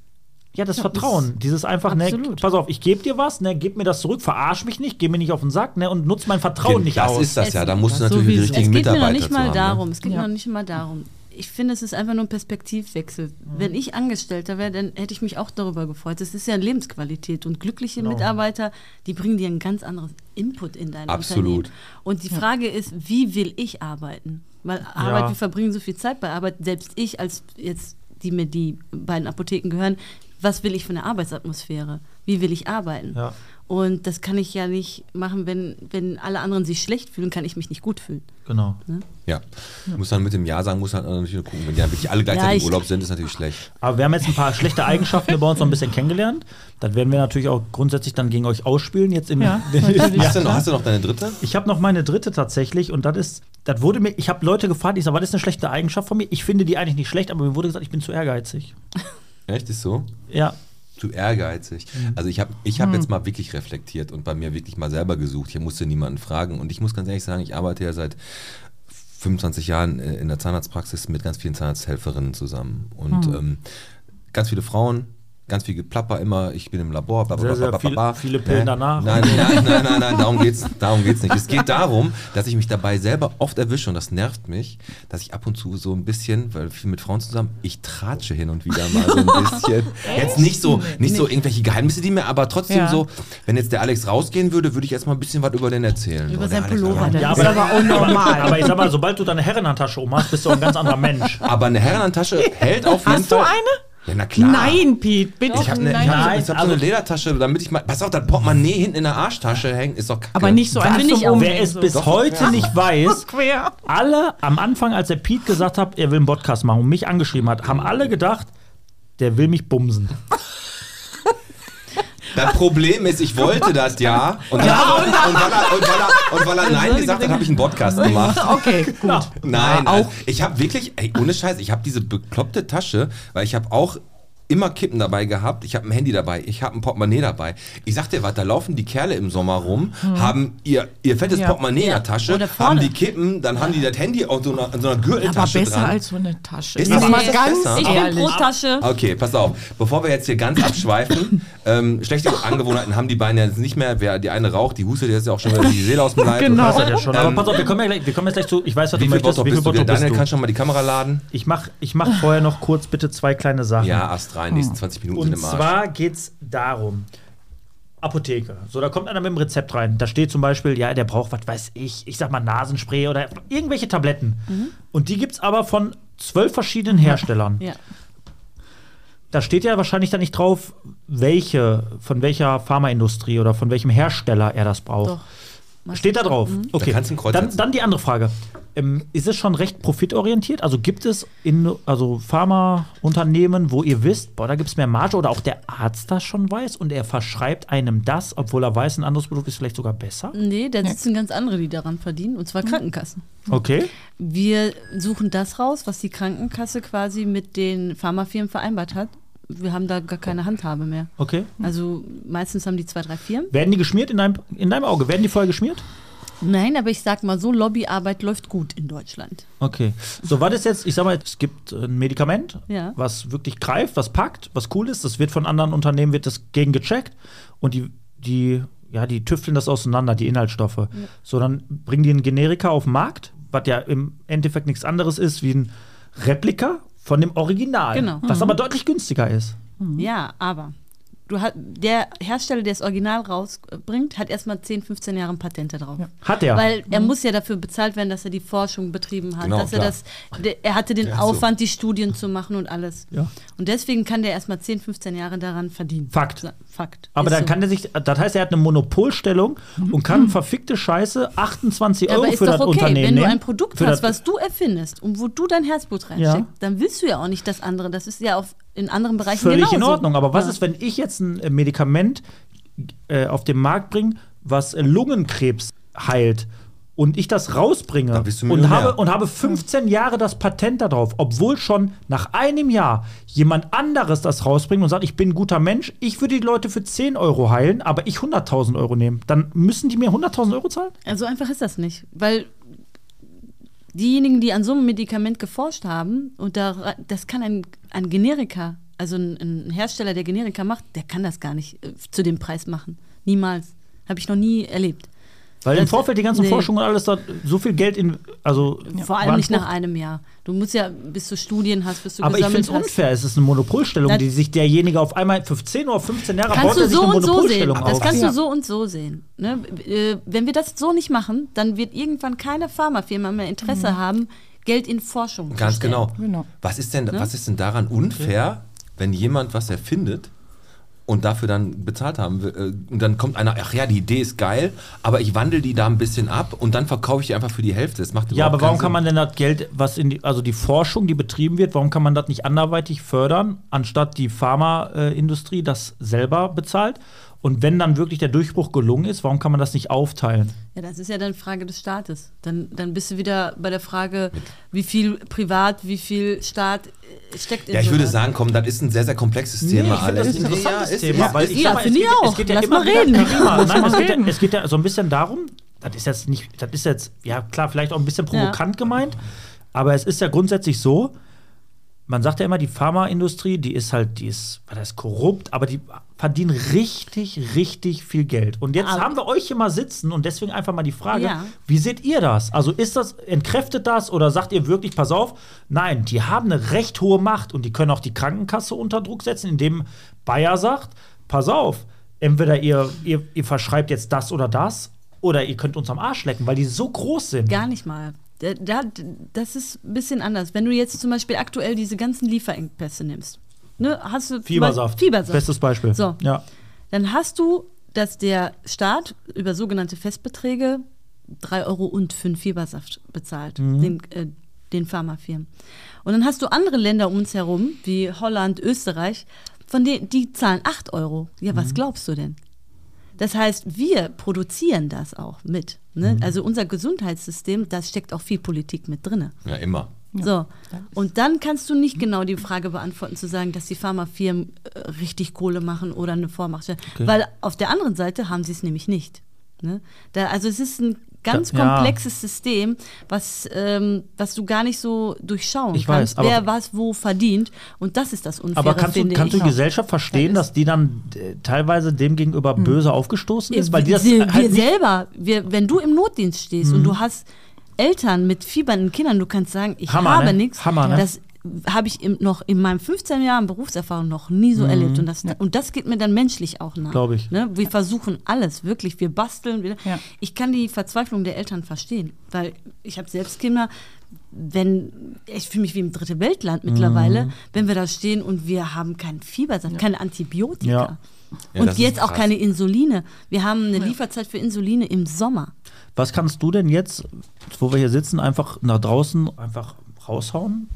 Speaker 2: ja, das Vertrauen, dieses einfach, ne,
Speaker 5: absolut.
Speaker 2: pass auf, ich gebe dir was, ne, gib mir das zurück, verarsch mich nicht, geh mir nicht auf den Sack, ne, und nutz mein Vertrauen nicht
Speaker 1: Genau, das
Speaker 2: aus.
Speaker 1: ist das
Speaker 5: Es-
Speaker 1: ja. Da musst du
Speaker 4: das
Speaker 1: natürlich die
Speaker 4: sowieso.
Speaker 1: richtigen
Speaker 5: es geht mir
Speaker 1: Mitarbeiter
Speaker 5: noch nicht
Speaker 1: zu
Speaker 5: mal
Speaker 1: haben, ne?
Speaker 5: darum. Es geht
Speaker 4: Ja.
Speaker 5: mir noch nicht mal darum. Ich finde, es ist einfach nur ein Perspektivwechsel. Wenn ich Angestellter wäre, dann hätte ich mich auch darüber gefreut. Es ist ja Lebensqualität und glückliche Mitarbeiter, die bringen dir einen ganz anderen Input in dein
Speaker 1: Absolut.
Speaker 5: Unternehmen. Und die Frage ist, wie will ich arbeiten? Weil Arbeit, wir verbringen so viel Zeit bei Arbeit. Selbst ich, als jetzt die mir die beiden Apotheken gehören, was will ich für eine Arbeitsatmosphäre? Wie will ich arbeiten?
Speaker 2: Ja.
Speaker 5: Und das kann ich ja nicht machen, wenn, wenn alle anderen sich schlecht fühlen, kann ich mich nicht gut fühlen.
Speaker 2: Genau.
Speaker 1: Ne? Ja. Muss dann mit dem Ja sagen, muss dann natürlich nur gucken. Wenn die dann wirklich alle gleichzeitig im
Speaker 5: ich-
Speaker 1: Urlaub sind, ist natürlich schlecht.
Speaker 2: Aber wir haben jetzt ein paar schlechte Eigenschaften bei uns so ein bisschen kennengelernt. Das werden wir natürlich auch grundsätzlich dann gegen euch ausspielen. Jetzt im
Speaker 4: Ja,
Speaker 1: Hast, du noch, hast du noch deine dritte?
Speaker 2: Ich habe noch meine dritte tatsächlich und das ist, das wurde mir, ich habe Leute gefragt, ich sage, was ist eine schlechte Eigenschaft von mir? Ich finde die eigentlich nicht schlecht, aber mir wurde gesagt, ich bin zu ehrgeizig.
Speaker 1: Echt, ist so?
Speaker 2: Ja,
Speaker 1: Zu ehrgeizig. Also ich habe ich hab jetzt mal wirklich reflektiert und bei mir wirklich mal selber gesucht. Ich musste niemanden fragen. Und ich muss ganz ehrlich sagen, ich arbeite ja seit 25 Jahren äh, in der Zahnarztpraxis mit ganz vielen Zahnarzthelferinnen zusammen. Und ähm, ganz viele Frauen, ganz viel Geplapper immer, ich bin im Labor, bla bla bla
Speaker 2: Sehr, sehr
Speaker 1: bla
Speaker 2: viel-
Speaker 1: bla.
Speaker 2: viele Pillen
Speaker 1: Ne?
Speaker 2: danach.
Speaker 1: Nein, nein, nein, nein, nein, darum geht's, darum geht's nicht. Es geht darum, dass ich mich dabei selber oft erwische und das nervt mich, dass ich ab und zu so ein bisschen, weil viel mit Frauen zusammen, ich tratsche hin und wieder mal so ein bisschen. Jetzt nicht so, nicht so irgendwelche Geheimnisse, die mir, aber trotzdem
Speaker 4: Ja.
Speaker 1: so, wenn jetzt der Alex rausgehen würde, würde ich erstmal ein bisschen was über den erzählen.
Speaker 5: Über
Speaker 1: so, der
Speaker 5: sein
Speaker 1: Alex,
Speaker 5: Pullover,
Speaker 1: aber-
Speaker 5: der-
Speaker 2: ja
Speaker 5: Das
Speaker 2: aber,
Speaker 5: ist
Speaker 2: aber auch normal. Aber ich sag mal, sobald du deine Herrenhandtasche um hast, bist du auch ein ganz anderer Mensch.
Speaker 1: Aber eine Herrenhandtasche hält auf jeden
Speaker 4: Hast du
Speaker 1: Fall.
Speaker 4: eine?
Speaker 1: Ja, na klar.
Speaker 4: Nein, Pete, bitte.
Speaker 1: Ich habe ne, ich
Speaker 4: nein.
Speaker 1: hab so, ich
Speaker 2: Nein,
Speaker 1: hab so eine
Speaker 2: also-
Speaker 1: Ledertasche, damit ich mal. Pass auf, das Portemonnaie hinten in der Arschtasche hängen ist doch kacke.
Speaker 4: aber nicht so ein
Speaker 5: Bin
Speaker 4: zum
Speaker 5: ich auch-
Speaker 4: Umhängen,
Speaker 2: Also Wer es
Speaker 4: so.
Speaker 2: bis heute nicht weiß,
Speaker 4: quer.
Speaker 2: alle am Anfang, als der Pete gesagt hat, er will einen Podcast machen und mich angeschrieben hat, haben alle gedacht, der will mich bumsen. Also,
Speaker 1: Das Problem ist, ich wollte das ja. Und, und, und, weil, er, und, weil, er, und weil er Nein gesagt hat, habe ich einen Podcast gemacht.
Speaker 4: Okay, gut.
Speaker 1: Nein,
Speaker 4: Ja, auch.
Speaker 1: also ich habe wirklich, ey, ohne Scheiß, ich habe diese bekloppte Tasche, weil ich habe auch immer Kippen dabei gehabt, ich habe ein Handy dabei, ich habe ein Portemonnaie dabei. Ich sag dir was, da laufen die Kerle im Sommer rum, haben ihr, ihr fettes
Speaker 4: Hm. Ja.
Speaker 1: Portemonnaie in der
Speaker 5: Oder
Speaker 1: Tasche, haben
Speaker 5: vorne.
Speaker 1: die Kippen, dann haben die das Handy auf so einer, in so einer
Speaker 4: Aber
Speaker 1: Gürteltasche
Speaker 4: besser
Speaker 1: dran.
Speaker 4: als so eine Tasche.
Speaker 1: Ist
Speaker 4: Jetzt
Speaker 1: das
Speaker 4: mal
Speaker 1: nicht
Speaker 4: ganz
Speaker 1: besser?
Speaker 5: Ich bin
Speaker 4: ehrlich.
Speaker 5: pro Tasche.
Speaker 1: Okay, pass auf. Bevor wir jetzt hier ganz abschweifen, ähm, schlechte Angewohnheiten haben die beiden jetzt nicht mehr. Wer die eine raucht, die hustet jetzt ja auch schon wieder die Seele aus dem Leib.
Speaker 4: Genau.
Speaker 2: Das hat er schon.
Speaker 1: Ähm,
Speaker 2: Aber pass auf, wir kommen, ja gleich, wir kommen jetzt gleich zu. Ich weiß, was
Speaker 1: Wie
Speaker 2: du
Speaker 1: viel
Speaker 2: möchtest.
Speaker 1: Bottrop bist du?
Speaker 2: Bottrop
Speaker 1: Daniel
Speaker 2: bist
Speaker 1: kann schon mal die Kamera laden.
Speaker 2: Ich mache ich mach vorher noch kurz bitte zwei kleine Sachen.
Speaker 1: Ja, astral, in den nächsten 20 Minuten
Speaker 2: Hm. Und
Speaker 1: sind im Arsch.
Speaker 2: zwar geht es darum: Apotheke. So, da kommt einer mit dem Rezept rein. Da steht zum Beispiel, ja, der braucht, was weiß ich, ich sag mal Nasenspray oder irgendwelche Tabletten. Und die gibt es aber von zwölf verschiedenen Herstellern.
Speaker 5: Mhm. Ja.
Speaker 2: Da steht ja wahrscheinlich dann nicht drauf, welche, von welcher Pharmaindustrie oder von welchem Hersteller er das braucht.
Speaker 5: Doch.
Speaker 2: Steht da Mhm. drauf.
Speaker 1: Da
Speaker 2: Okay.
Speaker 1: kannst du ein Kreuz
Speaker 2: dann,
Speaker 1: setzen.
Speaker 2: dann die andere Frage. Ähm, ist es schon recht profitorientiert? Also gibt es in also Pharmaunternehmen, wo ihr wisst, boah, da gibt es mehr Marge oder auch der Arzt das schon weiß und er verschreibt einem das, obwohl er weiß, ein anderes Produkt ist vielleicht sogar besser?
Speaker 5: Nee, da sitzen ganz andere, die daran verdienen, und
Speaker 1: Mhm.
Speaker 5: zwar Krankenkassen.
Speaker 2: Okay.
Speaker 5: Wir suchen das raus, was die Krankenkasse quasi mit den Pharmafirmen vereinbart hat. Wir haben da gar keine Handhabe mehr.
Speaker 2: Okay.
Speaker 5: Also meistens haben die zwei, drei Firmen.
Speaker 2: Werden die geschmiert in deinem, in deinem Auge? Werden die vorher geschmiert?
Speaker 5: Nein, aber ich sag mal so, Lobbyarbeit läuft gut in Deutschland.
Speaker 2: Okay. So, war das jetzt, ich sag mal, es gibt ein Medikament,
Speaker 5: Ja.
Speaker 2: was wirklich greift, was packt, was cool ist. Das wird von anderen Unternehmen, wird das gegen gecheckt und die, die, ja, die tüfteln das auseinander, die Inhaltsstoffe. So, dann bringen die einen Generika auf den Markt, was ja im Endeffekt nichts anderes ist wie ein Replika von dem Original.
Speaker 5: Genau.
Speaker 2: Was aber deutlich günstiger ist.
Speaker 5: Ja, aber du hat, der Hersteller, der das Original rausbringt, hat erstmal 10, 15 Jahre ein Patent da drauf.
Speaker 2: Hat er. Mhm.
Speaker 5: Weil er muss ja dafür bezahlt werden, dass er die Forschung betrieben hat,
Speaker 1: Genau,
Speaker 5: dass er
Speaker 1: klar.
Speaker 5: das, der, er hatte den
Speaker 1: Ja, so.
Speaker 5: Aufwand, die Studien zu machen und alles.
Speaker 2: Ja.
Speaker 5: Und deswegen kann der erstmal 10, 15 Jahre daran verdienen.
Speaker 2: Fakt.
Speaker 5: So, Fakt.
Speaker 2: aber
Speaker 5: Ist
Speaker 2: dann
Speaker 5: so. Mhm.
Speaker 2: kann er sich, das heißt, er hat eine Monopolstellung und kann verfickte Scheiße 28 Euro
Speaker 5: aber ist
Speaker 2: für
Speaker 5: doch
Speaker 2: das
Speaker 5: okay,
Speaker 2: Unternehmen
Speaker 5: wenn du
Speaker 2: nehmen.
Speaker 5: ein Produkt
Speaker 2: Für
Speaker 5: hast,
Speaker 2: das-
Speaker 5: was du erfindest und wo du dein Herzblut reinsteckst,
Speaker 2: Ja.
Speaker 5: dann willst du ja auch nicht das andere. Das ist ja auf, in anderen Bereichen
Speaker 2: völlig
Speaker 5: genauso.
Speaker 2: in Ordnung. Aber was
Speaker 5: Ja.
Speaker 2: ist, wenn ich jetzt ein äh, Medikament äh, auf den Markt bringe, was äh, Lungenkrebs heilt? Und ich das rausbringe
Speaker 1: bist du
Speaker 2: und
Speaker 1: Millionär.
Speaker 2: habe, und habe 15 Jahre das Patent darauf, obwohl schon nach einem Jahr jemand anderes das rausbringt und sagt, ich bin ein guter Mensch, ich würde die Leute für 10 Euro heilen, aber ich 100.000 Euro nehmen. Dann müssen die mir 100.000 Euro zahlen?
Speaker 5: Also einfach ist das nicht, weil diejenigen, die an so einem Medikament geforscht haben, und da, das kann ein, ein Generika, also ein, ein Hersteller, der Generika macht, der kann das gar nicht äh, zu dem Preis machen. Niemals. Habe ich noch nie erlebt.
Speaker 2: Weil im
Speaker 5: Das-
Speaker 2: Vorfeld die ganzen
Speaker 5: nee.
Speaker 2: Forschungen und alles, da so viel Geld in. Also
Speaker 5: Vor allem nicht nach
Speaker 2: beansprucht.
Speaker 5: einem Jahr. Du musst ja, bis du Studien hast, bis du
Speaker 2: Aber ich finde
Speaker 5: gesammelt
Speaker 2: es
Speaker 5: hast.
Speaker 2: unfair. Es ist eine Monopolstellung,
Speaker 5: Na-
Speaker 2: die sich derjenige auf einmal für 10 oder 15 Jahre baut
Speaker 5: Kannst
Speaker 2: er
Speaker 5: du
Speaker 2: sich
Speaker 5: so
Speaker 2: eine
Speaker 5: und so sehen.
Speaker 2: Monopolstellung
Speaker 5: Das
Speaker 2: auf.
Speaker 5: kannst
Speaker 4: Ja.
Speaker 5: du so und so sehen. Ne? Äh, Wenn wir das so nicht machen, dann wird irgendwann keine Pharmafirma mehr Interesse
Speaker 2: Mhm.
Speaker 5: haben, Geld in Forschung zu
Speaker 1: Ganz
Speaker 5: stecken.
Speaker 1: genau.
Speaker 4: Genau.
Speaker 1: Was, ist denn, was ist denn daran unfair, wenn jemand was erfindet und dafür dann bezahlt haben will? äh, Und dann kommt einer, ach ja, die Idee ist geil, aber ich wandle die da ein bisschen ab und dann verkaufe ich die einfach für die Hälfte. Das macht
Speaker 2: ja,
Speaker 1: überhaupt
Speaker 2: aber warum
Speaker 1: keinen
Speaker 2: kann
Speaker 1: Sinn.
Speaker 2: man denn das Geld, was in die, also die Forschung, die betrieben wird, warum kann man das nicht anderweitig fördern, anstatt die Pharmaindustrie das selber bezahlt? Und wenn dann wirklich der Durchbruch gelungen ist, warum kann man das nicht aufteilen?
Speaker 5: Ja, das ist ja dann Frage des Staates. Dann, dann bist du wieder bei der Frage, wie viel privat, wie viel Staat äh, steckt in
Speaker 1: Ja, ich
Speaker 5: so
Speaker 1: würde
Speaker 5: was.
Speaker 1: sagen, komm, das ist ein sehr, sehr komplexes Thema.
Speaker 2: find
Speaker 1: alles.
Speaker 2: das ein interessantes
Speaker 1: Ja, ist-
Speaker 2: Thema,
Speaker 1: ist-
Speaker 2: weil ich
Speaker 5: ja,
Speaker 2: sag mal, es
Speaker 5: finde
Speaker 2: geht,
Speaker 5: ich
Speaker 2: Es
Speaker 5: auch.
Speaker 2: geht ja
Speaker 5: Lass
Speaker 2: immer
Speaker 5: mal
Speaker 2: wieder-
Speaker 5: reden.
Speaker 2: Karima, Nein,
Speaker 4: mal
Speaker 2: es, geht ja,
Speaker 4: reden.
Speaker 2: es geht ja so ein bisschen darum, das ist jetzt nicht, das ist jetzt, ja klar, vielleicht auch ein bisschen provokant gemeint, aber es ist ja grundsätzlich so, man sagt ja immer, die Pharmaindustrie, die ist halt, die ist, was heißt korrupt, aber die verdienen richtig, richtig viel Geld. Und jetzt
Speaker 5: Aber-
Speaker 2: haben wir euch hier mal sitzen und deswegen einfach mal die Frage,
Speaker 5: Ja.
Speaker 2: wie seht ihr das? Also ist das, entkräftet das oder sagt ihr wirklich, pass auf, nein, die haben eine recht hohe Macht und die können auch die Krankenkasse unter Druck setzen, indem Bayer sagt, pass auf, entweder ihr, ihr, ihr verschreibt jetzt das oder das oder ihr könnt uns am Arsch lecken, weil die so groß sind.
Speaker 5: Gar nicht mal. Da, da, das ist ein bisschen anders. Wenn du jetzt zum Beispiel aktuell diese ganzen Lieferengpässe nimmst, ne, hast du zum
Speaker 2: Fiebersaft.
Speaker 5: Beispiel- Fiebersaft.
Speaker 2: Bestes Beispiel.
Speaker 5: So.
Speaker 2: Ja.
Speaker 5: Dann hast du, dass der Staat über sogenannte Festbeträge 3 Euro und für einen Fiebersaft bezahlt,
Speaker 2: Mhm.
Speaker 5: den, äh, den Pharmafirmen. Und dann hast du andere Länder um uns herum, wie Holland, Österreich, von denen die zahlen 8 Euro. Ja,
Speaker 2: Mhm.
Speaker 5: was glaubst du denn? Das heißt, wir produzieren das auch mit. Ne?
Speaker 2: Mhm.
Speaker 5: Also unser Gesundheitssystem, da steckt auch viel Politik mit drin.
Speaker 1: Ja, immer.
Speaker 5: So, und dann kannst du nicht genau die Frage beantworten, zu sagen, dass die Pharmafirmen äh, richtig Kohle machen oder eine Vormacht stellen. Weil auf der anderen Seite haben sie es nämlich nicht. Ne? Da, also es ist ein ganz
Speaker 2: Da- ja.
Speaker 5: komplexes System, was, ähm, was du gar nicht so durchschauen
Speaker 2: Ich weiß,
Speaker 5: kannst,
Speaker 2: aber-
Speaker 5: wer was wo verdient. Und das ist das Unfaire,
Speaker 2: Aber kannst du,
Speaker 5: finde
Speaker 2: kannst du
Speaker 5: ich.
Speaker 2: die Gesellschaft verstehen, dass die dann äh, teilweise dem gegenüber böse aufgestoßen ist? Weil die das
Speaker 5: Hm. Äh, wir,
Speaker 2: halt
Speaker 5: wir
Speaker 2: nicht- Mhm.
Speaker 5: selber, wir, wenn du im Notdienst stehst und du hast Eltern mit fiebernden Kindern, du kannst sagen, ich
Speaker 2: Hammer,
Speaker 5: habe
Speaker 2: ne?
Speaker 5: nichts.
Speaker 2: Hammer, ne?
Speaker 5: Das habe ich im, noch in meinen 15 Jahren Berufserfahrung noch nie so erlebt. Und das, und das geht mir dann menschlich auch nach.
Speaker 2: Mhm. Glaub ich.
Speaker 5: Ne? Wir versuchen alles, wirklich. Wir basteln. Wir,
Speaker 4: Ja.
Speaker 5: Ich kann die Verzweiflung der Eltern verstehen, weil ich habe selbst Kinder. Wenn, ich fühle mich wie im Dritte Weltland mittlerweile,
Speaker 2: Mhm.
Speaker 5: wenn wir da stehen und wir haben keinen Fiebersaft, keine Antibiotika.
Speaker 2: Ja.
Speaker 1: Ja, das
Speaker 5: Und
Speaker 1: ist
Speaker 5: jetzt auch
Speaker 1: krass.
Speaker 5: keine Insuline. Wir haben eine Lieferzeit für Insuline im Sommer.
Speaker 2: Was kannst du denn jetzt, wo wir hier sitzen, einfach nach draußen einfach raushauen?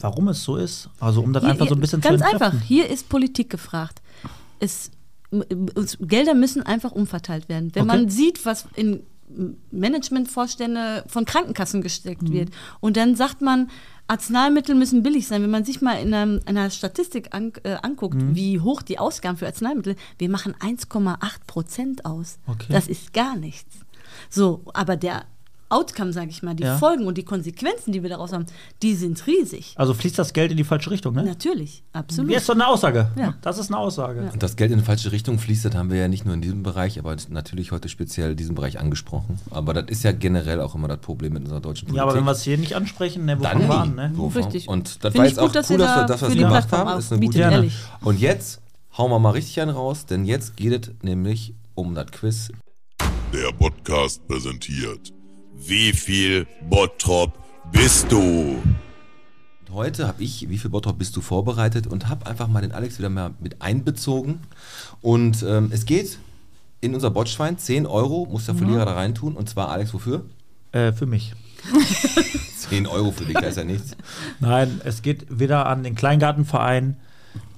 Speaker 2: Warum es so ist? Also um das
Speaker 5: Hier-
Speaker 2: einfach so ein bisschen
Speaker 5: ganz
Speaker 2: zu entkräften.
Speaker 5: einfach. Hier ist Politik gefragt. Es, m- uns- Gelder müssen einfach umverteilt werden. Wenn
Speaker 2: Okay.
Speaker 5: man sieht, was in Managementvorstände von Krankenkassen gesteckt
Speaker 2: Mhm.
Speaker 5: wird und dann sagt man, Arzneimittel müssen billig sein. Wenn man sich mal in einem, einer Statistik an, äh, anguckt,
Speaker 2: Mhm.
Speaker 5: wie hoch die Ausgaben für Arzneimittel, wir machen 1,8 Prozent aus.
Speaker 2: Okay.
Speaker 5: Das ist gar nichts. So, aber der Outcome, sage ich mal, die
Speaker 2: Ja.
Speaker 5: Folgen und die Konsequenzen, die wir daraus haben, die sind riesig.
Speaker 2: Also fließt das Geld in die falsche Richtung, ne?
Speaker 5: Natürlich, absolut.
Speaker 2: Ja, ist doch eine Aussage.
Speaker 5: Ja.
Speaker 2: Das ist eine Aussage.
Speaker 1: Und das Geld in die falsche Richtung fließt, das haben wir ja nicht nur in diesem Bereich, aber natürlich heute speziell diesen Bereich angesprochen. Aber das ist ja generell auch immer das Problem mit unserer deutschen
Speaker 2: Ja,
Speaker 1: Politik.
Speaker 2: aber wenn wir es hier nicht ansprechen, ne,
Speaker 1: dann
Speaker 2: wovon
Speaker 1: nie.
Speaker 2: waren, ne?
Speaker 1: Wovon?
Speaker 5: Richtig.
Speaker 1: Und das
Speaker 5: Finde
Speaker 1: war
Speaker 5: ich
Speaker 1: jetzt
Speaker 5: gut,
Speaker 1: auch
Speaker 5: dass
Speaker 1: cool,
Speaker 5: ihr
Speaker 1: dass
Speaker 5: da
Speaker 1: wir, dass wir
Speaker 5: für
Speaker 1: es
Speaker 5: die
Speaker 1: gemacht
Speaker 5: Plattform
Speaker 1: haben. Ist eine
Speaker 5: bietet,
Speaker 1: gute Idee.
Speaker 5: ehrlich.
Speaker 1: Und jetzt hauen wir mal richtig einen raus, denn jetzt geht es nämlich um das Quiz.
Speaker 7: Der Podcast präsentiert. Wie viel Bottrop bist du?
Speaker 1: Heute habe ich, wie viel Bottrop bist du vorbereitet und habe einfach mal den Alex wieder mal mit einbezogen. Und ähm, es geht in unser Botschwein, 10 Euro muss der Verlierer da reintun. Und zwar, Alex, wofür?
Speaker 2: Äh, für mich.
Speaker 1: 10 Euro für dich, da ist ja nichts.
Speaker 2: Nein, es geht wieder an den Kleingartenverein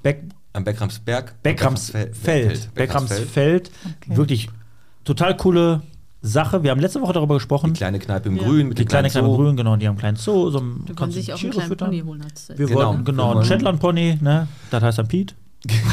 Speaker 2: Beck
Speaker 1: Am Beckramsberg.
Speaker 2: Beckramsfeld.
Speaker 1: Beckramsfeld.
Speaker 2: Beckramsfeld. Wirklich total coole Sache. Wir haben letzte Woche darüber gesprochen.
Speaker 1: Die kleine Kneipe im Grün mit
Speaker 2: Die
Speaker 1: dem
Speaker 2: kleine
Speaker 1: kleinen
Speaker 2: kleine
Speaker 1: Zoo.
Speaker 2: Grün, genau, die haben einen kleinen Zoo, so einen,
Speaker 5: Du
Speaker 2: kannst
Speaker 5: kannst dich
Speaker 2: du
Speaker 5: auch einen
Speaker 2: Tiere
Speaker 5: kleinen
Speaker 2: füttern.
Speaker 5: Pony holen. Als
Speaker 2: Wir
Speaker 1: Genau.
Speaker 2: wollten genau
Speaker 1: Wir
Speaker 2: einen
Speaker 1: wollen-
Speaker 2: Shetland Pony, ne? Das heißt dann Pete.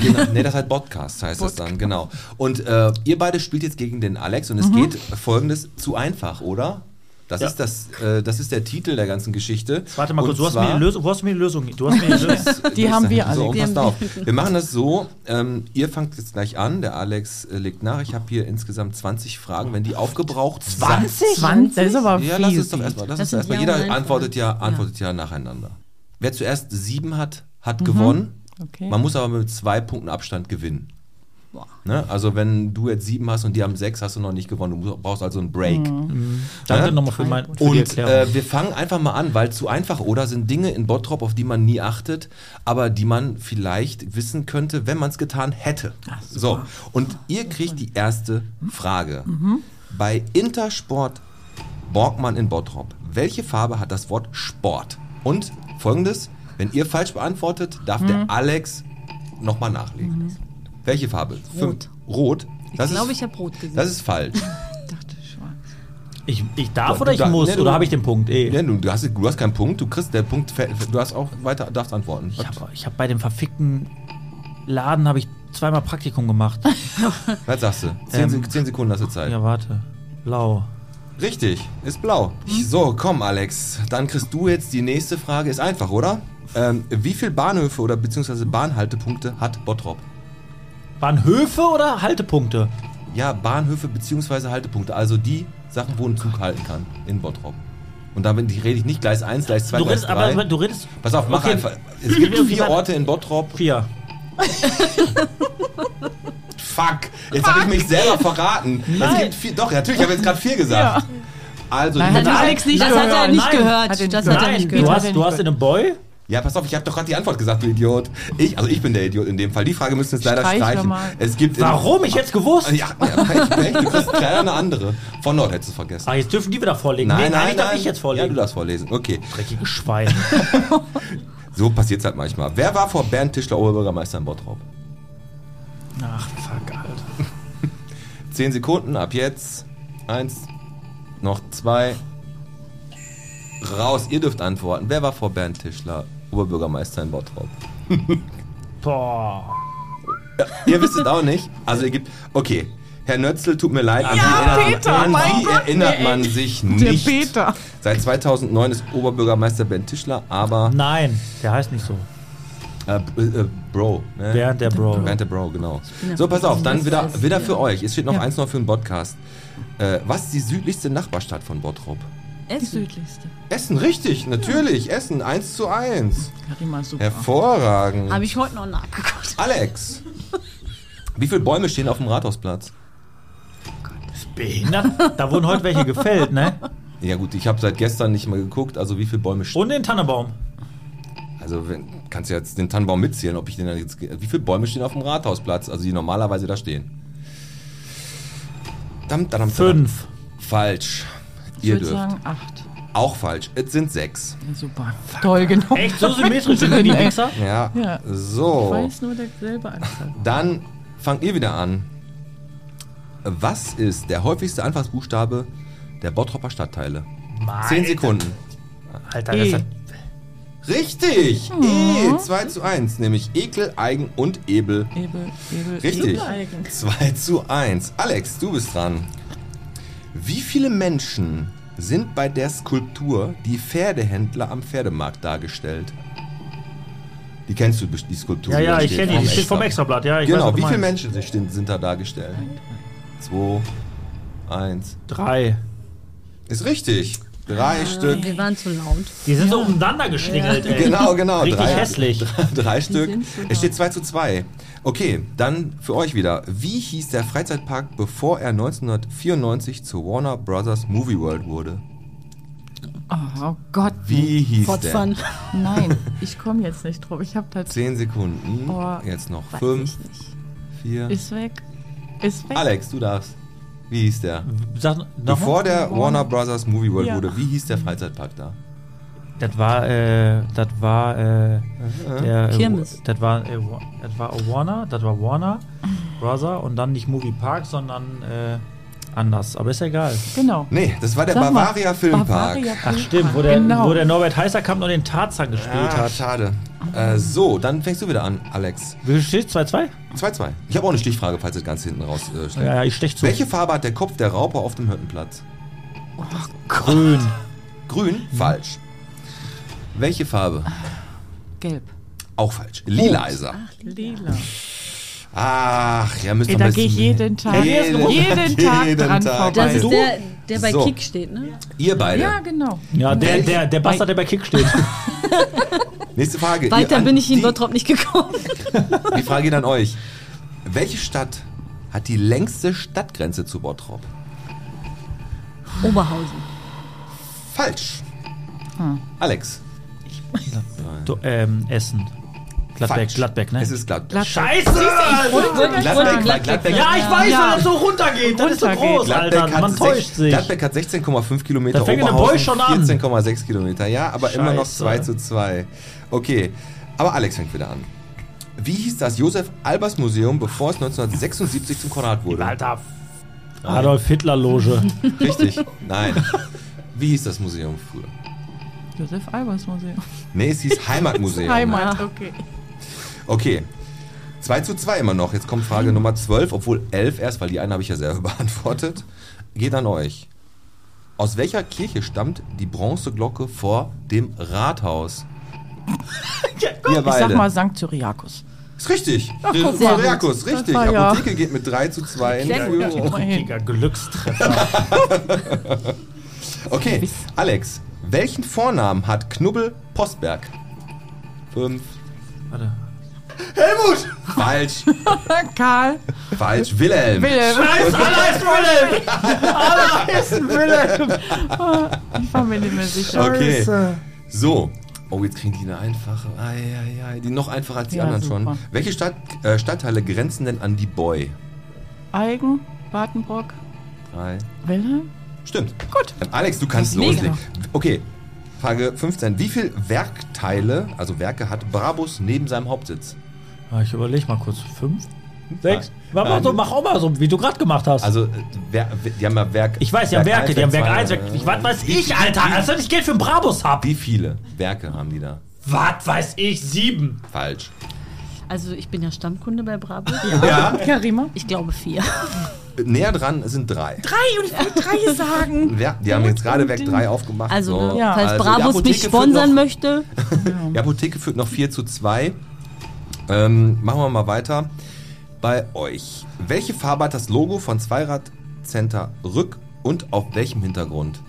Speaker 1: Genau, nee, das heißt Podcast heißt das dann, genau. Und äh, ihr beide spielt jetzt gegen den Alex und es geht folgendes zu einfach, oder? Das,
Speaker 2: Mhm. Ja.
Speaker 1: ist das, äh, das ist der Titel der ganzen Geschichte.
Speaker 2: Warte mal
Speaker 1: Und
Speaker 2: kurz, du hast,
Speaker 1: zwar-
Speaker 2: mir die Lösung, wo hast du mir die Lösung? Du hast mir die Lösung.
Speaker 4: Die haben wir alle.
Speaker 1: so, um
Speaker 4: Die
Speaker 1: passt
Speaker 5: haben
Speaker 1: auf. Wir machen das so, ähm, ihr fangt jetzt gleich an, der Alex äh, legt nach. Ich habe hier insgesamt 20 Fragen, wenn die aufgebraucht sind-
Speaker 4: 20? Das ist aber
Speaker 1: Ja, lass es doch erstmal. Lass
Speaker 5: Das
Speaker 1: es
Speaker 5: sind
Speaker 1: erstmal.
Speaker 5: Ja- und
Speaker 1: Jeder
Speaker 5: Nein-Fragen.
Speaker 1: antwortet ja,
Speaker 5: Ja.
Speaker 1: antwortet ja. nacheinander. Wer zuerst sieben hat, hat gewonnen.
Speaker 4: Okay.
Speaker 1: Man muss aber mit zwei Punkten Abstand gewinnen.
Speaker 5: Boah.
Speaker 1: Ne? Also wenn du jetzt sieben hast und die haben sechs, hast du noch nicht gewonnen. Du musst- brauchst also einen Break.
Speaker 2: Danke
Speaker 1: Ja?
Speaker 2: nochmal für, mein, für die
Speaker 1: Und
Speaker 2: Erklärung.
Speaker 1: äh, wir fangen einfach mal an, weil zu einfach, oder? Sind Dinge in Bottrop, auf die man nie achtet, aber die man vielleicht wissen könnte, wenn man es getan hätte. so, und ihr kriegt die erste Frage. Bei Intersport Borgmann in Bottrop, welche Farbe hat das Wort Sport? Und folgendes, wenn ihr falsch beantwortet, darf der Alex nochmal nachlegen. Welche Farbe? Fünf- Rot. Das
Speaker 5: Ich glaube,
Speaker 1: ist,
Speaker 5: ich habe rot gesehen.
Speaker 1: das ist falsch.
Speaker 2: ich, ich darf
Speaker 1: du
Speaker 2: oder ich
Speaker 1: darfst-
Speaker 2: muss?
Speaker 1: nee, du-
Speaker 2: oder habe ich den Punkt? Eh.
Speaker 1: Ja, du, du, hast, du hast keinen Punkt, du kriegst der Punkt, fällt- du hast auch weiter, darfst antworten.
Speaker 2: Ich habe ich hab bei dem verfickten Laden habe ich zweimal Praktikum gemacht.
Speaker 1: Was sagst du? Zehn,
Speaker 2: Ähm,
Speaker 1: Sek- zehn Sekunden hast du Zeit.
Speaker 2: ja, warte. Blau.
Speaker 1: Richtig, ist blau.
Speaker 2: Hm.
Speaker 1: So, komm Alex, dann kriegst du jetzt die nächste Frage, ist einfach, oder? Ähm, wie viele Bahnhöfe oder beziehungsweise Bahnhaltepunkte hat Bottrop?
Speaker 2: Waren Höfe oder Haltepunkte?
Speaker 1: Ja, Bahnhöfe beziehungsweise Haltepunkte, also die Sachen, wo ein Zug halten kann in Bottrop. Und damit die rede ich nicht Gleis 1, Gleis 2,
Speaker 2: Du
Speaker 1: Gleis
Speaker 2: redest,
Speaker 1: 3.
Speaker 2: aber, du redest.
Speaker 1: Pass auf, mach
Speaker 2: Okay.
Speaker 1: einfach. Es gibt
Speaker 2: Okay,
Speaker 1: vier
Speaker 2: warte.
Speaker 1: Orte in Bottrop.
Speaker 2: Vier.
Speaker 1: Fuck, jetzt habe ich mich selber verraten. Also, Es gibt vier, doch, natürlich, ich habe jetzt gerade vier gesagt. Also,
Speaker 4: Nein,
Speaker 1: die-
Speaker 4: hat Alex nicht
Speaker 5: das hat er
Speaker 4: gehört.
Speaker 5: nicht
Speaker 2: Nein.
Speaker 5: gehört.
Speaker 4: Hat er nicht
Speaker 5: das
Speaker 4: gehört.
Speaker 5: hat er
Speaker 2: Nein,
Speaker 5: nicht
Speaker 4: gehört.
Speaker 2: du
Speaker 5: gehört.
Speaker 4: Hat er
Speaker 2: hast,
Speaker 4: nicht
Speaker 2: du hast in einem Boy
Speaker 1: Ja, pass auf, ich habe doch gerade die Antwort gesagt, du Idiot. Ich, also ich bin der Idiot in dem Fall. Die Frage müssen wir jetzt leider
Speaker 4: Streich doch
Speaker 1: streichen.
Speaker 4: mal.
Speaker 1: Es gibt in-
Speaker 2: Warum? Ich hätte es gewusst.
Speaker 1: Ja, ja echt, echt, du bist leider eine andere. Von Nord hättest du vergessen.
Speaker 2: Ah, jetzt dürfen die wieder vorlegen. Nee, eigentlich darf ich jetzt
Speaker 1: Ja, du
Speaker 2: vorlegen.
Speaker 1: darfst vorlesen. Okay.
Speaker 2: Dreckiges Schwein.
Speaker 1: So passiert's halt manchmal. Wer war vor Bernd Tischler Oberbürgermeister in Bottrop?
Speaker 2: Ach, fuck, Alter.
Speaker 1: Zehn Sekunden, ab jetzt. Eins, noch zwei. Raus, ihr dürft antworten. Wer war vor Bernd Tischler Oberbürgermeister in Bottrop?
Speaker 2: Boah.
Speaker 1: Ihr wisst es auch nicht. Also ihr gibt. Okay. Herr Nötzl, tut mir leid, an Sie, erinnert,
Speaker 4: Peter,
Speaker 1: an
Speaker 4: mein
Speaker 1: Sie
Speaker 4: Gott,
Speaker 1: erinnert
Speaker 4: nee,
Speaker 1: man
Speaker 4: echt.
Speaker 1: sich
Speaker 4: Der
Speaker 1: nicht.
Speaker 4: Peter.
Speaker 1: Seit 2009 ist Oberbürgermeister Bernd Tischler, aber
Speaker 2: Nein, der heißt nicht so.
Speaker 1: äh, äh, Bro. Ne?
Speaker 2: Bernd der Bro.
Speaker 1: Bernd der Bro, genau.
Speaker 5: ja
Speaker 1: So, pass auf,
Speaker 5: vergessen,
Speaker 1: dann
Speaker 5: was
Speaker 1: wieder,
Speaker 5: das ist,
Speaker 1: wieder
Speaker 5: ja.
Speaker 1: für euch. Es steht noch eins noch für den Podcast. Äh, was ist die südlichste Nachbarstadt von Bottrop?
Speaker 4: Die
Speaker 5: Essen.
Speaker 4: südlichste.
Speaker 1: Essen, richtig, natürlich. Essen, 1 zu 1.
Speaker 4: Karima ist super.
Speaker 1: Hervorragend.
Speaker 5: Habe ich heute noch nachgeguckt.
Speaker 1: Alex, wie viele Bäume stehen auf dem Rathausplatz?
Speaker 2: Behindert? Da wurden heute welche gefällt, ne?
Speaker 1: Ja gut, ich habe seit gestern nicht mehr geguckt, also wie viele Bäume stehen.
Speaker 2: Und den Tannenbaum.
Speaker 1: Also wenn, kannst du jetzt den Tannenbaum mitzählen, ob ich den dann jetzt... ge- Wie viele Bäume stehen auf dem Rathausplatz, also die normalerweise da stehen? Dam, dam, dam,
Speaker 2: Fünf.
Speaker 1: Falsch.
Speaker 4: ich
Speaker 1: Ihr
Speaker 4: würde
Speaker 1: dürft.
Speaker 4: sagen acht.
Speaker 1: Auch falsch. Es sind sechs.
Speaker 4: Ja, super. Toll, genau.
Speaker 2: Echt so Oh. symmetrisch sind die
Speaker 4: Drin, ey.
Speaker 2: Wichser?
Speaker 1: Ja.
Speaker 4: Ja. Ich
Speaker 1: So.
Speaker 4: weiß nur dasselbe Anzahl.
Speaker 1: Dann fangt ihr wieder an. Was ist der häufigste Anfangsbuchstabe der Bottropper Stadtteile?
Speaker 2: Mann,
Speaker 1: Zehn Sekunden.
Speaker 2: Alter, das
Speaker 4: E.
Speaker 2: hat,
Speaker 1: Richtig! E, 2 zu 1, nämlich Ekel, Eigen und Ebel.
Speaker 4: Ebel, Ebel,
Speaker 1: Richtig.
Speaker 4: Ebel eigen.
Speaker 1: 2 zu 1. Alex, du bist dran. Wie viele Menschen sind bei der Skulptur die Pferdehändler am Pferdemarkt dargestellt? Die kennst du, die Skulptur.
Speaker 2: ja, ja,
Speaker 1: die
Speaker 2: ich
Speaker 1: steht
Speaker 2: kenne die.
Speaker 1: vorm
Speaker 2: Die steht vom Extrablatt. Ja, ich weiß,
Speaker 1: Genau,
Speaker 2: was
Speaker 1: wie
Speaker 2: du
Speaker 1: viele
Speaker 2: meinst.
Speaker 1: Menschen sind, sind da dargestellt? 2, 1.
Speaker 2: Drei.
Speaker 1: Ist richtig. Drei Stück.
Speaker 5: Wir waren zu laut.
Speaker 2: Die sind so umeinander geschlingelt, ey.
Speaker 1: Genau, genau.
Speaker 2: Richtig
Speaker 1: drei,
Speaker 2: hässlich.
Speaker 1: Drei, drei Stück.
Speaker 4: sind super.
Speaker 1: Es steht 2 zu 2. Okay, dann für euch wieder. Wie hieß der Freizeitpark, bevor er 1994 zu Warner Brothers Movie World wurde?
Speaker 4: Oh, oh Gott,
Speaker 1: Wie hieß der?
Speaker 5: Potsdam.
Speaker 4: nein, ich komme jetzt nicht drauf. Ich halt habe tatsächlich.
Speaker 1: 10 Sekunden.
Speaker 4: Oh,
Speaker 1: Jetzt noch
Speaker 5: Weiß
Speaker 1: 5,
Speaker 5: ich nicht.
Speaker 1: 4.
Speaker 4: Ist weg. Ist weg.
Speaker 1: Alex, du darfst. Wie hieß der?
Speaker 2: Sag noch mal.
Speaker 1: Bevor der Warner Brothers Movie World
Speaker 4: Ja.
Speaker 1: wurde, wie hieß der Freizeitpark da?
Speaker 2: Das war, äh, das war, äh, der, äh,
Speaker 5: Kirmes.
Speaker 2: Das war, äh, Wa- das war Warner, das war Warner, Brother und dann nicht Movie Park, sondern, äh, anders. Aber ist ja egal.
Speaker 4: Genau.
Speaker 1: Nee, das war der
Speaker 4: Sag mal,
Speaker 1: Bavaria Filmpark.
Speaker 4: Bavaria
Speaker 2: Ach,
Speaker 4: Filmpark.
Speaker 2: stimmt, wo der,
Speaker 4: genau.
Speaker 2: wo der Norbert Heißerkamp noch den Tarzan gespielt
Speaker 1: Ah,
Speaker 2: hat.
Speaker 1: schade. Äh, so, dann fängst du wieder an, Alex.
Speaker 2: Wie viel steht 2-2?
Speaker 1: 2-2. Ich habe auch eine Stichfrage, falls es ganz hinten raus äh, steht.
Speaker 2: Ja, ja, ich stech zu.
Speaker 1: Welche Farbe hat der Kopf der Raupe auf dem Hüttenplatz?
Speaker 4: Oh
Speaker 2: Grün.
Speaker 1: Grün?
Speaker 4: Mhm.
Speaker 1: Falsch. Welche Farbe?
Speaker 4: Gelb.
Speaker 1: Auch falsch. Lila ist er.
Speaker 4: Lila.
Speaker 1: Ach, ja, müsst ihr
Speaker 4: Ey,
Speaker 1: am
Speaker 4: da
Speaker 1: besten-
Speaker 4: gehe ich jeden Tag,
Speaker 1: Jeden-
Speaker 4: jeden, Tag
Speaker 1: jeden
Speaker 4: dran
Speaker 1: Tag.
Speaker 5: Das
Speaker 4: vorbei.
Speaker 5: ist
Speaker 1: Du?
Speaker 5: der, der bei
Speaker 1: So.
Speaker 5: Kick steht, ne?
Speaker 1: Ihr beide.
Speaker 4: ja, genau.
Speaker 2: Ja, der, der, der Bastard, der bei Kick steht.
Speaker 1: Nächste Frage.
Speaker 5: Weiter
Speaker 1: ihr an-
Speaker 5: bin ich in
Speaker 1: die-
Speaker 5: Bottrop nicht gekommen.
Speaker 1: Die Frage geht an euch. Welche Stadt hat die längste Stadtgrenze zu Bottrop?
Speaker 5: Oberhausen.
Speaker 1: Falsch.
Speaker 2: Hm.
Speaker 1: Alex.
Speaker 2: Du, ähm, Essen. Gladbeck,
Speaker 1: falsch.
Speaker 2: Gladbeck, ne?
Speaker 1: Es ist Gladbeck.
Speaker 2: Scheiße!
Speaker 1: Gladbeck, Gladbeck, Gladbeck, Gladbeck,
Speaker 2: Ja, ich weiß,
Speaker 4: Ja.
Speaker 2: weil das so runtergeht. Das ist so
Speaker 4: Runtergeht.
Speaker 2: groß, Alter. Man
Speaker 1: sech-
Speaker 2: täuscht sich.
Speaker 1: Gladbeck hat 16,5 Kilometer,
Speaker 2: Da fängt eine Boy schon an.
Speaker 1: 14,6 Kilometer. Ja, aber immer noch
Speaker 2: Scheiße.
Speaker 1: 2 zu 2. Okay, aber Alex fängt wieder an. Wie hieß das Josef-Albers-Museum, bevor es 1976 zum Konrad wurde?
Speaker 2: Alter. Adolf Hitler Loge.
Speaker 1: Richtig, nein. Wie hieß das Museum früher?
Speaker 4: Josef Albers Museum.
Speaker 1: Nee, es hieß Heimatmuseum.
Speaker 4: Heimat,
Speaker 2: Ah.
Speaker 4: okay.
Speaker 1: Okay. 2 zu 2 immer noch. Jetzt kommt Frage Nummer 12, obwohl 11 erst, weil die eine habe ich ja selber beantwortet. Geht an euch. Aus welcher Kirche stammt die Bronzeglocke vor dem Rathaus? Ihr
Speaker 4: Ich sag mal St. Cyriakus.
Speaker 1: Ist richtig. Äh,
Speaker 4: guck
Speaker 1: Frau
Speaker 4: mal.
Speaker 1: Riakus,
Speaker 4: Das
Speaker 1: richtig.
Speaker 4: war ja-
Speaker 1: Apotheke geht mit 3 zu 2 in
Speaker 5: Sehr
Speaker 1: Führung.
Speaker 4: Immerhin.
Speaker 2: Digga, Glückstreffer.
Speaker 1: Okay, Alex, welchen Vornamen hat Knubbel Postberg? 5.
Speaker 2: Warte.
Speaker 1: Helmut! Falsch,
Speaker 4: Karl,
Speaker 1: falsch, Wilhelm.
Speaker 4: Wilhelm,
Speaker 2: Scheiße, Allah ist Wilhelm! Allah ist Wilhelm!
Speaker 4: Ah, ich war mir nicht mehr sicher.
Speaker 1: Okay. So, Oh, jetzt kriegen die eine einfache. Eieiei, die noch einfacher als die
Speaker 4: Ja,
Speaker 1: anderen
Speaker 4: super.
Speaker 1: schon. Welche Stadt, äh, Stadtteile grenzen denn an die Boy?
Speaker 4: Eigen, Badenbrock,
Speaker 1: Drei.
Speaker 4: Wilhelm?
Speaker 1: Stimmt. Gut. Alex, du kannst
Speaker 4: Mega.
Speaker 1: loslegen. Okay, Frage 15. Wie viele Werkteile, also Werke, hat Brabus neben seinem Hauptsitz?
Speaker 2: Ah, ich überlege mal kurz. Fünf? Sechs?
Speaker 1: Nein.
Speaker 2: Mach, mal
Speaker 1: Nein.
Speaker 2: so, mach auch mal so, wie du gerade gemacht hast.
Speaker 1: Ähm, Also, äh, wer, die haben ja Werk.
Speaker 2: ich weiß, die haben Werke,
Speaker 1: eins,
Speaker 2: die haben Werk
Speaker 1: zwei,
Speaker 2: 1, Werk.
Speaker 1: äh,
Speaker 2: Ich, was weiß ich, Alter? Als wenn ich Geld für einen Brabus hab.
Speaker 1: Wie viele Werke haben die da?
Speaker 2: Was weiß ich? Sieben.
Speaker 1: Falsch.
Speaker 5: Also ich bin ja Stammkunde bei Bravo.
Speaker 1: Ja.
Speaker 4: Karima?
Speaker 5: Ich glaube vier.
Speaker 1: Näher dran sind drei.
Speaker 4: Drei und ich wollte drei sagen.
Speaker 1: Wer- Die haben jetzt gerade Werk 3 aufgemacht.
Speaker 5: Also
Speaker 1: so.
Speaker 4: Ja.
Speaker 5: falls
Speaker 1: Also, die
Speaker 5: Brabus
Speaker 1: Apotheke
Speaker 5: mich
Speaker 1: führt
Speaker 5: sponsern
Speaker 1: noch-
Speaker 5: möchte,
Speaker 1: Die Apotheke führt noch 4 zu 2. Ähm, machen wir mal weiter. Bei euch. Welche Farbe hat das Logo von Zweiradcenter Rück und auf welchem Hintergrund?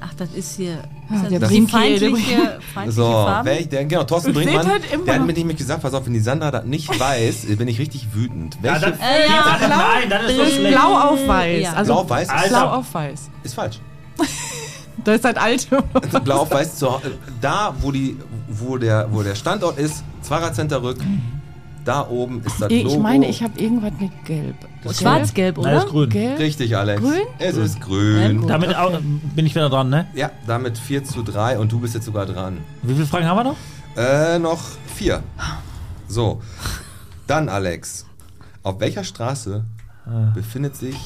Speaker 5: ach, das ist hier
Speaker 4: Ja,
Speaker 5: ist
Speaker 4: der
Speaker 5: das die
Speaker 4: Brinke-
Speaker 5: feindliche, feindliche
Speaker 1: So,
Speaker 5: Farbe.
Speaker 1: welch, der, genau, Thorsten
Speaker 4: Seht
Speaker 1: Brinkmann,
Speaker 4: halt immer.
Speaker 1: der hat mir nämlich gesagt, pass auf, wenn die Sandra das nicht weiß, bin ich richtig wütend.
Speaker 2: Ja,
Speaker 1: Welche
Speaker 2: das,
Speaker 5: Äh, ja,
Speaker 2: das, nein, das ist so
Speaker 5: blau.
Speaker 2: schlecht.
Speaker 4: Blau auf weiß.
Speaker 5: Ja.
Speaker 4: Also
Speaker 1: Blau-Weiß ist,
Speaker 2: Alter.
Speaker 4: blau auf weiß.
Speaker 1: ist falsch.
Speaker 4: Das ist halt alte.
Speaker 1: Blau auf weiß, zu, da wo, die, wo, der, wo der Standort ist, Zweiradcenter Rück, da oben ist das Logo.
Speaker 4: Ich meine, ich habe irgendwas mit Gelb.
Speaker 5: Schwarz-gelb,
Speaker 2: Nein, das
Speaker 5: oder?
Speaker 2: ist grün.
Speaker 4: Gelb?
Speaker 1: Richtig, Alex.
Speaker 4: Grün?
Speaker 1: Es ist grün.
Speaker 2: Damit
Speaker 4: Okay.
Speaker 2: au- bin ich wieder dran, ne?
Speaker 1: Ja, damit 4 zu 3 und du bist jetzt sogar dran.
Speaker 2: Wie viele Fragen haben wir noch?
Speaker 1: Äh, noch 4. So. Dann, Alex. Auf welcher Straße befindet sich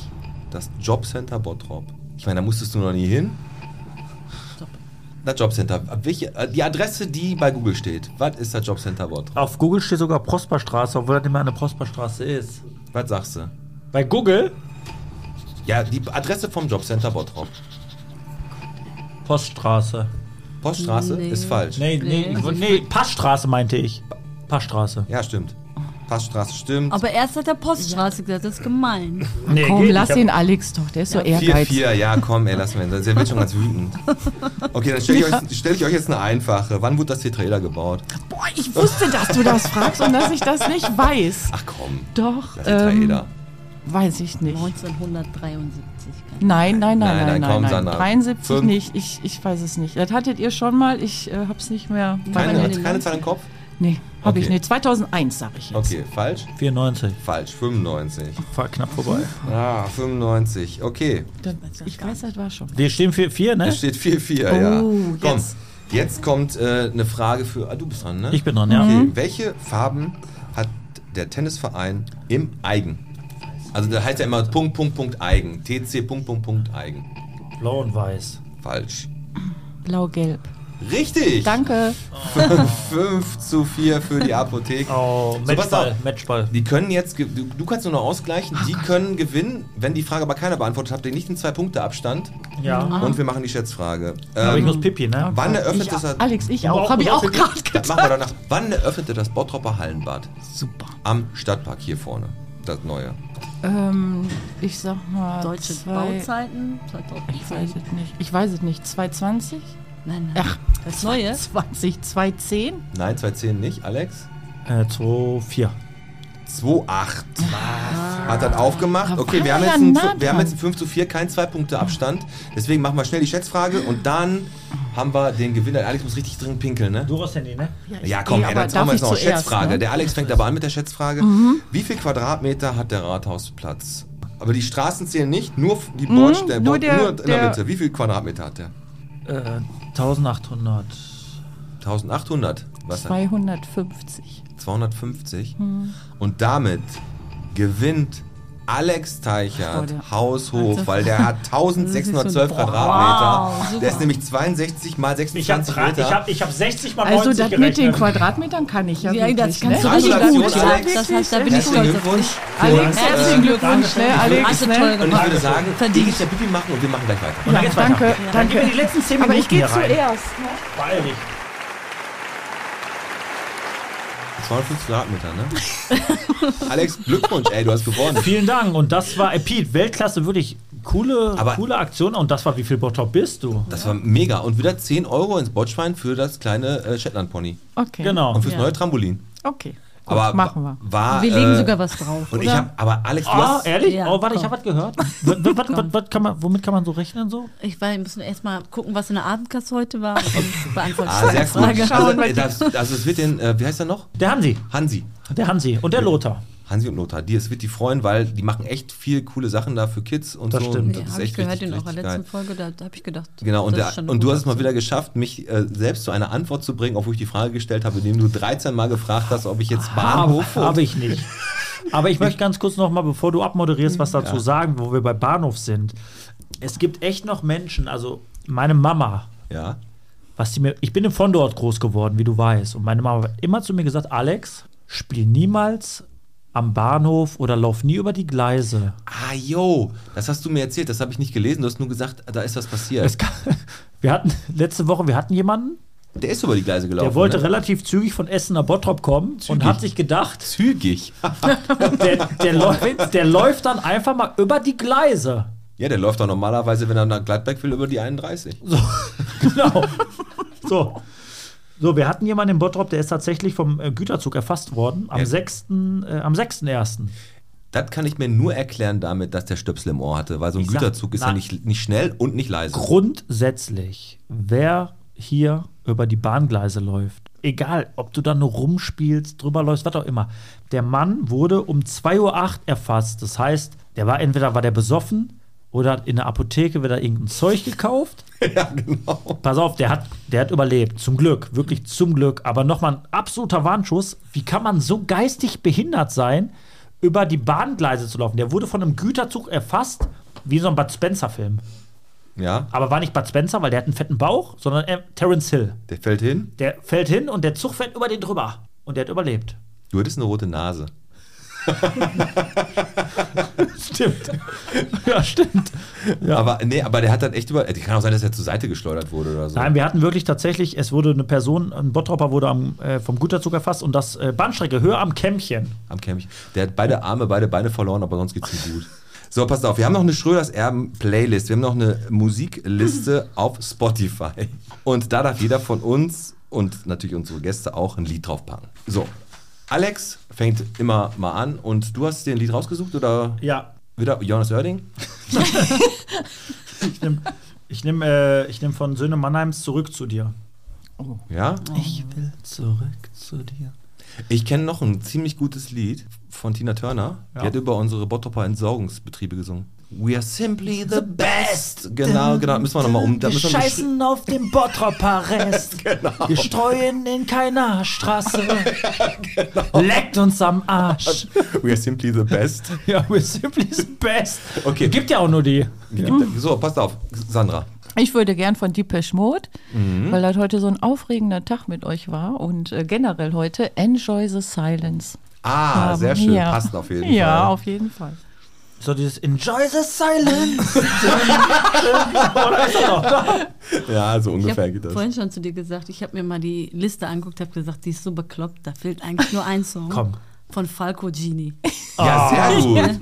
Speaker 1: das Jobcenter Bottrop? Ich meine, da musstest du noch nie hin. Das Jobcenter. Ab Welche, äh, die Adresse, die bei Google steht. Was ist das Jobcenter Bottrop?
Speaker 2: Auf Google steht sogar Prosperstraße, obwohl das nicht mehr eine Prosperstraße ist.
Speaker 1: Was sagst du?
Speaker 2: Bei Google?
Speaker 1: Ja, die Adresse vom Jobcenter Bottrop.
Speaker 2: Poststraße.
Speaker 1: Poststraße
Speaker 5: Nee.
Speaker 1: ist falsch.
Speaker 2: Nee, nee,
Speaker 5: Nee, also ich
Speaker 2: nee, Passstraße meinte ich. Passstraße.
Speaker 1: Ja, stimmt. Passstraße stimmt.
Speaker 5: Aber erst hat er Poststraße gesagt, das ist gemein.
Speaker 2: Nee,
Speaker 4: Komm,
Speaker 2: geht
Speaker 4: lass
Speaker 2: nicht.
Speaker 4: ihn Alex doch, der ist so ehrgeizig.
Speaker 1: 4-4, ja, komm, ey, lass mir. Der wird schon ganz wütend. Okay, dann stelle ich, euch- stell ich euch jetzt eine einfache. Wann wurde das Tetraeder gebaut?
Speaker 4: Boah, ich wusste, dass du das fragst und dass ich das nicht weiß.
Speaker 1: Ach komm,
Speaker 4: Doch,
Speaker 1: das
Speaker 4: ähm,
Speaker 1: Tetraeder.
Speaker 4: weiß ich nicht.
Speaker 5: 1973. keine
Speaker 4: Nein, nein, nein,
Speaker 1: Nein,
Speaker 4: nein,
Speaker 1: nein, komm,
Speaker 4: nein. nein,
Speaker 1: Sandra.
Speaker 4: 73
Speaker 1: Fünf.
Speaker 4: nicht, ich, ich weiß es nicht. Das hattet ihr schon mal, ich äh, hab's nicht mehr.
Speaker 1: keine,
Speaker 5: Nein, nein,
Speaker 1: keine
Speaker 5: nein.
Speaker 1: Zahl im Kopf?
Speaker 4: Nee, hab ich
Speaker 1: Okay.
Speaker 4: nicht. 2001 sag ich jetzt.
Speaker 1: Okay, falsch?
Speaker 2: 94.
Speaker 1: Falsch, 95.
Speaker 2: War knapp vorbei.
Speaker 4: Oh.
Speaker 1: Ah, 95, okay.
Speaker 4: Dann, ich weiß, das war schon.
Speaker 2: Wir stehen für vier, ne?
Speaker 1: Es steht 4-4,
Speaker 4: Oh,
Speaker 1: ja.
Speaker 4: jetzt.
Speaker 1: Komm, jetzt kommt äh, eine Frage für... Ah, du bist dran, ne?
Speaker 2: Ich bin dran, ja.
Speaker 1: Okay,
Speaker 4: Mhm.
Speaker 1: welche Farben hat der Tennisverein im Eigen? Also da heißt ja immer Punkt, Punkt, Punkt, Eigen. TC, Punkt, Punkt, Punkt, Eigen.
Speaker 2: Blau und weiß.
Speaker 1: Falsch.
Speaker 4: Blau-gelb.
Speaker 1: Richtig!
Speaker 4: Danke.
Speaker 1: 5 zu 4 für die Apotheke.
Speaker 2: Oh,
Speaker 1: So, pass
Speaker 2: Matchball,
Speaker 1: auf.
Speaker 2: Matchball.
Speaker 1: Die können jetzt, ge- du, du kannst nur noch ausgleichen, die können gewinnen, wenn die Frage aber keiner beantwortet hat, den nicht in zwei Punkte Abstand.
Speaker 2: Ja.
Speaker 1: Und wir machen die Schätzfrage.
Speaker 2: Aber ich
Speaker 1: Ähm,
Speaker 2: muss Pipi, ne?
Speaker 1: wann eröffnet
Speaker 4: Ich,
Speaker 1: das?
Speaker 4: Alex, ich auch. Hab ich auch gerade
Speaker 1: Das machen wir danach. Wann eröffnete das Bottropper Hallenbad?
Speaker 4: Super.
Speaker 1: Am Stadtpark hier vorne. Das neue.
Speaker 4: Ähm, ich sag mal.
Speaker 5: Deutsche
Speaker 4: zwei,
Speaker 5: Bauzeiten.
Speaker 4: Ich weiß es nicht. Ich weiß es nicht. 220?
Speaker 5: Nein, nein.
Speaker 4: Ach,
Speaker 5: Das Neue?
Speaker 4: 20, 210?
Speaker 1: Nein, 210 nicht, Alex.
Speaker 2: Äh, 2, 4.
Speaker 1: 2,8. Hat dann aufgemacht.
Speaker 4: Ah. Da
Speaker 1: Okay, wir
Speaker 4: war
Speaker 1: haben,
Speaker 4: ja
Speaker 1: jetzt ein,
Speaker 4: nah
Speaker 1: wir haben
Speaker 4: dran.
Speaker 1: jetzt ein 5 zu 4, kein 2 Punkte Abstand. Deswegen machen wir schnell die Schätzfrage und dann haben wir den Gewinner. Alex muss richtig dringend pinkeln, ne?
Speaker 2: Du hast Handy, ne?
Speaker 1: Ja, komm,
Speaker 4: Nee,
Speaker 1: ey,
Speaker 4: aber
Speaker 1: dann machen
Speaker 4: darf
Speaker 1: wir jetzt
Speaker 4: ich
Speaker 1: noch eine
Speaker 4: zuerst,
Speaker 1: Schätzfrage.
Speaker 4: ne? Mhm.
Speaker 1: Der Alex fängt aber an mit der Schätzfrage. Wie viel Quadratmeter hat der Rathausplatz? Aber die Straßen zählen nicht, nur f- die Bordsteine,
Speaker 4: Mhm, nur
Speaker 1: Bord-
Speaker 4: der-
Speaker 1: nur in der,
Speaker 4: der-
Speaker 1: Mitte. Wie viel Quadratmeter hat der?
Speaker 2: Äh, 1800.
Speaker 1: 1800, was hat
Speaker 4: 250.
Speaker 1: 250.
Speaker 5: Hm.
Speaker 1: Und damit gewinnt Alex Teichert
Speaker 4: Oh, der-
Speaker 1: haushoch,
Speaker 5: Also,
Speaker 1: weil der hat
Speaker 4: Das ist
Speaker 1: 1612
Speaker 4: so-
Speaker 1: Quadratmeter.
Speaker 5: Wow,
Speaker 1: der ist nämlich 62 mal 26
Speaker 2: drei-
Speaker 1: Meter.
Speaker 2: ich hab 60 mal
Speaker 4: Also, das mit den Quadratmetern kann ich ja,
Speaker 5: Ja, das
Speaker 4: wirklich,
Speaker 5: kannst
Speaker 4: ne?
Speaker 5: du richtig
Speaker 1: Gratulation,
Speaker 5: gut.
Speaker 1: Alex.
Speaker 5: Das heißt, da bin ich
Speaker 1: Herzlichen
Speaker 5: stolz auf
Speaker 1: Glückwunsch.
Speaker 5: dich.
Speaker 4: Alex,
Speaker 1: Und,
Speaker 5: Danke.
Speaker 4: herzlichen Glückwunsch,
Speaker 2: Danke.
Speaker 4: ne?
Speaker 5: Hast
Speaker 4: Alex,
Speaker 5: du toll
Speaker 4: ne?
Speaker 1: Und ich
Speaker 5: gemacht.
Speaker 1: würde sagen,
Speaker 5: Verdient.
Speaker 1: die geht der Pipi machen und wir machen gleich weiter.
Speaker 2: Und dann geht's weiter.
Speaker 4: Danke,
Speaker 2: Dann gehen wir die
Speaker 4: danke.
Speaker 2: letzten 10
Speaker 4: Aber
Speaker 2: Minuten
Speaker 4: ich gehe
Speaker 2: hier rein.
Speaker 4: zuerst.
Speaker 2: Beeil dich.
Speaker 1: 250 Quadratmeter, ne? Alex, Glückwunsch, ey, du hast gewonnen.
Speaker 2: Vielen Dank. Und das war Epiet. Weltklasse, wirklich coole,
Speaker 1: Aber-
Speaker 2: coole Aktion. Und das war, wie viel Bottrop bist du?
Speaker 1: Das war mega. Und wieder 10 Euro ins Botschwein für das kleine äh, Shetland-Pony.
Speaker 4: Okay.
Speaker 2: Genau.
Speaker 1: Und fürs
Speaker 5: Ja.
Speaker 1: neue Trampolin.
Speaker 4: Okay.
Speaker 1: aber
Speaker 4: machen wir.
Speaker 1: war.
Speaker 5: Wir legen
Speaker 1: äh,
Speaker 5: sogar was drauf.
Speaker 1: Und
Speaker 5: oder?
Speaker 1: ich habe, aber Alex, du
Speaker 2: Ah,
Speaker 1: hast,
Speaker 2: ehrlich?
Speaker 5: Ja,
Speaker 2: oh, warte, ich
Speaker 5: komm.
Speaker 2: habe was gehört. W- w- was- was- was kann man, womit kann man so rechnen so?
Speaker 5: Ich weiß, wir müssen erstmal gucken, was in der Abendkasse heute war. Und beantworte
Speaker 1: Ah, sehr
Speaker 5: die Frage.
Speaker 1: gut. Also, äh, das, also es wird den, äh, wie heißt er noch?
Speaker 2: Der Hansi.
Speaker 1: Hansi.
Speaker 2: Der Hansi und der Lothar.
Speaker 1: Hansi und Lothar, die, es wird die freuen, weil die machen echt viel coole Sachen da für Kids und
Speaker 2: Das
Speaker 1: so. Und
Speaker 2: stimmt.
Speaker 5: Ja,
Speaker 1: ist
Speaker 5: habe
Speaker 1: echt
Speaker 5: ich gehört
Speaker 1: richtig,
Speaker 5: in eurer
Speaker 1: richtig
Speaker 5: letzten
Speaker 1: geil.
Speaker 5: Folge, da, da habe ich gedacht.
Speaker 1: Genau, und,
Speaker 5: das
Speaker 1: der,
Speaker 5: ist schon eine
Speaker 1: und du
Speaker 5: gute
Speaker 1: hast es mal
Speaker 5: Aktion.
Speaker 1: wieder geschafft, mich äh, selbst zu einer Antwort zu bringen, obwohl ich die Frage gestellt habe, indem du 13 Mal gefragt hast, ob ich jetzt Bahnhof
Speaker 2: Habe ich nicht. Aber ich möchte ganz kurz noch mal, bevor du abmoderierst, was dazu sagen, wo wir bei Bahnhof sind. Es gibt echt noch Menschen, also meine Mama,
Speaker 1: Ja.
Speaker 2: was die mir, ich bin im Fondort groß geworden, wie du weißt. Und meine Mama hat immer zu mir gesagt, Alex, spiel niemals am Bahnhof oder lauf nie über die Gleise.
Speaker 1: Ah, yo, das hast du mir erzählt, das habe ich nicht gelesen, du hast nur gesagt, da ist was passiert.
Speaker 2: Es kann, wir hatten letzte Woche, wir hatten jemanden,
Speaker 1: der ist über die Gleise gelaufen.
Speaker 2: der wollte
Speaker 1: ne?
Speaker 2: relativ zügig von Essen nach Bottrop kommen und hat sich gedacht,
Speaker 1: zügig.
Speaker 2: der, der, läuft, der läuft dann einfach mal über die Gleise.
Speaker 1: ja, der läuft doch normalerweise, wenn er nach Gladbeck will, über die 31.
Speaker 2: So, genau. So. So, wir hatten jemanden im Bottrop, der ist tatsächlich vom äh, Güterzug erfasst worden am
Speaker 1: Ja.
Speaker 2: 6. Äh, am 6.1.
Speaker 1: Das kann ich mir nur erklären damit, dass der Stöpsel im Ohr hatte, weil so ein
Speaker 2: Ich sag,
Speaker 1: Güterzug ist ja
Speaker 2: na-
Speaker 1: nicht, nicht schnell und nicht leise.
Speaker 2: Grundsätzlich, wer hier über die Bahngleise läuft, egal ob du da nur rumspielst, drüber läufst, was auch immer, der Mann wurde um 2.08 Uhr erfasst. Das heißt, der war entweder war der besoffen oder hat in der Apotheke wieder irgendein Zeug gekauft.
Speaker 1: ja, genau.
Speaker 2: Pass auf, der hat, der hat überlebt. Zum Glück, wirklich zum Glück. Aber nochmal ein absoluter Warnschuss. Wie kann man so geistig behindert sein, über die Bahngleise zu laufen? Der wurde von einem Güterzug erfasst, wie so ein Bud Spencer-Film.
Speaker 1: Ja,
Speaker 2: Aber war nicht Bud Spencer, weil der hat einen fetten Bauch, sondern äh, Terence Hill.
Speaker 1: der fällt hin.
Speaker 2: Der fällt hin und der Zug fährt über den drüber. Und der hat überlebt.
Speaker 1: Du hattest eine rote Nase.
Speaker 2: Stimmt. ja, stimmt.
Speaker 1: Aber nee, aber der hat dann echt über. Kann auch sein, dass er zur Seite geschleudert wurde oder so.
Speaker 2: Nein, wir hatten wirklich tatsächlich, es wurde eine Person, ein Bottropper wurde am, äh, vom Güterzug erfasst und das äh, Bahnstrecke höher am Kämmchen.
Speaker 1: Am Kämmchen. Der hat beide Arme, beide Beine verloren, aber sonst geht's ihm gut. So, passt auf, wir haben noch eine Schröders Erben-Playlist. Wir haben noch eine Musikliste auf Spotify. Und da darf jeder von uns und natürlich unsere Gäste auch ein Lied draufpacken. So, Alex fängt immer mal an und du hast dir ein Lied rausgesucht oder
Speaker 2: Ja,
Speaker 1: wieder Jonas Oerding?
Speaker 2: Ich nehme ich nehm, äh, ich nehm von Söhne Mannheims zurück zu dir.
Speaker 1: Ja?
Speaker 2: Ich will zurück zu dir.
Speaker 1: Ich kenne noch ein ziemlich gutes Lied von Tina Turner.
Speaker 2: Ja.
Speaker 1: Die hat über unsere Bottroper Entsorgungsbetriebe gesungen. We are simply the best. Genau, genau. Müssen wir nochmal um. Da
Speaker 2: Wir
Speaker 1: müssen wir eine Schri-
Speaker 2: scheißen auf den Bottropper Rest. genau. Wir streuen in keiner Straße.
Speaker 1: Genau.
Speaker 2: Leckt uns am Arsch.
Speaker 1: We are simply the best.
Speaker 2: ja, we're simply the best.
Speaker 1: Okay.
Speaker 2: Gibt ja auch nur die.
Speaker 1: So, passt auf, Sandra.
Speaker 4: Ich würde gern von Deepesh Mode, weil das heute so ein aufregender Tag mit euch war und äh, generell heute Enjoy the Silence.
Speaker 1: Ah,
Speaker 4: haben.
Speaker 1: sehr schön.
Speaker 4: Ja.
Speaker 1: Passt auf jeden
Speaker 4: Ja,
Speaker 1: Fall.
Speaker 4: auf jeden Fall.
Speaker 2: So dieses Enjoy the Silence.
Speaker 1: Ja, so
Speaker 5: Ich
Speaker 1: ungefähr
Speaker 5: habe vorhin schon zu dir gesagt, ich habe mir mal die Liste angeguckt, habe gesagt, die ist so bekloppt, da fehlt eigentlich nur ein Song.
Speaker 2: Komm.
Speaker 5: Von Falco Genie.
Speaker 1: Ja, sehr gut.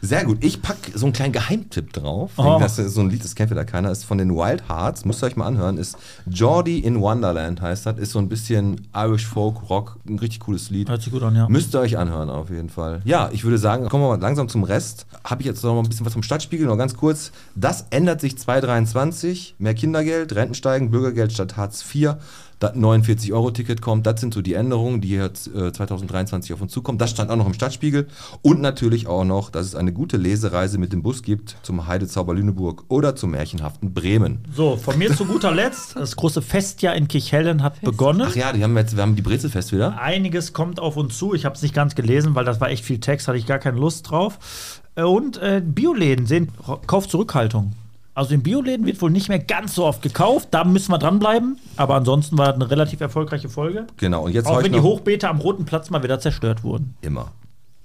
Speaker 1: Sehr gut. Ich packe so einen kleinen Geheimtipp drauf.
Speaker 2: Oh.
Speaker 1: Das ist so ein Lied, das kennt wieder keiner. Ist von den Wild Hearts. Müsst ihr euch mal anhören. Ist Geordie in Wonderland heißt das. Ist so ein bisschen Irish Folk Rock. Ein richtig cooles Lied.
Speaker 2: Hört sich gut an, ja.
Speaker 1: Müsst ihr euch anhören, auf jeden Fall. Ja, ich würde sagen, kommen wir mal langsam zum Rest. Habe ich jetzt noch mal ein bisschen was vom Stadtspiegel, noch ganz kurz. Das ändert sich 2023. Mehr Kindergeld, Rentensteigen, Bürgergeld statt Hartz IV. Das 49-Euro-Ticket kommt. Das sind so die Änderungen, die jetzt äh, 2023 auf uns zukommen. Das stand auch noch im Stadtspiegel. Und natürlich auch noch, dass es eine gute Lesereise mit dem Bus gibt zum Heidezauber Lüneburg oder zum märchenhaften Bremen.
Speaker 2: So, von mir zu guter Letzt, das große Festjahr in Kirchhellen hat begonnen.
Speaker 1: Ach ja, die haben jetzt, wir haben die Brezelfest wieder.
Speaker 2: Einiges kommt auf uns zu. Ich habe es nicht ganz gelesen, weil das war echt viel Text, hatte ich gar keine Lust drauf. Äh, Und äh, Bioläden sehen Ro- Kaufzurückhaltung. Also in Bioläden wird wohl nicht mehr ganz so oft gekauft. Da müssen wir dranbleiben. Aber ansonsten war das eine relativ erfolgreiche Folge.
Speaker 1: Genau. Und jetzt
Speaker 2: Auch
Speaker 1: heute
Speaker 2: Oh, wenn die
Speaker 1: noch-
Speaker 2: Hochbeete am Roten Platz mal wieder zerstört wurden.
Speaker 1: Immer.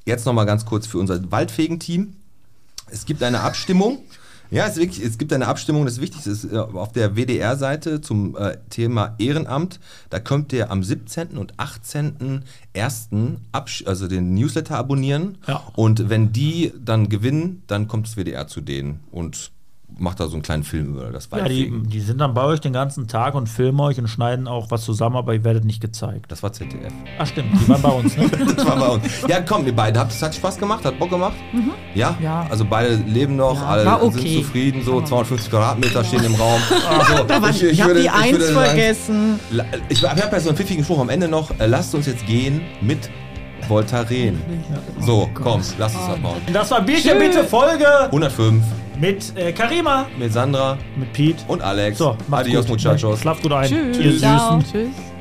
Speaker 1: Jetzt nochmal ganz kurz für unser waldfähigen Team. Es gibt eine Abstimmung. Ja, es, ist wirklich, es gibt eine Abstimmung, das Wichtigste ist äh, auf der WDR-Seite zum äh, Thema Ehrenamt. Da könnt ihr am 17. und 18.01. absch- also den Newsletter abonnieren.
Speaker 2: Ja.
Speaker 1: Und wenn die dann gewinnen, dann kommt das WDR zu denen. Und macht da so einen kleinen Film über das
Speaker 2: Ja, die,
Speaker 1: Waldfegen.
Speaker 2: die sind dann bei euch den ganzen Tag und filmen euch und schneiden auch was zusammen, aber ihr werdet nicht gezeigt.
Speaker 1: das war ZDF.
Speaker 2: Ach stimmt, die waren bei uns, ne?
Speaker 1: Das war bei uns. Ja, komm, ihr beide habt es hat Spaß gemacht, hat Bock gemacht. Ja?
Speaker 4: Ja.
Speaker 1: Also beide leben noch,
Speaker 4: Ja,
Speaker 1: alle
Speaker 4: war
Speaker 1: sind
Speaker 4: okay.
Speaker 1: zufrieden, so 250 Quadratmeter stehen im Raum. Also, ich,
Speaker 8: ich habe
Speaker 1: würde-
Speaker 8: die
Speaker 1: ich würde
Speaker 8: Eins
Speaker 1: sagen,
Speaker 8: vergessen.
Speaker 1: la- Ich habe ja so einen pfiffigen Spruch am Ende noch, äh, lasst uns jetzt gehen mit Voltaren. So, komm, lass uns das machen.
Speaker 2: Das war Bierchen bitte Folge
Speaker 1: 105
Speaker 2: mit äh, Karima,
Speaker 1: mit Sandra
Speaker 2: mit Pete.
Speaker 1: und Alex.
Speaker 2: So, macht's
Speaker 1: Adios
Speaker 2: gut.
Speaker 1: muchachos.
Speaker 2: Schlaft gut ein.
Speaker 4: Tschüss.
Speaker 2: Ihr Süßen.
Speaker 9: Ciao.
Speaker 4: Tschüss.